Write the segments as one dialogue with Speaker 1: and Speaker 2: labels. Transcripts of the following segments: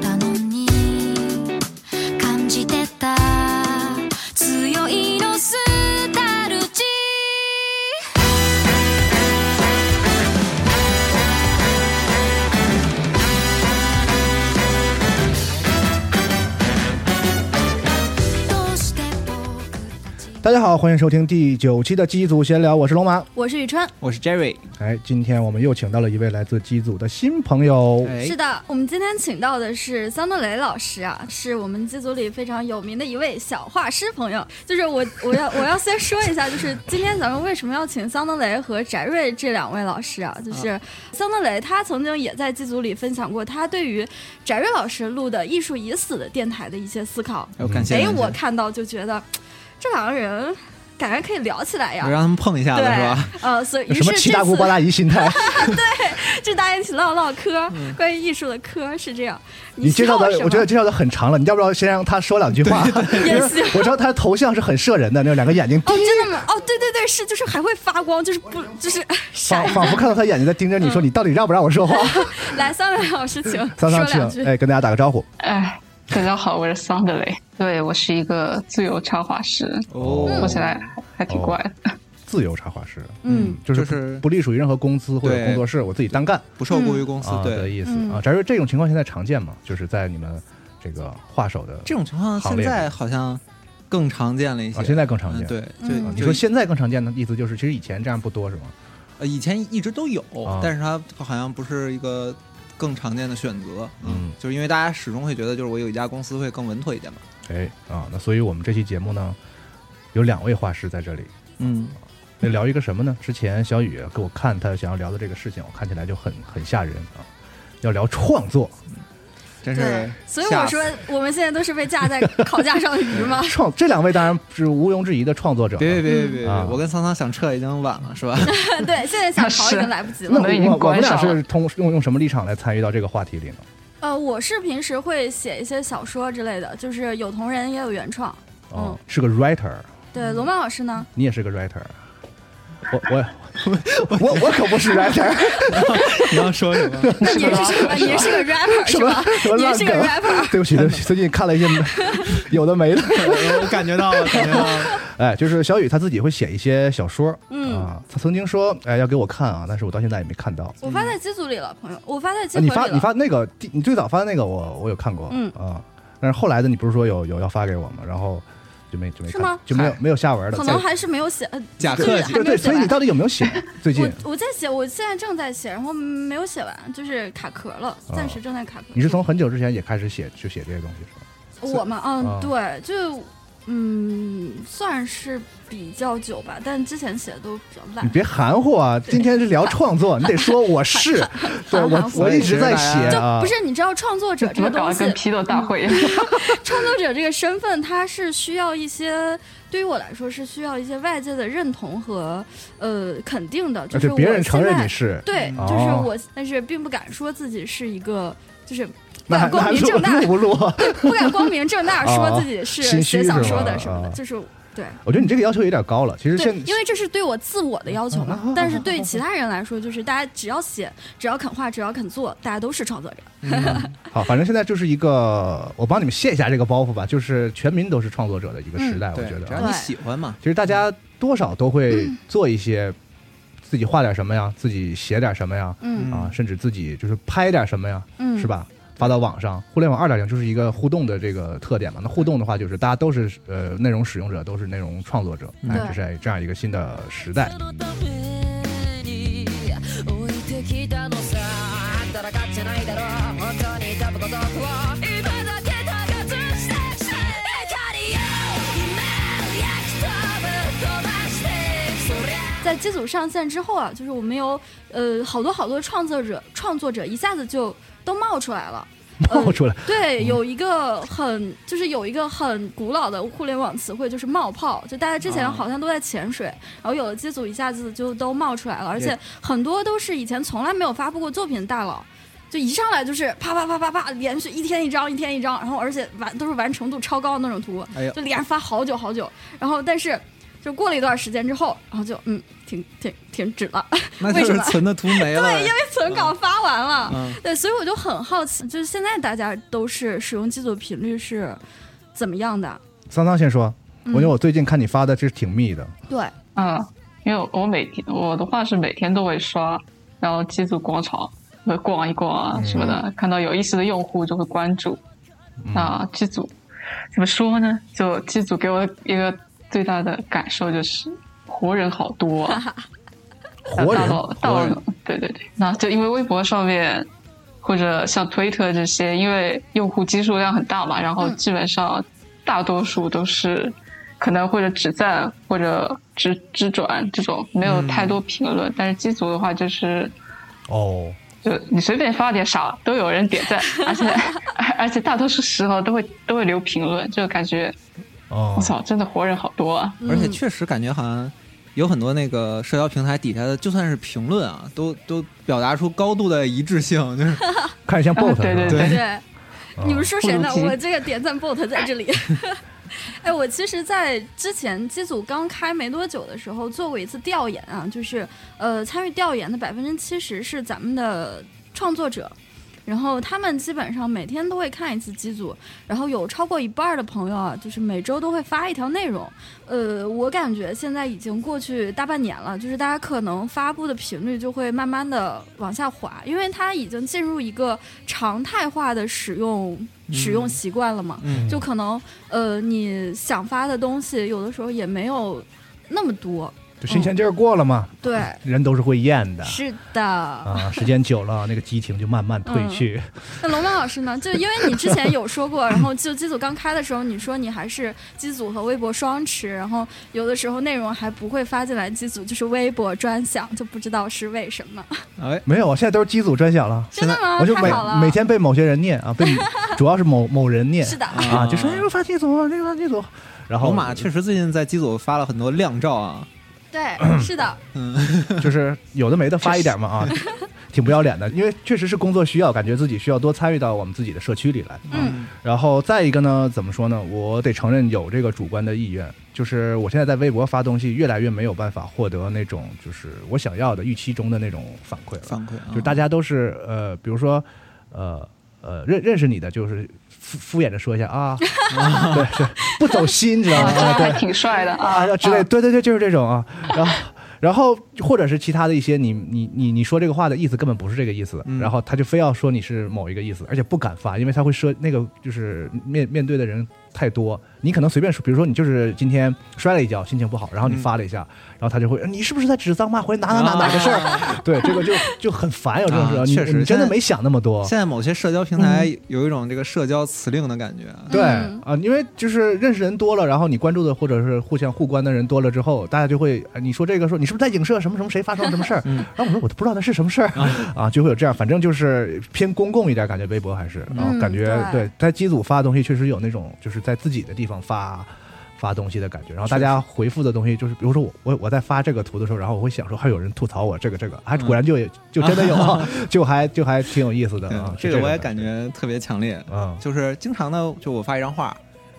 Speaker 1: たのに感じてた強いノスタルジーどうして僕たち
Speaker 2: 大家好，欢迎收听第九期的机组闲聊，我是龙马。
Speaker 3: 我是宇川。
Speaker 4: 我是 Jerry，
Speaker 2: 哎，今天我们又请到了一位来自机组的新朋友，
Speaker 4: 哎，
Speaker 3: 是的，我们今天请到的是桑德雷老师啊，是我们机组里非常有名的一位小画师朋友。就是我，我要我要先说一下，就是今天咱们为什么要请桑德雷和翟瑞这两位老师啊？就是桑德雷他曾经也在机组里分享过他对于翟瑞老师录的《艺术已死》的电台的一些思考。
Speaker 4: 我感谢
Speaker 3: 哎，
Speaker 4: 感谢
Speaker 3: 我看到就觉得这两个人感觉可以聊起来
Speaker 4: 我
Speaker 3: 呀。
Speaker 4: 让他们碰一下子
Speaker 3: 对
Speaker 4: 是吧？，
Speaker 3: 呃，所以
Speaker 2: 有
Speaker 3: 于
Speaker 2: 什
Speaker 3: 是
Speaker 2: 么
Speaker 3: 这
Speaker 2: 七
Speaker 3: 次。
Speaker 2: 大姑八大姨心态？
Speaker 3: 这大家一起唠唠嗑，关于艺术的嗑是这样。
Speaker 2: 嗯你介绍
Speaker 3: 笑
Speaker 2: 的
Speaker 3: 什，么哦
Speaker 2: 我觉得介绍的很长了，你要不要 先让他说两句话？
Speaker 3: 也行。
Speaker 2: 我知道他的头像是很瘆人的，那两个眼睛
Speaker 3: 哦，真的吗？哦，对对对，是就是还会发光，就是不就是
Speaker 2: 仿
Speaker 3: 闪。
Speaker 2: 仿佛看到他眼睛在盯着你说：“你到底让不让我说话
Speaker 3: 来，三位老师，请
Speaker 2: 桑桑，
Speaker 3: 说两
Speaker 2: 请
Speaker 3: 句。
Speaker 2: 哎跟大家打个招呼。
Speaker 5: 哎，大家好，我是桑德雷，对我是一个自由插画师，说
Speaker 4: 哦，
Speaker 5: 起来还挺怪
Speaker 3: 哦
Speaker 5: 的。
Speaker 2: 自由插画师，
Speaker 3: 嗯，
Speaker 2: 就是
Speaker 4: 就是
Speaker 2: 不隶属于任何公司或者
Speaker 4: 对
Speaker 2: 工作室，我自己单干
Speaker 4: 不受雇于公司
Speaker 2: 啊，的
Speaker 4: 对
Speaker 2: 意思
Speaker 3: 嗯
Speaker 2: 啊。翟瑞，这种情况现在常见吗？就是在你们这个画手的
Speaker 4: 这种情况，
Speaker 2: 行
Speaker 4: 现
Speaker 2: 列
Speaker 4: 在好像更常见了一
Speaker 2: 啊，
Speaker 4: 些。
Speaker 2: 现在更常见。
Speaker 4: 嗯，对，
Speaker 3: 嗯
Speaker 4: 就
Speaker 2: 啊你
Speaker 4: 就
Speaker 2: 说现在更常见的意思就是，其实以前这样不多是吗？
Speaker 4: 呃以前一直都有
Speaker 2: 啊，
Speaker 4: 但是它好像不是一个更常见的选择。
Speaker 2: 嗯
Speaker 4: 就是因为大家始终会觉得，就是我有一家公司会更稳妥一点嘛。
Speaker 2: 哎啊，那所以我们这期节目呢，有两位画师在这里。
Speaker 4: 嗯，
Speaker 2: 那聊一个什么呢？之前小雨给我看他想要聊的这个事情，我看起来就很很吓人啊。要聊创作，。
Speaker 4: 真
Speaker 3: 对
Speaker 4: 是，
Speaker 3: 所以
Speaker 4: 吓
Speaker 3: 我
Speaker 4: 死
Speaker 3: 说我们现在都是被架在烤架上的鱼 嘛
Speaker 5: 啊
Speaker 2: 创这两位当然是毋庸置疑的创作者。
Speaker 4: 别别别别别，
Speaker 2: 啊
Speaker 4: 嗯我跟桑桑想撤已经晚了，是吧？
Speaker 3: 对，现在想逃已
Speaker 5: 是
Speaker 3: 经来不及
Speaker 2: 那
Speaker 3: 了
Speaker 2: 我。
Speaker 5: 们已经
Speaker 2: 我我们
Speaker 5: 关
Speaker 2: 俩
Speaker 5: 上了
Speaker 2: 是通用用什么立场来参与到这个话题里呢？啊
Speaker 3: 呃，我是平时会写一些小说之类的，就是有同人也有原创。
Speaker 2: 哦
Speaker 3: 嗯，
Speaker 2: 是个 writer，
Speaker 3: 对，
Speaker 2: 嗯
Speaker 3: 龙马老 师呢？
Speaker 2: 你也是个 writer。我我 我我可不是 writer，
Speaker 4: 你要说什么？
Speaker 3: 那您是什么？您是个 rapper
Speaker 2: 什
Speaker 3: 是
Speaker 2: 么
Speaker 3: 吧？
Speaker 2: 什么
Speaker 3: 您
Speaker 2: 烂
Speaker 3: 是个
Speaker 2: 梗
Speaker 3: rapper。
Speaker 2: 对不起对不起，最近看了一些有的没的。
Speaker 4: 我感觉到了，感觉到了。
Speaker 2: 哎，就是小雨他自己会写一些小说，
Speaker 3: 嗯
Speaker 2: 啊，他曾经说哎要给我看啊，但是我到现在也没看到。
Speaker 3: 我发在机组里了，朋友，我发在
Speaker 2: 嗯
Speaker 3: 机
Speaker 2: 啊
Speaker 3: 组
Speaker 2: 你
Speaker 3: 里
Speaker 2: 发
Speaker 3: 了。
Speaker 2: 你发那个第你最早发的那个我我有看过，
Speaker 3: 嗯
Speaker 2: 啊，但是后来的你不是说有有要发给我吗？然后就没就没
Speaker 3: 是
Speaker 2: 看
Speaker 3: 吗
Speaker 2: 就没有
Speaker 4: 嗨
Speaker 2: 没有下文了。
Speaker 3: 可能
Speaker 2: 在
Speaker 3: 还是没有写，呃
Speaker 4: 假
Speaker 3: 就
Speaker 4: 客
Speaker 3: 是
Speaker 4: 气
Speaker 3: 还
Speaker 2: 对
Speaker 3: 没
Speaker 2: 对，
Speaker 3: 有写
Speaker 2: 所以
Speaker 3: 完
Speaker 2: 你。到底有没有写？ 最近
Speaker 3: 我我在写，我现在正在写，然后没有写完，就是卡壳了，暂时正在卡壳。
Speaker 2: 啊你是从很久之前也开始写就写这些东西 是吗？
Speaker 3: 我嘛？嗯，
Speaker 2: 啊
Speaker 3: 对，就嗯，算是比较久吧，但之前写的都比较
Speaker 2: 你
Speaker 3: 烂。
Speaker 2: 别含糊啊！今天是聊创 作，你得说我是，对
Speaker 3: 含
Speaker 2: 我
Speaker 3: 糊
Speaker 2: 我一直在写
Speaker 3: 就
Speaker 2: 啊
Speaker 3: 不，是你知道创作者
Speaker 5: 怎
Speaker 3: 这
Speaker 5: 么
Speaker 3: 个
Speaker 5: 搞
Speaker 3: 东
Speaker 5: 啊得
Speaker 3: 西
Speaker 5: 跟，批斗大会一样？
Speaker 3: 创作者这个身份，它是需要一些，对于我来说是需要一些外界的认同和呃肯定的，
Speaker 2: 啊
Speaker 3: 是
Speaker 2: 别
Speaker 3: 我
Speaker 2: 人承
Speaker 3: 现
Speaker 2: 认
Speaker 3: 在
Speaker 2: 你 是，
Speaker 3: 对，
Speaker 2: 嗯
Speaker 3: 就是
Speaker 2: 哦
Speaker 3: 我，但是并不敢说自己是一个，就是
Speaker 2: 那还
Speaker 3: 光
Speaker 2: 那还
Speaker 3: 明
Speaker 2: 录
Speaker 3: 正大
Speaker 2: 录不录啊？
Speaker 3: 不敢光明正大说
Speaker 2: 哦
Speaker 3: 自己是
Speaker 2: 心虚
Speaker 3: 写小
Speaker 2: 是
Speaker 3: 说
Speaker 2: 吧
Speaker 3: 的什么的，
Speaker 2: 哦
Speaker 3: 就是对，
Speaker 2: 我觉得你这个要求有点高了。其实
Speaker 3: 对
Speaker 2: 现，
Speaker 3: 因为这是对我自我的要求嘛。
Speaker 2: 啊
Speaker 3: 但是对其他人来说，就是大家只要写，只要肯画，只要肯做，大家都是创作者。
Speaker 4: 嗯
Speaker 2: 好，反正现在就是一个，我帮你们卸一下这个包袱吧，就是全民都是创作者的一
Speaker 3: 嗯
Speaker 2: 个时代，我
Speaker 4: 对
Speaker 2: 觉，
Speaker 4: 只
Speaker 2: 得
Speaker 4: 要
Speaker 2: 啊。
Speaker 4: 你喜欢嘛，
Speaker 2: 其实大家多少都会
Speaker 3: 嗯
Speaker 2: 做一些，自己画点什么呀，自己写点什么呀，
Speaker 3: 嗯
Speaker 2: 啊，甚至自己就是拍点什么呀，
Speaker 3: 嗯，
Speaker 2: 是？吧？发到网上，互联网二点零就是一个互动的这个特点嘛。那互动的话，就是大家都是呃内容使用者，都是内容创作者，哎，
Speaker 3: 对
Speaker 2: 这是这样一个新的时代。
Speaker 6: のために置いてきたのさあんたら勝っちゃないだろ本当にタバコ毒を今だけ高くしてきて怒りを今焼き飛ぶ飛ばしてそりゃ
Speaker 3: 在机组上线之后啊，就是我们有呃好多好多创作者，创作者一下子就都冒出来了。
Speaker 2: 冒出来，
Speaker 3: 对，
Speaker 4: 嗯
Speaker 3: 有一个很就是有一个很古老的互联网词汇，就是冒泡，就大家之
Speaker 4: 啊
Speaker 3: 前好像都在潜水，然后有的机组一下子就都冒出来了，而且很多都是以前从来没有发布过作品的大佬。就一上来就是啪啪啪啪啪，连续一天一张，一天一张，然后而且完都是完成度超高的那种图，
Speaker 4: 哎呀
Speaker 3: 就连发好久好久。然后但是就过了一段时间之后，然后就嗯停停停止了，
Speaker 4: 那就
Speaker 3: 为什
Speaker 4: 是
Speaker 3: 么
Speaker 4: 存的图没了。哎
Speaker 3: 对，因为存稿发完了。
Speaker 4: 嗯，
Speaker 3: 对，所以我就很好奇，就是现在大家都是使用机组频率是怎么样的？
Speaker 2: 桑桑先说，我觉得
Speaker 3: 嗯
Speaker 2: 我最近看你发的这是挺密的，
Speaker 3: 对，
Speaker 5: 嗯，因为我每天我的话是每天都会刷，然后机组广场会逛一逛啊什么的，
Speaker 3: 嗯
Speaker 5: 看到有意思的用户就会关注。啊，机组怎么说呢？就机组给我一个最大的感受就是活人好多、啊。
Speaker 2: 活
Speaker 5: 到
Speaker 2: 人
Speaker 5: 了到了，对对对，那就因为微博上面或者像推特这些，因为用户基数量很大嘛，然后
Speaker 2: 嗯
Speaker 5: 基本上大多数都是可能或者只赞或者只只转这种，没有太
Speaker 2: 嗯
Speaker 5: 多评论。但是机组的话，就是
Speaker 2: 哦，
Speaker 5: 就你随便发点啥都有人点赞，而且而且大多数时候都会都会留评论，就感觉
Speaker 2: 哦
Speaker 5: 我，操，真的活人好多啊！
Speaker 4: 而且
Speaker 3: 嗯
Speaker 4: 确实感觉好像有很多那个社交平台底下的，就算是评论啊，都都表达出高度的一致性，就是
Speaker 2: 看着像 bot，
Speaker 5: 对对
Speaker 2: 是吧
Speaker 4: 对
Speaker 3: 啊对，你们说谁呢？
Speaker 5: 不如急
Speaker 3: 我这个点赞 bot 在这里。 哎，我其实，在之前机组刚开没多久的时候，做过一次调研啊，就是呃，参与调研的百分之七十是咱们的创作者，然后他们基本上每天都会看一次机组，然后有超过一半儿的朋友啊，就是每周都会发一条内容。呃，我感觉现在已经过去大半年了，就是大家可能发布的频率就会慢慢的往下滑，因为它已经进入一个常态化的使用使用习惯了嘛。
Speaker 4: 嗯
Speaker 3: 就可能呃，你想发的东西有的时候也没有那么多。
Speaker 2: 就新鲜劲儿过了嘛，
Speaker 3: 对，
Speaker 2: 人都是会厌的
Speaker 3: 嗯是的。
Speaker 2: 啊，时间久了，那个激情就慢慢褪去。
Speaker 3: 那龙猫老师呢？就因为你之前有说过，然后就机组刚开的时候，你说你还是机组和微博双持，然后有的时候内容还不会发进来机组，就是微博专享，就不知道是为什么。
Speaker 4: 哎，
Speaker 2: 没有，我现在都是机组专享了，
Speaker 3: 真的吗？
Speaker 2: 我就
Speaker 3: 啊太
Speaker 2: 每
Speaker 3: 好了，
Speaker 2: 每天被某些人念啊，被 主要是某某人念
Speaker 3: 是的，
Speaker 2: 啊，就说哎，我发机组，这个发机组，然后
Speaker 4: 龙马确实最近在机组发了很多靓照啊，
Speaker 3: 对，是的，
Speaker 2: 就是有的没的发一点嘛啊，挺不要脸的，因为确实是工作需要，感觉自己需要多参与到我们自己的社区里来。
Speaker 3: 嗯
Speaker 2: 然后再一个呢，怎么说呢？我得承认有这个主观的意愿，就是我现在在微博发东西，越来越没有办法获得那种就是我想要的预期中的那种反馈了。
Speaker 4: 反馈啊，
Speaker 2: 就是大家都是呃，比如说呃呃认认识你的，就是敷敷衍着说一下啊，对，是不走心，你知道吗？
Speaker 5: 啊
Speaker 2: 啊
Speaker 5: 还
Speaker 2: 对，
Speaker 5: 挺帅的 啊
Speaker 2: 啊之类，对对对，就是这种啊。然后，然后或者是其他的一些你你你你说这个话的意思根本不是这个意思，
Speaker 4: 嗯
Speaker 2: 然后他就非要说你是某一个意思，而且不敢发，因为他会说那个就是面面对的人太多，你可能随便说，比如说你就是今天摔了一跤，心情不好，然后
Speaker 4: 嗯
Speaker 2: 你发了一下，然后他就会你是不是在指桑骂槐哪哪哪哪个事儿？对，这个就就很烦，有这种事，
Speaker 4: 啊
Speaker 2: 你
Speaker 4: 确实
Speaker 2: 你真的
Speaker 4: 现在
Speaker 2: 没想那么多。
Speaker 4: 现在某些社交平台有一种这个社交辞令的感觉，
Speaker 2: 对
Speaker 3: 嗯
Speaker 2: 啊、因为就是认识人多了，然后你关注的或者是互相互关的人多了之后，大家就会呃你说这个说你是不是在影射什么什么谁发生了什么事儿？
Speaker 4: 嗯
Speaker 2: 然后我说我都不知道那是什么事儿啊，就会有这样，反正就是偏公共一点，感觉微博还是啊，
Speaker 3: 嗯
Speaker 2: 感觉
Speaker 3: 对
Speaker 2: 对在机组发的东西确实有那种就是在自己的地方发。发东西的感觉，然后大家回复的东西就是，比如说我我我在发这个图的时候，然后我会想说，还有人吐槽我这个这个，还果然就也就真的有 啊，就还就还挺有意思的
Speaker 4: 嗯对
Speaker 2: 啊。是
Speaker 4: 这个
Speaker 2: 种
Speaker 4: 我也感觉特别强烈，
Speaker 2: 啊，
Speaker 4: 就是经常呢，就我发一张画，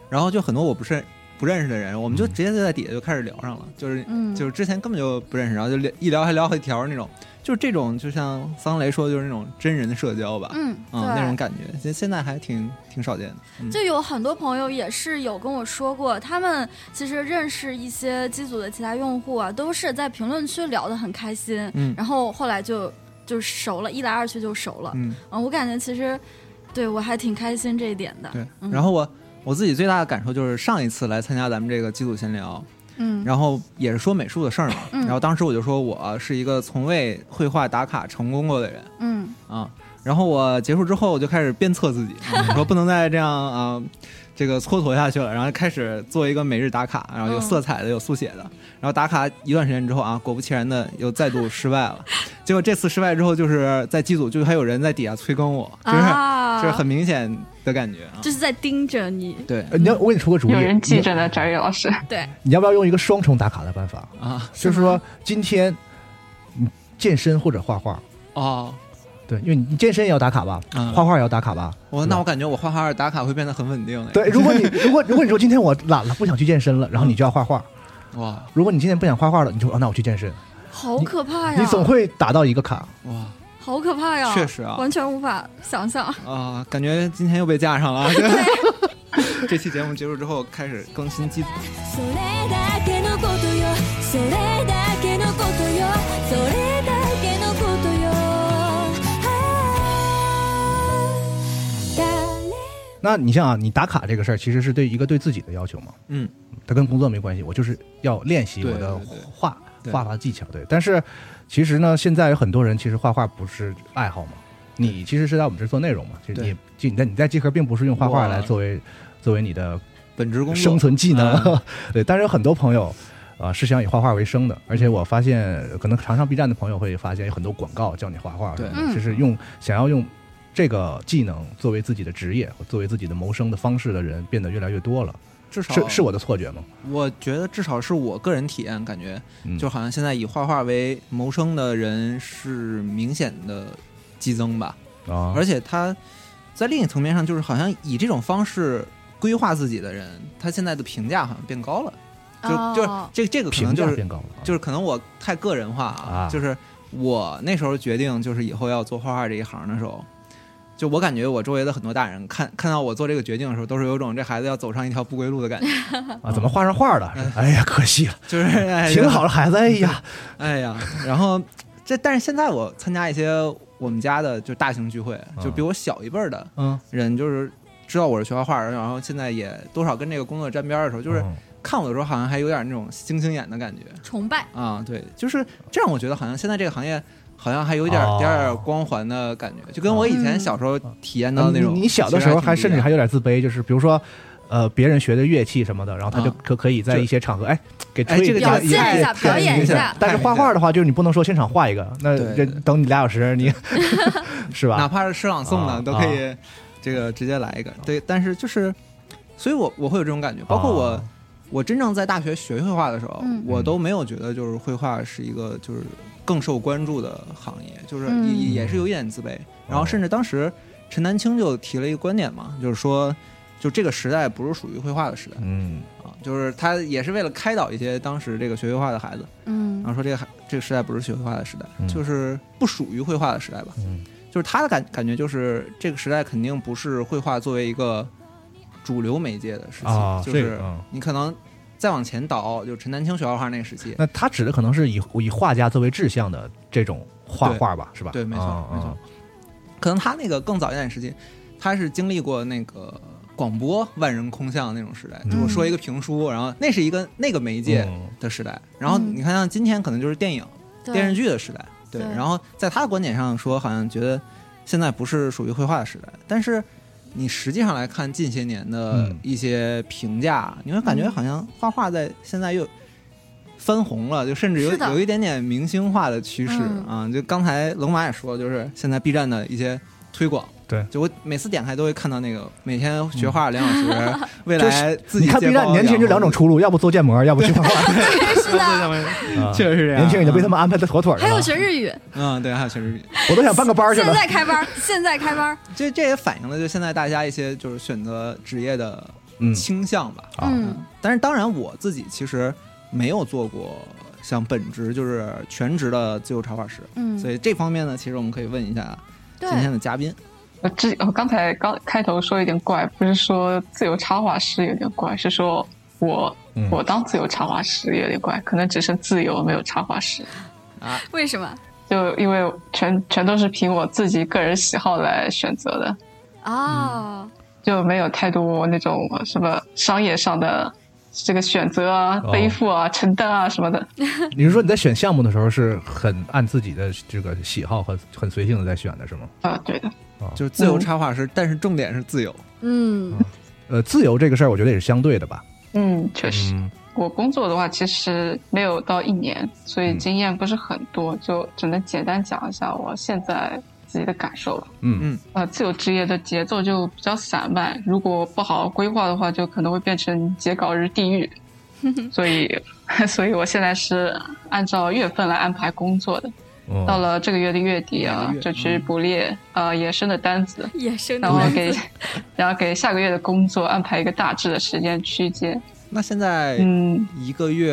Speaker 4: 然后就很多我不是不认识的人，我们就直接就在底下就开始聊上了，就是、
Speaker 3: 嗯
Speaker 4: 就是之前根本就不认识，然后就聊一聊还聊好几条那种，就是这种就像桑雷说的，就是那种真人社交吧，
Speaker 3: 嗯，对。
Speaker 4: 啊、那种感觉，现现在还挺挺少见的，嗯
Speaker 3: 就有很多朋友也是有跟我说过，他们其实认识一些机组的其他用户啊，都是在评论区聊得很开心，
Speaker 4: 嗯
Speaker 3: 然后后来就就熟了，一来二去就熟了。
Speaker 4: 嗯，
Speaker 3: 嗯，我感觉其实对我还挺开心这一点的。
Speaker 4: 对
Speaker 3: 嗯。
Speaker 4: 然后我我自己最大的感受就是上一次来参加咱们这个机组闲聊，
Speaker 3: 嗯，
Speaker 4: 哦然后也是说美术的事儿嘛，
Speaker 3: 嗯
Speaker 4: 然后当时我就说我是一个从未绘画打卡成功过的人
Speaker 3: 嗯
Speaker 4: 啊。然后我结束之后，我就开始鞭策自己，啊我说不能再这样啊，这个蹉跎下去了。然后开始做一个每日打卡，然后有
Speaker 3: 嗯
Speaker 4: 色彩的，有速写的。然后打卡一段时间之后啊，果不其然的又再度失败了。结果这次失败之后，就是在机组就还有人在底下催更我，就是、
Speaker 3: 啊，
Speaker 4: 就是很明显的感觉啊
Speaker 3: 就。是在盯着你，
Speaker 4: 对
Speaker 2: 呃你要我给你出个主意，
Speaker 5: 有人记
Speaker 2: 你
Speaker 5: 着呢，翟宇老师。
Speaker 3: 对，
Speaker 2: 你要不要用一个双重打卡的办法？
Speaker 4: 啊
Speaker 2: 就是说今天你健身或者画画，
Speaker 4: 哦，
Speaker 2: 对，因为你健身也要打卡吧，
Speaker 4: 嗯
Speaker 2: 画画也要打卡吧。
Speaker 4: 我那我感觉我画画打卡会变得很稳定哎的。
Speaker 2: 对，如果你如果如果你说今天我懒了，不想去健身了，然后你就要画画。
Speaker 4: 哇
Speaker 2: 如果你今天不想画画了，你就说、啊那我去健身，
Speaker 3: 好可怕哎呀！
Speaker 2: 你总会打到一个卡。
Speaker 4: 哇。
Speaker 3: 好可怕呀！
Speaker 4: 确实啊
Speaker 3: 完全无法想象。
Speaker 4: 啊，感觉今天又被架上 了。这期节目结束之后，开始更新机组。
Speaker 6: それだけのことよそれだけのことよそれだけのことよああ誰
Speaker 2: 那你像啊，你打卡这个事儿，其实是对一个对自己的要求嘛，
Speaker 4: 嗯，
Speaker 2: 它跟工作没关系，我就是要练习
Speaker 4: 对
Speaker 2: 我的
Speaker 4: 对对
Speaker 2: 画
Speaker 4: 对
Speaker 2: 画法技巧。对，但是其实呢，现在有很多人其实画画不是爱好嘛，你其实是在我们这做内容嘛，其实你
Speaker 4: 对
Speaker 2: 也就你在你在集合并不是用画画
Speaker 4: 哇
Speaker 2: 来作为作为你的
Speaker 4: 本职工作
Speaker 2: 生存技能。
Speaker 4: 嗯
Speaker 2: 对，但是有很多朋友。啊、是想以画画为生的，而且我发现，可能常上 B 站的朋友会发现有很多广告叫你画画，
Speaker 4: 对
Speaker 3: 嗯
Speaker 2: 就是用想要用这个技能作为自己的职业，作为自己的谋生的方式的人变得越来越多了，
Speaker 4: 至少
Speaker 2: 是是我的错觉吗？
Speaker 4: 我觉得至少是我个人体验，感觉
Speaker 2: 嗯
Speaker 4: 就好像现在以画画为谋生的人是明显的激增吧，
Speaker 2: 啊，
Speaker 4: 而且他在另一层面上，就是好像以这种方式规划自己的人，他现在的评价好像变高了，就、就是
Speaker 3: 哦
Speaker 4: 这这个可
Speaker 2: 评
Speaker 4: 能就
Speaker 2: 价
Speaker 4: 是
Speaker 2: 变高了啊，
Speaker 4: 就是可能我太个人化
Speaker 2: 啊
Speaker 4: 就是我那时候决定就是以后要做画画这一行的时候，就我感觉我周围的很多大人看看到我做这个决定的时候，都是有种这孩子要走上一条不归路 的感觉，
Speaker 2: 啊，怎么画上画了？哎呀，可惜了，
Speaker 4: 就是、哎、
Speaker 2: 挺好，的孩子，哎呀，
Speaker 4: 哎呀，然后这但是现在我参加一些我们家的就大型聚会，
Speaker 2: 啊
Speaker 4: 就比我小一辈儿的
Speaker 2: 嗯，
Speaker 4: 人就是。知道我是学画画的，然后现在也多少跟这个工作沾边儿的时候，就是
Speaker 2: 嗯
Speaker 4: 看我的时候，好像还有点那种星星眼的感觉。
Speaker 3: 崇拜，
Speaker 4: 啊，对，就是这样。我觉得好像现在这个行业好像还有点、
Speaker 2: 哦
Speaker 4: 点儿光环的感觉，就跟我以前小时候体验到那种、
Speaker 2: 嗯你你小的时候还甚至还有
Speaker 4: 有
Speaker 2: 点自卑，就是比如说。呃，别人学的乐器什么的，然后他就
Speaker 4: 啊
Speaker 2: 可可以在
Speaker 4: 就
Speaker 2: 一些场合，哎，给
Speaker 4: 哎
Speaker 2: 吹
Speaker 4: 这个
Speaker 2: 表
Speaker 3: 表
Speaker 4: 太
Speaker 3: 现一下，表演一下。
Speaker 2: 但是画画的话，就是你不能说现场画一个，那
Speaker 4: 对
Speaker 2: 这
Speaker 4: 对对
Speaker 2: 等你俩小时， 你是
Speaker 4: 哪
Speaker 2: 吧？
Speaker 4: 怕是诗朗诵的、
Speaker 2: 啊
Speaker 4: 都可以这个直接来一个。对，但是就是，所以我我会有这种感觉，包括我。
Speaker 2: 啊
Speaker 4: 我真正在大学学绘画的时候，
Speaker 3: 嗯
Speaker 4: 我都没有觉得就是绘画是一个就是更受关注的行业，就是也、
Speaker 3: 嗯
Speaker 4: 也也是有一点自卑。然后甚至当时陈丹青就提了一个观点嘛，就是说，就这个时代不是属于绘画的时代，
Speaker 2: 嗯，
Speaker 4: 啊，就是他也是为了开导一些当时这个学绘画的孩子，
Speaker 3: 嗯
Speaker 4: 然后说这个孩这个时代不是学绘画的时代，
Speaker 2: 嗯
Speaker 4: 就是不属于绘画的时代吧。
Speaker 2: 嗯
Speaker 4: 就是他的感感觉就是这个时代肯定不是绘画作为一个主流媒介的时期，
Speaker 2: 啊
Speaker 4: 就
Speaker 2: 这
Speaker 4: 是
Speaker 2: 个嗯
Speaker 4: 你可能再往前倒，就陈丹青学画画那个时期。
Speaker 2: 那他指的可能是以以画家作为志向的这种画
Speaker 4: 对
Speaker 2: 画吧，是吧？
Speaker 4: 对，没错，
Speaker 2: 啊
Speaker 4: 没错。。可能他那个更早一点时期，他是经历过那个广播万人空巷那种时代，就我说一个评书，然后那是一个那个媒介
Speaker 2: 嗯
Speaker 4: 的时代。然后你看，像今天可能就是电影、
Speaker 3: 对
Speaker 4: 电视剧的时代，对。
Speaker 3: 对
Speaker 4: 然后在他的观点上说，好像觉得现在不是属于绘画的时代，但是。你实际上来看近些年的
Speaker 2: 嗯
Speaker 4: 一些评价，你会感觉好像画画在现在又翻红了，就甚至有
Speaker 3: 是的
Speaker 4: 有一点点明星化的趋势、
Speaker 3: 嗯
Speaker 4: 啊。就刚才龙马也说，就是现在 B 站的一些推广，
Speaker 2: 对
Speaker 4: 就我每次点开都会看到那个每天学画两小时，
Speaker 3: 嗯
Speaker 4: 未
Speaker 2: 就是
Speaker 4: 来自己
Speaker 2: 你看
Speaker 4: 接
Speaker 2: B 站
Speaker 4: 包
Speaker 2: 年轻人就两种出路，要不做建模，要不去画画。
Speaker 3: 哎是的，
Speaker 2: 啊
Speaker 4: 确实是这样
Speaker 2: 年 轻人就被他
Speaker 4: 们
Speaker 2: 们安排的妥妥的了。
Speaker 3: 还有学日语，
Speaker 4: 嗯，对，还有学日语，
Speaker 2: 我都想办个班儿去
Speaker 3: 现
Speaker 2: 了。
Speaker 3: 在开班儿，现在开班儿，
Speaker 4: 这这也反映了就现在大家一些就是选择职业的
Speaker 2: 嗯
Speaker 4: 倾向吧。
Speaker 2: 啊
Speaker 3: 嗯
Speaker 4: 但是当然我自己其实没有做过像本职就是全职的自由插画师，
Speaker 3: 嗯，
Speaker 4: 所以这方面呢，其实我们可以问一下今
Speaker 3: 对，
Speaker 4: 天的嘉宾。
Speaker 5: 我呃之我刚才刚开头说有点怪，不是说自由插画师有点怪，是说我、
Speaker 2: 嗯
Speaker 5: 我当自由插画师有点怪，可能只剩自由没有插画师，
Speaker 3: 为什么
Speaker 5: 就因为全全都是凭我自己个人喜好来选择的，
Speaker 3: 哦，
Speaker 5: 就没有太多那种什么商业上的这个选择啊、
Speaker 2: 哦
Speaker 5: 背负啊、承担啊什么的。
Speaker 2: 你是说你在选项目的时候是很按自己的这个喜好很很随性的在选的是吗？
Speaker 5: 啊，对的，
Speaker 4: 就是自由插画师，但是重点是自由。
Speaker 3: 嗯
Speaker 2: 呃，自由这个事儿，我觉得也是相对的吧。
Speaker 5: 嗯，确实。我工作的话，其实没有到一年，所以经验不是很多，就只能简单讲一下我现在自己的感受吧。
Speaker 2: 嗯
Speaker 5: 呃，自由职业的节奏就比较散漫，如果不好好规划的话，就可能会变成截稿日地狱。所以， 所以我现在是按照月份来安排工作的。
Speaker 2: 嗯，
Speaker 5: 到了这个月的月底
Speaker 4: 每
Speaker 5: 啊
Speaker 4: 个月，
Speaker 5: 就去捕猎呃野生的单子，
Speaker 3: 野生的
Speaker 5: 然后
Speaker 3: 蚊子
Speaker 5: 给然后给下个月的工作安排一个大致的时间区间。
Speaker 4: 那现在
Speaker 5: 嗯，
Speaker 4: 一个月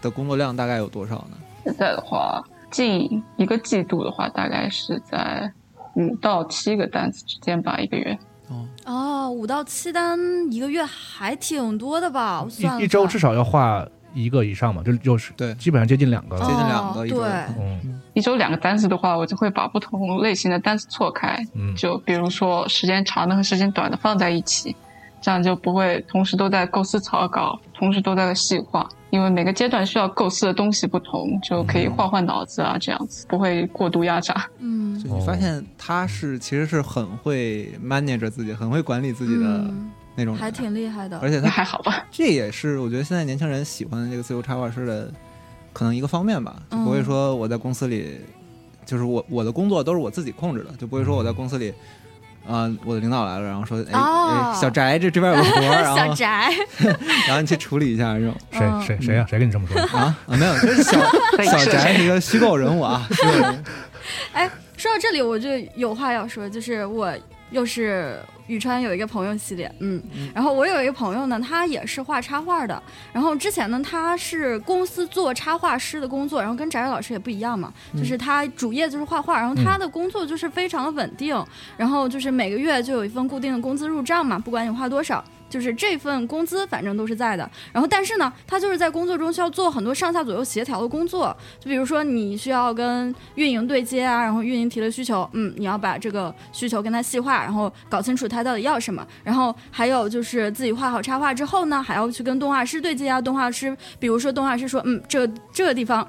Speaker 4: 的工作量大概有多少呢？
Speaker 5: 现在的话，近一个季度的话，大概是在五到七个单子之间吧，一个月。
Speaker 4: 哦，
Speaker 3: 哦，五到七单一个月还挺多的吧？我算了
Speaker 2: 一一周
Speaker 3: 算
Speaker 2: 至少要画一个以上嘛，就就是
Speaker 4: 对
Speaker 2: 基本上接近两个
Speaker 4: 接
Speaker 2: 了。
Speaker 4: 近两个
Speaker 3: 哦
Speaker 4: 一周
Speaker 3: 对
Speaker 2: 嗯
Speaker 5: 一周两个单子的话，我就会把不同类型的单子错开，
Speaker 2: 嗯
Speaker 5: 就比如说时间长的和时间短的放在一起，这样就不会同时都在构思草稿，同时都在细化，因为每个阶段需要构思的东西不同，就可以换换脑子啊，这样子不会过度压榨。
Speaker 3: 嗯
Speaker 4: 就你发现他是其实是很会 manage 自己，很会管理自己的
Speaker 3: 嗯，
Speaker 4: 那种人，
Speaker 3: 还挺厉害的
Speaker 4: 而。且
Speaker 5: 那
Speaker 4: 他
Speaker 5: 还好吧？
Speaker 4: 这也是我觉得现在年轻人喜欢这个自由插画师的可能一个方面吧，就
Speaker 3: 嗯
Speaker 4: 不会说我在公司里，就是我我的工作都是我自己控制的，就不会说我在公司里。啊、我的领导来了，然后说：“哎，
Speaker 3: 哦
Speaker 4: 哎小翟，这这边有个活 儿，然
Speaker 3: 小
Speaker 4: 后
Speaker 3: 宅，
Speaker 4: 然后你去处理一下这种
Speaker 3: 嗯
Speaker 2: 谁谁谁呀？谁跟你这么说？的？
Speaker 4: 啊啊，没有，就是小
Speaker 5: 对
Speaker 4: 小
Speaker 5: 是
Speaker 4: 翟是一个虚构人物 啊，虚构人物
Speaker 3: 哎，说到这里我就有话要说，就是我又是宇川有一个朋友系列，嗯，然后我有一个朋友呢，他也是画插画的，然后之前呢他是公司做插画师的工作，然后跟翟瑞老师也不一样嘛，就是他主业就是画画，然后他的工作就是非常的稳定，然后就是每个月就有一份固定的工资入账嘛，不管你花多少。就是这份工资，反正都是在的。然后，但是呢，他就是在工作中需要做很多上下左右协调的工作，就比如说你需要跟运营对接啊，然后运营提了需求，嗯，你要把这个需求跟他细化，然后搞清楚他到底要什么。然后还有就是自己画好插画之后呢，还要去跟动画师对接啊。动画师，比如说动画师说，嗯，这这个地方。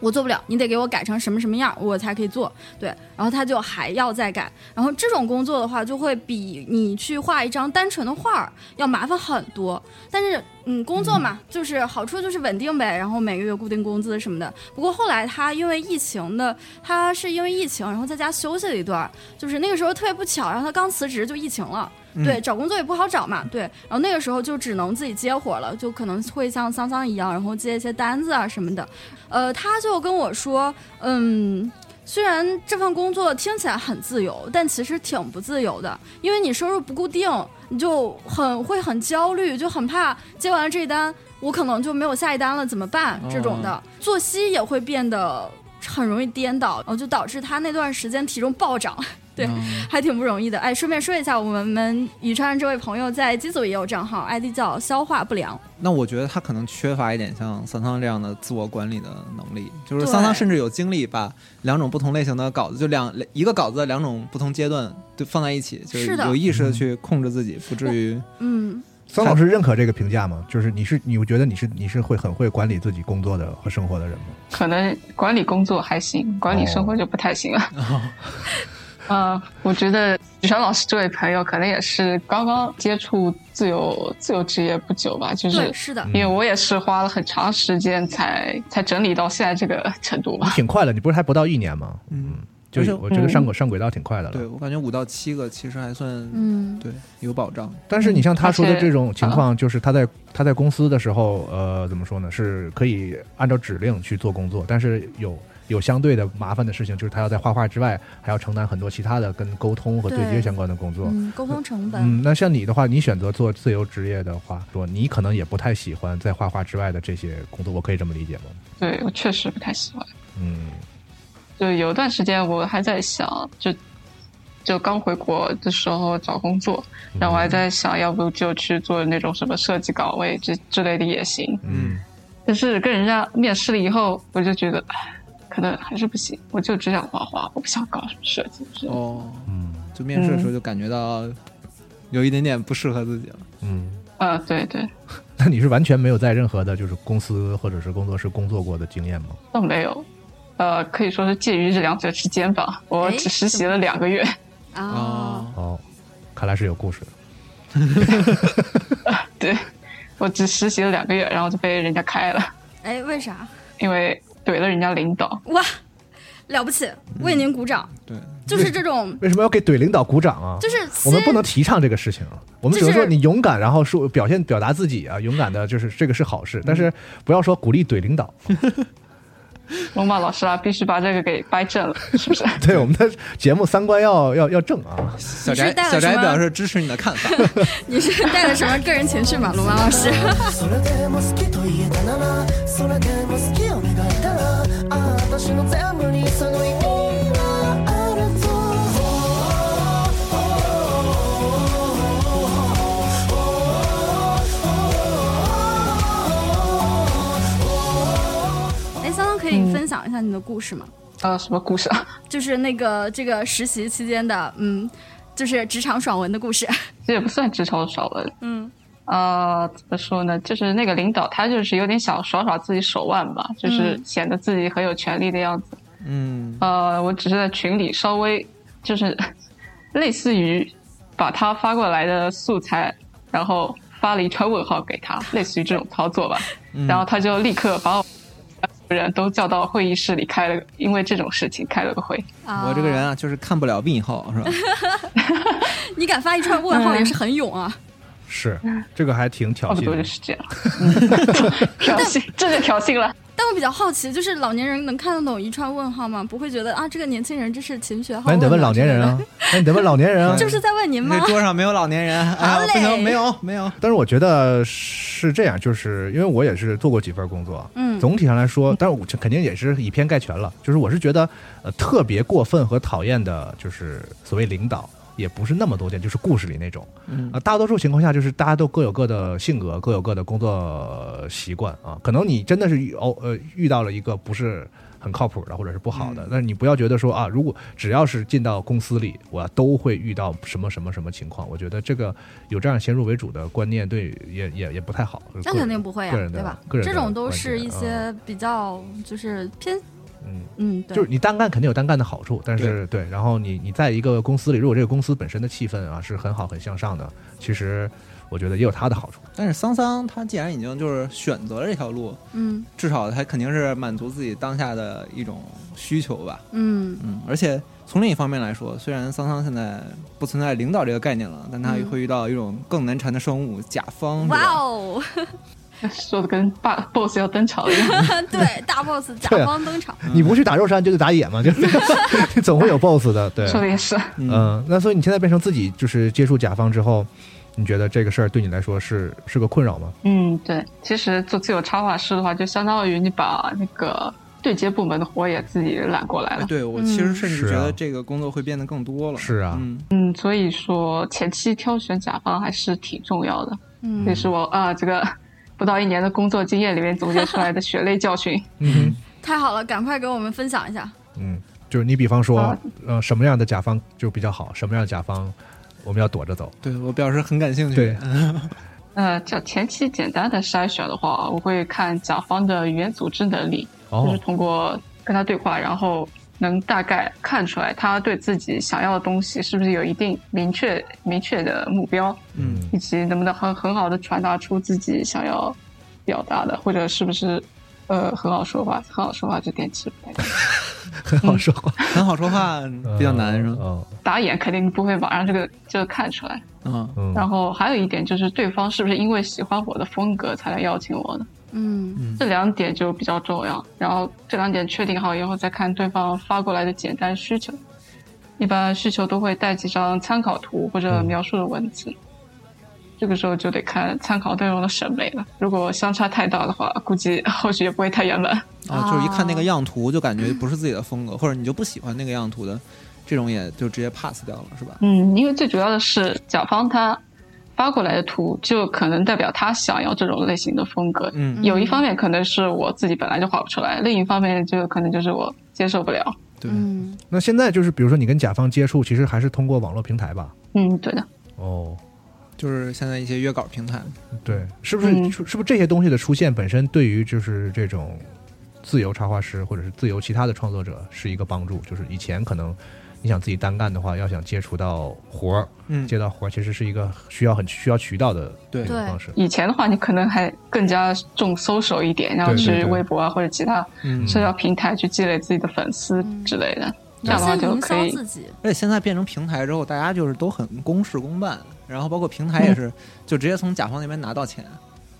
Speaker 3: 我做不了，你得给我改成什么什么样，我才可以做。对，然后他就还要再改，然后这种工作的话，就会比你去画一张单纯的画儿要麻烦很多。但是，嗯，工作嘛，就是好处就是稳定呗，然后每个月固定工资什么的。不过后来他因为疫情的，他是因为疫情，然后在家休息了一段儿，就是那个时候特别不巧，然后他刚辞职就疫情了。
Speaker 4: 嗯
Speaker 3: 对，找工作也不好找嘛，对，然后那个时候就只能自己接活了，就可能会像桑桑一样，然后接一些单子啊什么的。呃，他就跟我说，嗯，虽然这份工作听起来很自由，但其实挺不自由的，因为你收入不固定，你就很会很焦虑，就很怕接完了这一单，我可能就没有下一单了，怎么办？这种的、作息也会变得很容易颠倒，然后就导致他那段时间体重暴涨。对，
Speaker 4: 嗯
Speaker 3: 还挺不容易的。哎，顺便说一下，我们宇川这位朋友在机组也有账号，ID 叫消化不良。
Speaker 4: 那我觉得他可能缺乏一点像桑桑这样的自我管理的能力，就是
Speaker 3: 对
Speaker 4: 桑桑甚至有精力把两种不同类型的稿子，就两一个稿子的两种不同阶段就放在一起，就是是
Speaker 3: 的
Speaker 4: 有意识的去控制自己，不至于
Speaker 3: 嗯，
Speaker 2: 桑老师认可这个评价吗？就是你是你觉得你是你是会很会管理自己工作的和生活的人吗？
Speaker 5: 可能管理工作还行，管理生活就不太行了。呃，我觉得许川老师这位朋友可能也是刚刚接触自由自由职业不久吧，就是
Speaker 3: 对，是的，
Speaker 5: 因为我也是花了很长时间才才整理到现在这个程度
Speaker 2: 你
Speaker 5: 吧。
Speaker 2: 挺快的，你不是还不到一年吗？嗯，就
Speaker 4: 而且
Speaker 2: 是我觉得上轨上轨道挺快的
Speaker 4: 对
Speaker 2: 了。
Speaker 4: 我感觉五到七个其实还算、
Speaker 3: 嗯，
Speaker 4: 对有保障。
Speaker 2: 但是你像他说的
Speaker 5: 而且
Speaker 2: 这种情况，就是他在他在公司的时候，呃，怎么说呢？是可以按照指令去做工作，但是有有相对的麻烦的事情，就是他要在画画之外还要承担很多其他的跟沟通和对接
Speaker 3: 对
Speaker 2: 相关的工作。
Speaker 3: 嗯，沟通成本，
Speaker 2: 嗯，那像你的话，你选择做自由职业的话，说你可能也不太喜欢在画画之外的这些工作，我可以这么理解吗？
Speaker 5: 对我确实不太喜欢。
Speaker 2: 嗯
Speaker 5: 就有一段时间我还在想，就就刚回国的时候找工作，然后我还在想，要不就去做那种什么设计岗位之之类的也行。
Speaker 2: 嗯
Speaker 5: 但是跟人家面试了以后，我就觉得，唉可能还是不行，我就只想画画，我不想搞什么设计之类的。
Speaker 4: 哦，
Speaker 2: 嗯
Speaker 4: 就面试的时候就感觉到有一点点不适合自己了。
Speaker 2: 嗯。
Speaker 5: 呃，对对，
Speaker 2: 那你是完全没有在任何的，就是公司或者是工作室工作过的经验吗？
Speaker 5: 倒没有。呃，可以说是介于这两者之间吧。我
Speaker 3: 哎
Speaker 5: 只实习了两个月，
Speaker 3: 啊，
Speaker 4: 哦，
Speaker 2: 哦，看来是有故事的。
Speaker 5: 对我只实习了两个月，然后就被人家开了，
Speaker 3: 哎，为啥？
Speaker 5: 因为怼了人家领导。
Speaker 3: 哇，了不起，为您鼓掌，
Speaker 4: 对，
Speaker 3: 就是这种，
Speaker 2: 为什么要给怼领导鼓掌啊？
Speaker 3: 就是
Speaker 2: 我们
Speaker 3: 虽
Speaker 2: 不能提倡这个事情啊，我们只能说
Speaker 3: 就是
Speaker 2: 你勇敢，然后说表现表达自己啊，勇敢的就是这个是好事，但是不要说鼓励怼领导。
Speaker 5: 龙马老师啊，必须把这个给掰正了，是不是？
Speaker 2: 对我们的节目三观要要要正啊，
Speaker 4: 小
Speaker 3: 你
Speaker 4: 翟
Speaker 3: 是带了
Speaker 4: 小翟
Speaker 3: 什么
Speaker 4: 表示支持你的 看法。
Speaker 3: 你是带了什么个人情绪吗，龙王老师？
Speaker 7: それでも好きと言えたならそれでも好きを願えたらああ私の全部にその意味はあるぞ
Speaker 3: 哎，桑桑可以分享一下你的故事吗？
Speaker 5: 呃，什么故事啊？
Speaker 3: 就是那个这个实习期间的，嗯，就是职场爽文的故事。
Speaker 5: 这也不算职场爽文。
Speaker 3: 嗯
Speaker 5: 呃，怎么说呢？就是那个领导，他就是有点想耍耍自己手腕吧，就是
Speaker 3: 嗯
Speaker 5: 显得自己很有权力的样子。
Speaker 4: 嗯，
Speaker 5: 呃，我只是在群里稍微就是 类似于把他发过来的素材，然后发了一串问号给他，类似于这种操作吧。
Speaker 4: 嗯
Speaker 5: 然后他就立刻把我人都叫到会议室里开了，因为这种事情开了个会。
Speaker 3: 啊，
Speaker 4: 我这个人，啊，就是看不了病号 是吧？
Speaker 3: 你敢发一串问号也是很勇啊。
Speaker 2: 是这个还挺挑
Speaker 5: 差哦不
Speaker 2: 衅
Speaker 5: 多就
Speaker 2: 的。
Speaker 5: 是这样，挑衅，这就挑衅了。
Speaker 3: 但我比较好奇，就是老年人能看得懂一串问号吗？不会觉得啊，这个年轻人真是勤学好
Speaker 2: 那
Speaker 3: 问。
Speaker 2: 你得问老年人 啊，那你得问老年人啊。
Speaker 3: 这不是在问您
Speaker 4: 你
Speaker 3: 吗
Speaker 4: 这？桌上没有老年人，哎
Speaker 3: 好
Speaker 4: 呀，不
Speaker 3: 嘞
Speaker 4: 行，没有没有。
Speaker 2: 但是我觉得是这样，就是因为我也是做过几份工作，
Speaker 3: 嗯
Speaker 2: 总体上来说，但是我这肯定也是以偏概全了。就是我是觉得，呃，特别过分和讨厌的，就是所谓领导，也不是那么多见，就是故事里那种。
Speaker 4: 嗯
Speaker 2: 啊，大多数情况下就是大家都各有各的性格，各有各的工作习惯啊。可能你真的是遇哦呃遇到了一个不是很靠谱的，或者是不好
Speaker 3: 嗯
Speaker 2: 的，但是你不要觉得说啊，如果只要是进到公司里，我都会遇到什么什么什么情况。我觉得这个有这样先入为主的观念，对也也也不太好。
Speaker 3: 那
Speaker 2: 个
Speaker 3: 肯定不会呀、啊
Speaker 2: 个人的
Speaker 3: 对吧
Speaker 2: 个？人的
Speaker 3: 这种都
Speaker 2: 观
Speaker 3: 是
Speaker 2: 点
Speaker 3: 一
Speaker 2: 嗯
Speaker 3: 些比较就是偏，
Speaker 2: 嗯
Speaker 3: 嗯，对，
Speaker 2: 就是你单干肯定有单干的好处，但是对然后你你在一个公司里，如果这个公司本身的气氛啊是很好很向上的，其实我觉得也有它的好处。
Speaker 4: 但是桑桑他既然已经就是选择了这条路，
Speaker 3: 嗯
Speaker 4: 至少他肯定是满足自己当下的一种需求吧。
Speaker 3: 嗯
Speaker 4: 嗯，而且从另一方面来说，虽然桑桑现在不存在领导这个概念了，但他
Speaker 3: 嗯
Speaker 4: 会遇到一种更难缠的生物——甲
Speaker 2: 嗯
Speaker 4: 方。是吧
Speaker 3: 哇哦，
Speaker 5: 说的跟霸 boss 要登场一样。
Speaker 3: 对，大 boss 甲
Speaker 2: 对啊
Speaker 3: 方登场，
Speaker 2: 你不去打肉山就得打野嘛，就是 总会有 BOSS 的。对，
Speaker 5: 说的也嗯是，
Speaker 4: 嗯
Speaker 2: 嗯、那所以你现在变成自己就是接触甲方之后，你觉得这个事儿对你来说是是个困扰吗？
Speaker 5: 嗯，对。其实做自由插画师的话，就相当于你把那个对接部门的活也自己揽过来
Speaker 4: 哎
Speaker 5: 了。
Speaker 4: 对我其
Speaker 3: 嗯
Speaker 4: 实甚
Speaker 2: 是啊
Speaker 4: 至觉得这个工作会变得更多了。
Speaker 2: 是啊
Speaker 4: 嗯，
Speaker 5: 嗯，所以说前期挑选甲方还是挺重要的，
Speaker 3: 嗯
Speaker 5: 也是我啊、这个不到一年的工作经验里面总结出来的血泪教训。
Speaker 2: 嗯
Speaker 3: 太好了，赶快给我们分享一下。
Speaker 2: 嗯，就是你比方说，
Speaker 5: 啊
Speaker 2: 呃，什么样的甲方就比较好，什么样的甲方我们要躲着走。
Speaker 4: 对我表示很感兴趣。
Speaker 2: 对
Speaker 5: 呃，这前期简单的筛选的话，我会看甲方的语言组织能力，就是
Speaker 2: 哦，
Speaker 5: 通过跟他对话，然后能大概看出来他对自己想要的东西是不是有一定明确明确的目标，
Speaker 4: 嗯，
Speaker 5: 以及能不能很很好的传达出自己想要表达的，或者是不是呃很好说话，很好说话这点其实不太 行
Speaker 2: 很好说话，
Speaker 5: 嗯
Speaker 4: 很好说话比较难是吧？
Speaker 2: 嗯
Speaker 5: 打眼肯定不会马上这个就看出来。
Speaker 4: 嗯，
Speaker 2: 嗯，
Speaker 5: 然后还有一点就是对方是不是因为喜欢我的风格才来邀请我的，
Speaker 3: 嗯
Speaker 5: 这两点就比较重要。然后这两点确定好以后，再看对方发过来的简单需求。一般需求都会带几张参考图或者描述的文字，这个时候就得看参考内容的审美了。如果相差太大的话，估计后续也不会太圆满。
Speaker 4: 啊，就是一看那
Speaker 3: 哦
Speaker 4: 个样图就感觉不是自己的风格，或者你就不喜欢那个样图的，这种也就直接 pass 掉了，是吧？
Speaker 5: 嗯，因为最主要的是甲方他发过来的图，就可能代表他想要这种类型的风格。
Speaker 4: 嗯，
Speaker 5: 有一方面可能是我自己本来就画不出来，另一方面就可能就是我接受不了。
Speaker 4: 对，
Speaker 3: 嗯，
Speaker 2: 那现在就是，比如说你跟甲方接触，其实还是通过网络平台吧？
Speaker 5: 嗯，对的，
Speaker 2: 哦，
Speaker 4: 就是现在一些约稿平台，
Speaker 2: 对，是不是、
Speaker 5: 嗯
Speaker 2: 是不是这些东西的出现本身对于就是这种自由插画师或者是自由其他的创作者是一个帮助？就是以前可能你想自己单干的话，要想接触到活儿，
Speaker 4: 嗯，
Speaker 2: 接到活儿其实是一个需要很需要渠道的
Speaker 4: 对
Speaker 2: 一个方式。
Speaker 5: 以前的话你可能还更加重 social 一点，然后
Speaker 2: 对对
Speaker 5: 去
Speaker 2: 对
Speaker 5: 微博啊或者其他
Speaker 4: 嗯，
Speaker 5: 社交平台去积累自己的粉丝之类
Speaker 2: 嗯
Speaker 5: 的，这样的话
Speaker 3: 先
Speaker 5: 就
Speaker 3: 营
Speaker 5: 可
Speaker 3: 销
Speaker 5: 以
Speaker 3: 自己，
Speaker 4: 而且现在变成平台之后，大家就是都很公事公办，然后包括平台也是，就直接从甲方那边拿到钱，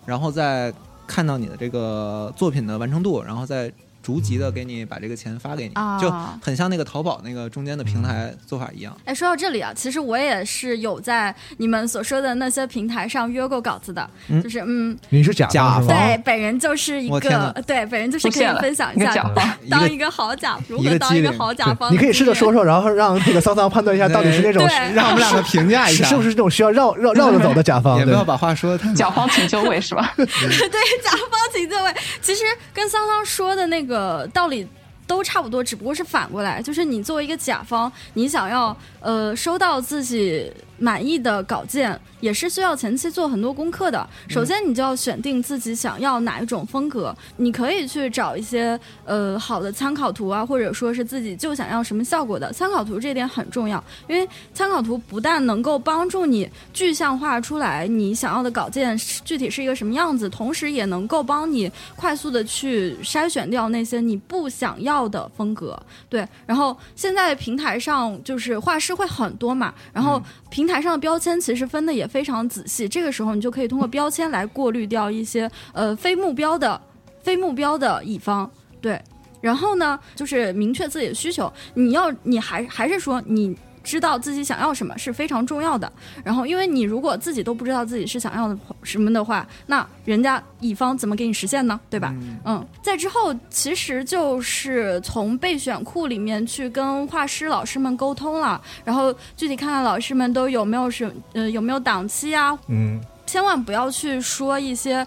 Speaker 4: 然后再看到你的这个作品的完成度，然后再逐级的给你把这个钱发给你，
Speaker 3: 啊
Speaker 4: 就很像那个淘宝那个中间的平台做法一样。
Speaker 3: 哎，说到这里啊，其实我也是有在你们所说的那些平台上约过稿子的，
Speaker 4: 嗯
Speaker 3: 就是嗯，
Speaker 2: 你是甲方
Speaker 4: 甲
Speaker 2: 是吗？
Speaker 3: 对，本人就是一
Speaker 4: 我天哪
Speaker 3: 个，对，本人就是
Speaker 5: 出
Speaker 3: 可以
Speaker 5: 现了
Speaker 3: 分享
Speaker 5: 一
Speaker 3: 一
Speaker 5: 个
Speaker 3: 下
Speaker 5: 甲方，
Speaker 3: 当一个好甲，如
Speaker 4: 一
Speaker 3: 何
Speaker 4: 个
Speaker 3: 当一
Speaker 4: 机
Speaker 3: 个
Speaker 4: 灵
Speaker 3: 好甲方，
Speaker 2: 你可以试着说，说，然后让这个桑桑判断一下到底是那种
Speaker 3: 对
Speaker 4: 让我们两个评价一
Speaker 2: 是
Speaker 4: 下，
Speaker 2: 是不是这种需要绕绕绕着走的甲方？
Speaker 4: 也不
Speaker 2: 对
Speaker 4: 要把话说的太满
Speaker 5: 甲方请就位 是吧？
Speaker 3: 对，甲方请就位。其实跟桑桑说的那个道理都差不多，只不过是反过来，就是你作为一个甲方，你想要呃收到自己满意的稿件，也是需要前期做很多功课的。首先，你就要选定自己想要哪一种风格，你可以去找一些呃好的参考图啊，或者说是自己就想要什么效果的参考图，这一点很重要，因为参考图不但能够帮助你具象化出来你想要的稿件是具体是一个什么样子，同时也能够帮你快速的去筛选掉那些你不想要的风格。对，然后现在平台上就是画师会很多嘛，然后平台上的标签其实分的也非常仔细，这个时候你就可以通过标签来过滤掉一些呃非目标的非目标的乙方。对，然后呢，就是明确自己的需求，你要你还还是说你。知道自己想要什么是非常重要的。然后，因为你如果自己都不知道自己是想要的什么的话，那人家乙方怎么给你实现呢？对吧？
Speaker 4: 嗯
Speaker 3: 嗯，在之后其实就是从备选库里面去跟画师老师们沟通了，然后具体看看老师们都有没有什呃有没有档期啊，
Speaker 2: 嗯，
Speaker 3: 千万不要去说一些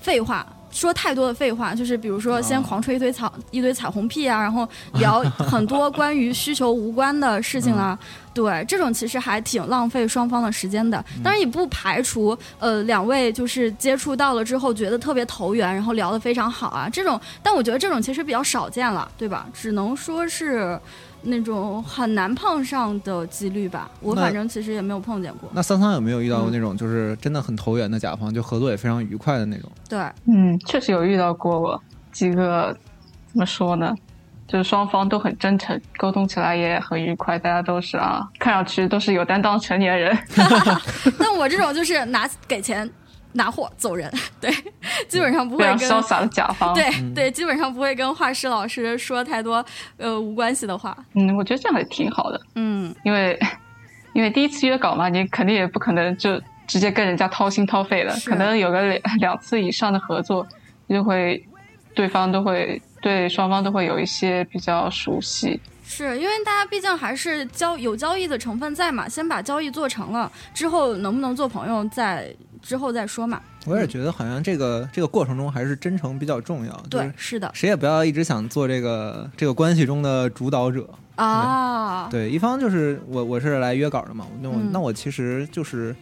Speaker 3: 废话。说太多的废话，就是比如
Speaker 4: 啊
Speaker 3: 说先狂吹一堆草、一堆彩虹屁啊，然后聊很多关于需求无关的事情啊，
Speaker 4: 嗯
Speaker 3: 对，这种其实还挺浪费双方的时间的。
Speaker 4: 嗯
Speaker 3: 当然也不排除呃两位就是接触到了之后觉得特别投缘，然后聊得非常好啊，这种，但我觉得这种其实比较少见了，对吧？只能说是那种很难碰上的几率吧。我
Speaker 4: 那
Speaker 3: 反正其实也没有碰见过。
Speaker 4: 那桑桑有没有遇
Speaker 3: 嗯
Speaker 4: 到过那种就是真的很投缘的甲方，就合作也非常愉快的那种？
Speaker 3: 对，
Speaker 5: 嗯，确实有遇到过几个，怎么说呢？就是双方都很真诚，沟通起来也很愉快，大家都是啊，看上去都是有担当成年人。
Speaker 3: 但我这种就是拿给钱拿货走人，对，基本上不
Speaker 5: 非
Speaker 3: 会
Speaker 5: 常
Speaker 3: 跟
Speaker 5: 潇洒的甲方。，
Speaker 3: 对
Speaker 4: 嗯
Speaker 3: 对，基本上不会跟画师老师说太多呃无关系的话。
Speaker 5: 嗯，我觉得这样也挺好的，
Speaker 3: 嗯，
Speaker 5: 因为因为第一次约稿嘛，你肯定也不可能就直接跟人家掏心掏肺的，
Speaker 3: 是啊
Speaker 5: 可能有个两 两次以上的合作，就会对方都会对双方都会有一些比较熟悉。
Speaker 3: 是因为大家毕竟还是交有交易的成分在嘛，先把交易做成了之后，能不能做朋友再之后再说嘛。
Speaker 4: 我也觉得好像这个这个过程中还是真诚比较重要，就
Speaker 3: 对
Speaker 4: 是，
Speaker 3: 是的
Speaker 4: 谁也不要一直想做这个这个关系中的主导者。
Speaker 3: 啊，
Speaker 4: 对，一方就是我我是来约稿的嘛，那我、
Speaker 3: 嗯
Speaker 4: 那我其实就是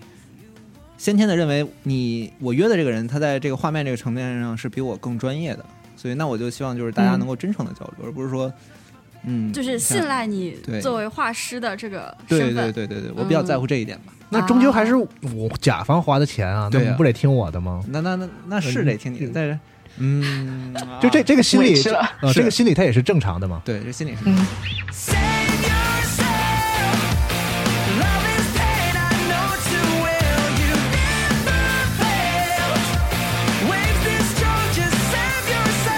Speaker 4: 先天的认为你我约的这个人，他在这个画面这个层面上是比我更专业的，所以那我就希望就是大家能够真诚的交流，而不是说嗯，
Speaker 3: 嗯就是信赖你
Speaker 4: 对
Speaker 3: 作为画师的这个
Speaker 4: 对
Speaker 3: 身
Speaker 4: 对
Speaker 3: 份。
Speaker 4: 对对对，我比较在乎这一点吧。
Speaker 2: 那终究还是我甲方花的钱啊，
Speaker 4: 对
Speaker 2: 那
Speaker 4: 啊
Speaker 2: 不得听我的吗？
Speaker 4: 那那那那是得听你的，但是嗯，
Speaker 2: 就这这个心理
Speaker 5: 委屈了
Speaker 2: 呃
Speaker 4: 是
Speaker 2: 这个心理它也是正常的嘛。
Speaker 4: 对这心理是。
Speaker 5: 嗯，
Speaker 6: Save yourself. Love is pain, I know too well. You never fail. Waves this strong, just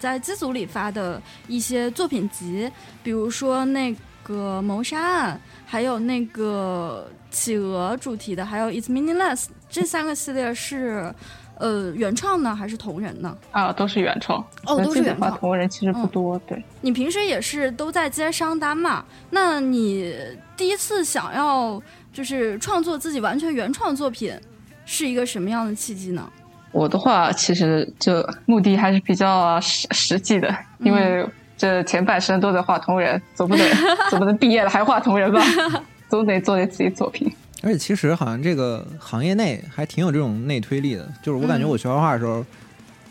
Speaker 3: 在机组里发的一些作品集，比如说那个谋杀案，还有那个企鹅主题的，还有 It's Meaningless 这三个系列是。呃，原创呢还是同人呢？
Speaker 5: 啊，都是原创。
Speaker 3: 哦
Speaker 5: 那
Speaker 3: 都是
Speaker 5: 这个
Speaker 3: 原
Speaker 5: 话
Speaker 3: 创
Speaker 5: 同人其实不
Speaker 3: 嗯
Speaker 5: 多，对。
Speaker 3: 你平时也是都在接商单嘛？那你第一次想要就是创作自己完全原创作品，是一个什么样的契机呢？
Speaker 5: 我的话，其实就目的还是比较实实际的，
Speaker 3: 嗯
Speaker 5: 因为这前半生都在画同人，总不能总不能毕业了还画同人吧？总得做点自己作品。
Speaker 4: 而且其实好像这个行业内还挺有这种内推力的，就是我感觉
Speaker 3: 嗯
Speaker 4: 我学画画的时候，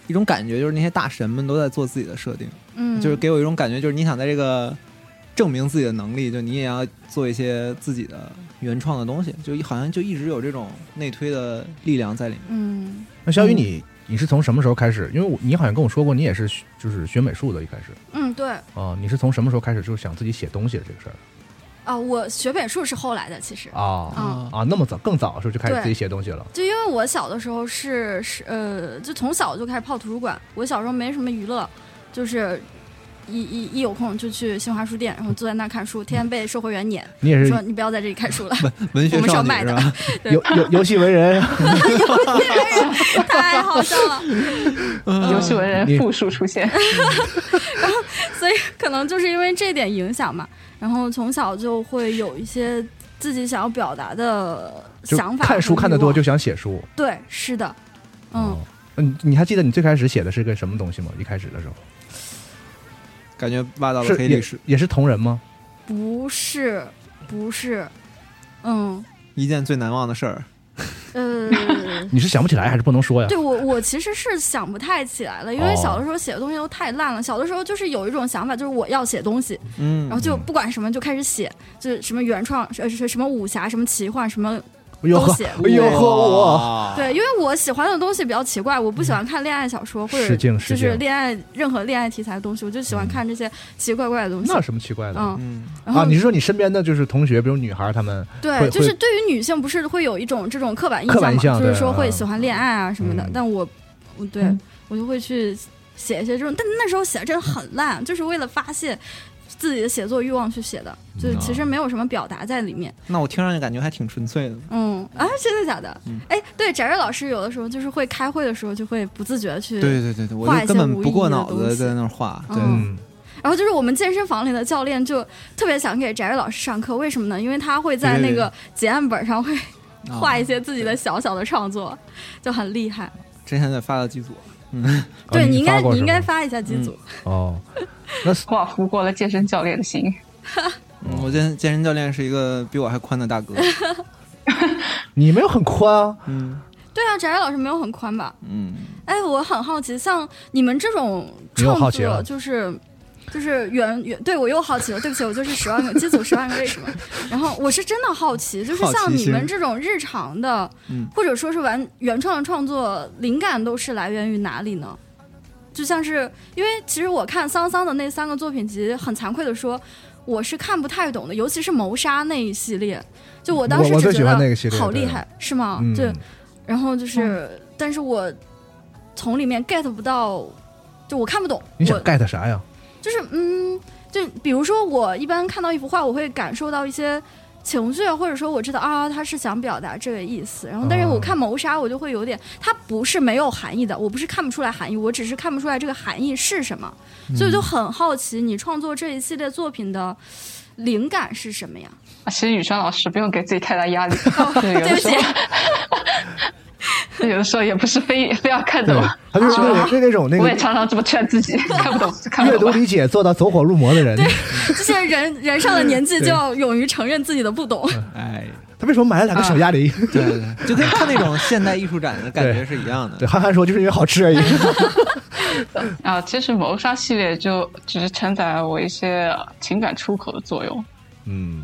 Speaker 4: 一种感觉就是那些大神们都在做自己的设定，
Speaker 3: 嗯，
Speaker 4: 就是给我一种感觉，就是你想在这个证明自己的能力，就你也要做一些自己的原创的东西，就好像就一直有这种内推的力量在里面。
Speaker 3: 嗯，
Speaker 2: 那小雨你你是从什么时候开始？因为我你好像跟我说过，你也是学就是学美术的，一开始
Speaker 3: 嗯，对啊、
Speaker 2: 啊、你是从什么时候开始就想自己写东西的这个事儿
Speaker 3: 啊我学美术是后来的，其实
Speaker 4: 哦
Speaker 2: 啊
Speaker 3: 啊
Speaker 2: 啊？那么早更早的时候就开始
Speaker 3: 对
Speaker 2: 自己写东西了
Speaker 3: 就因为我小的时候是是呃，就从小就开始泡图书馆。我小时候没什么娱乐，就是一一一有空就去新华书店，然后坐在那儿看书，天天被售货员撵，
Speaker 2: 你也是
Speaker 3: 说你不要在这里看书了，
Speaker 4: 文学
Speaker 3: 我们是
Speaker 4: 少
Speaker 3: 要
Speaker 4: 女
Speaker 3: 卖
Speaker 4: 是
Speaker 3: 的
Speaker 4: 吧？
Speaker 2: 游游游戏为人，
Speaker 3: 太好笑了。
Speaker 5: 游戏文人
Speaker 2: 你
Speaker 5: 复数出现，
Speaker 3: 所以可能就是因为这点影响嘛，然后从小就会有一些自己想要表达的
Speaker 2: 就
Speaker 3: 想法和欲望。
Speaker 2: 看书看得多就想写书。
Speaker 3: 对，是的，嗯，
Speaker 2: 哦，嗯，你还记得你最开始写的是个什么东西吗？一开始的时候
Speaker 4: 感觉挖到了
Speaker 2: 是
Speaker 4: 黑
Speaker 2: 也
Speaker 4: 历史，
Speaker 2: 也是同人吗？
Speaker 3: 不是，不是，嗯，
Speaker 4: 一件最难忘的事儿。
Speaker 3: 呃，
Speaker 2: 你是想不起来还是不能说呀？
Speaker 3: 对我我其实是想不太起来了，因为
Speaker 2: 哦
Speaker 3: 小的时候写的东西都太烂了。小的时候就是有一种想法，就是我要写东西，
Speaker 4: 嗯
Speaker 3: 然后就不管什么就开始写，就是什么原创，呃，是什么武侠，什么奇幻，什么
Speaker 2: 哎呦
Speaker 3: 都
Speaker 2: 呵
Speaker 3: 写，
Speaker 2: 哎呦呵我。
Speaker 4: 哇，
Speaker 3: 对，因为我喜欢的东西比较奇怪，我不喜欢看恋爱小说或
Speaker 2: 嗯试
Speaker 3: 者
Speaker 2: 镜
Speaker 3: 就
Speaker 2: 试
Speaker 3: 是
Speaker 2: 镜嗯
Speaker 3: 恋爱任何恋爱题材的东西，我就喜欢看这些奇奇怪怪的东西
Speaker 2: 那。有什么奇怪的？
Speaker 3: 嗯，
Speaker 4: 嗯，
Speaker 3: 然
Speaker 2: 啊，
Speaker 3: 后
Speaker 2: 你是说你身边的就是同学，比如女孩她们会
Speaker 3: 对，就是对于女性不是会有一种这种刻板印
Speaker 2: 刻板
Speaker 3: 象
Speaker 2: 印
Speaker 3: 嘛，
Speaker 2: 象
Speaker 3: 就是
Speaker 2: 对
Speaker 3: 说会
Speaker 2: 嗯
Speaker 3: 喜欢恋爱啊什么的
Speaker 2: 嗯，
Speaker 3: 但我我对我就会去写一些这种，但那时候写的真的很烂，就是为了发泄自己的写作欲望去写的，就是
Speaker 2: 嗯
Speaker 3: 其
Speaker 2: 啊
Speaker 3: 实没有什么表达在里面。
Speaker 4: 那我听上去感觉还挺纯粹的。
Speaker 3: 嗯啊，真的假的
Speaker 4: 嗯？
Speaker 3: 哎，对，翟瑞老师有的时候就是会开会的时候就会不自觉地去
Speaker 4: 对对对对，我
Speaker 3: 画一
Speaker 4: 就根
Speaker 3: 些
Speaker 4: 本
Speaker 3: 无
Speaker 4: 不
Speaker 3: 意义
Speaker 4: 过
Speaker 3: 的
Speaker 4: 脑
Speaker 3: 东
Speaker 4: 子
Speaker 3: 西
Speaker 4: 在那儿画。对，
Speaker 3: 嗯
Speaker 2: 嗯，
Speaker 3: 然后就是我们健身房里的教练就特别想给翟瑞老师上课，为什么呢？因为他会在
Speaker 4: 对对
Speaker 3: 那个结案本上会
Speaker 4: 啊
Speaker 3: 画一些自己的小小的创作，就很厉害。
Speaker 4: 之前在发到剧组，嗯
Speaker 2: 哦
Speaker 3: 对你应
Speaker 2: 发
Speaker 3: 该
Speaker 2: 过
Speaker 3: 你应
Speaker 2: 是吗
Speaker 3: 该发一下机组，
Speaker 2: 哦，那是
Speaker 5: 哇，俘获了健身教练的心。
Speaker 4: 嗯我健健身教练是一个比我还宽的 大哥。
Speaker 2: 你没有很宽啊，
Speaker 4: 嗯
Speaker 3: 对啊，翟瑞老师没有很宽吧？
Speaker 4: 嗯，
Speaker 3: 哎，我很好奇，像你们这种
Speaker 2: 你又好
Speaker 3: 创
Speaker 2: 奇了
Speaker 3: 作就是。就是原原对我又好奇了，对不起，我就是十万个机组十万个为什么。然后我是真的好奇，就是
Speaker 4: 好奇
Speaker 3: 像你
Speaker 4: 心
Speaker 3: 们这种日常的
Speaker 4: 嗯，
Speaker 3: 或者说是完原创的创作灵感都是来源于哪里呢？就像是因为其实我看桑桑的那三个作品集，很惭愧的说，我是看不太懂的，尤其是谋杀那一系列，就我当时
Speaker 2: 我我最
Speaker 3: 只
Speaker 2: 喜
Speaker 3: 觉
Speaker 2: 欢那个系
Speaker 3: 得
Speaker 2: 列
Speaker 3: 好
Speaker 2: 对
Speaker 3: 厉害，是吗？
Speaker 2: 嗯，
Speaker 3: 就然后就是，但是我从里面 get 不到，就我看不懂，
Speaker 2: 你想
Speaker 3: 我
Speaker 2: get 啥呀？
Speaker 3: 就是嗯，就比如说我一般看到一幅画，我会感受到一些情绪，或者说我知道啊，他是想表达这个意思。然后，但是
Speaker 2: 啊
Speaker 3: 我看谋杀，我就会有点，它不是没有含义的，我不是看不出来含义，我只是看不出来这个含义是什么。所以
Speaker 2: 嗯
Speaker 3: 我就很好奇，你创作这一系列作品的灵感是什么呀？
Speaker 5: 啊其实宇川老师不用给自己太大压力， 对有
Speaker 3: 哦对
Speaker 5: 的
Speaker 3: 不
Speaker 5: 时
Speaker 3: 起，
Speaker 5: 候有的时候也不是非非要看
Speaker 2: 对
Speaker 5: 懂。，
Speaker 2: 他就是那种是那种那
Speaker 5: 我也
Speaker 2: 个
Speaker 5: 常常这么劝自 己，看不懂就看
Speaker 2: 阅
Speaker 5: 不
Speaker 2: 读
Speaker 5: 懂吧。
Speaker 2: 理解做到走火入魔的人，
Speaker 3: 这些人人上了年纪就
Speaker 2: 对
Speaker 3: 要勇于承认自己的不懂。
Speaker 4: 哎，
Speaker 2: 他为什么买了两个小鸭梨？
Speaker 4: 对对对，就跟看那种现代艺术展的感觉是一样
Speaker 2: 对，
Speaker 4: 的。
Speaker 2: 憨憨说就是因为好吃而已。
Speaker 5: 啊，其实谋杀系列就只是承载了我一些情感出口的作用，
Speaker 2: 嗯，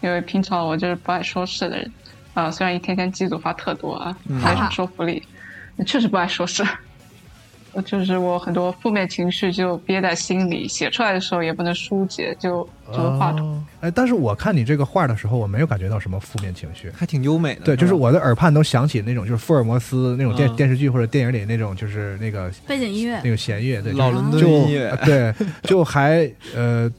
Speaker 5: 因为平常我就是不爱说事的人，啊，
Speaker 2: 嗯
Speaker 5: 虽然一天天机组发特多啊，还有什么说服力，确实不爱说事。 就是我很多负面情绪就憋在心里，写出来的时候也不能疏解，就就会画图。
Speaker 2: 哦哎，但是我看你这个画的时候，我没有感觉到什么负面情绪。
Speaker 4: 还挺优美的。
Speaker 2: 对，就是是
Speaker 4: 吧
Speaker 2: 我的耳畔都响起那种，就是福尔摩斯那种电、
Speaker 4: 嗯
Speaker 2: 电视剧或者电影里那种，就是那个
Speaker 3: 背景音乐
Speaker 2: 那。个弦乐，对，
Speaker 4: 老伦敦
Speaker 2: 就
Speaker 4: 音乐
Speaker 2: 就对，就还呃，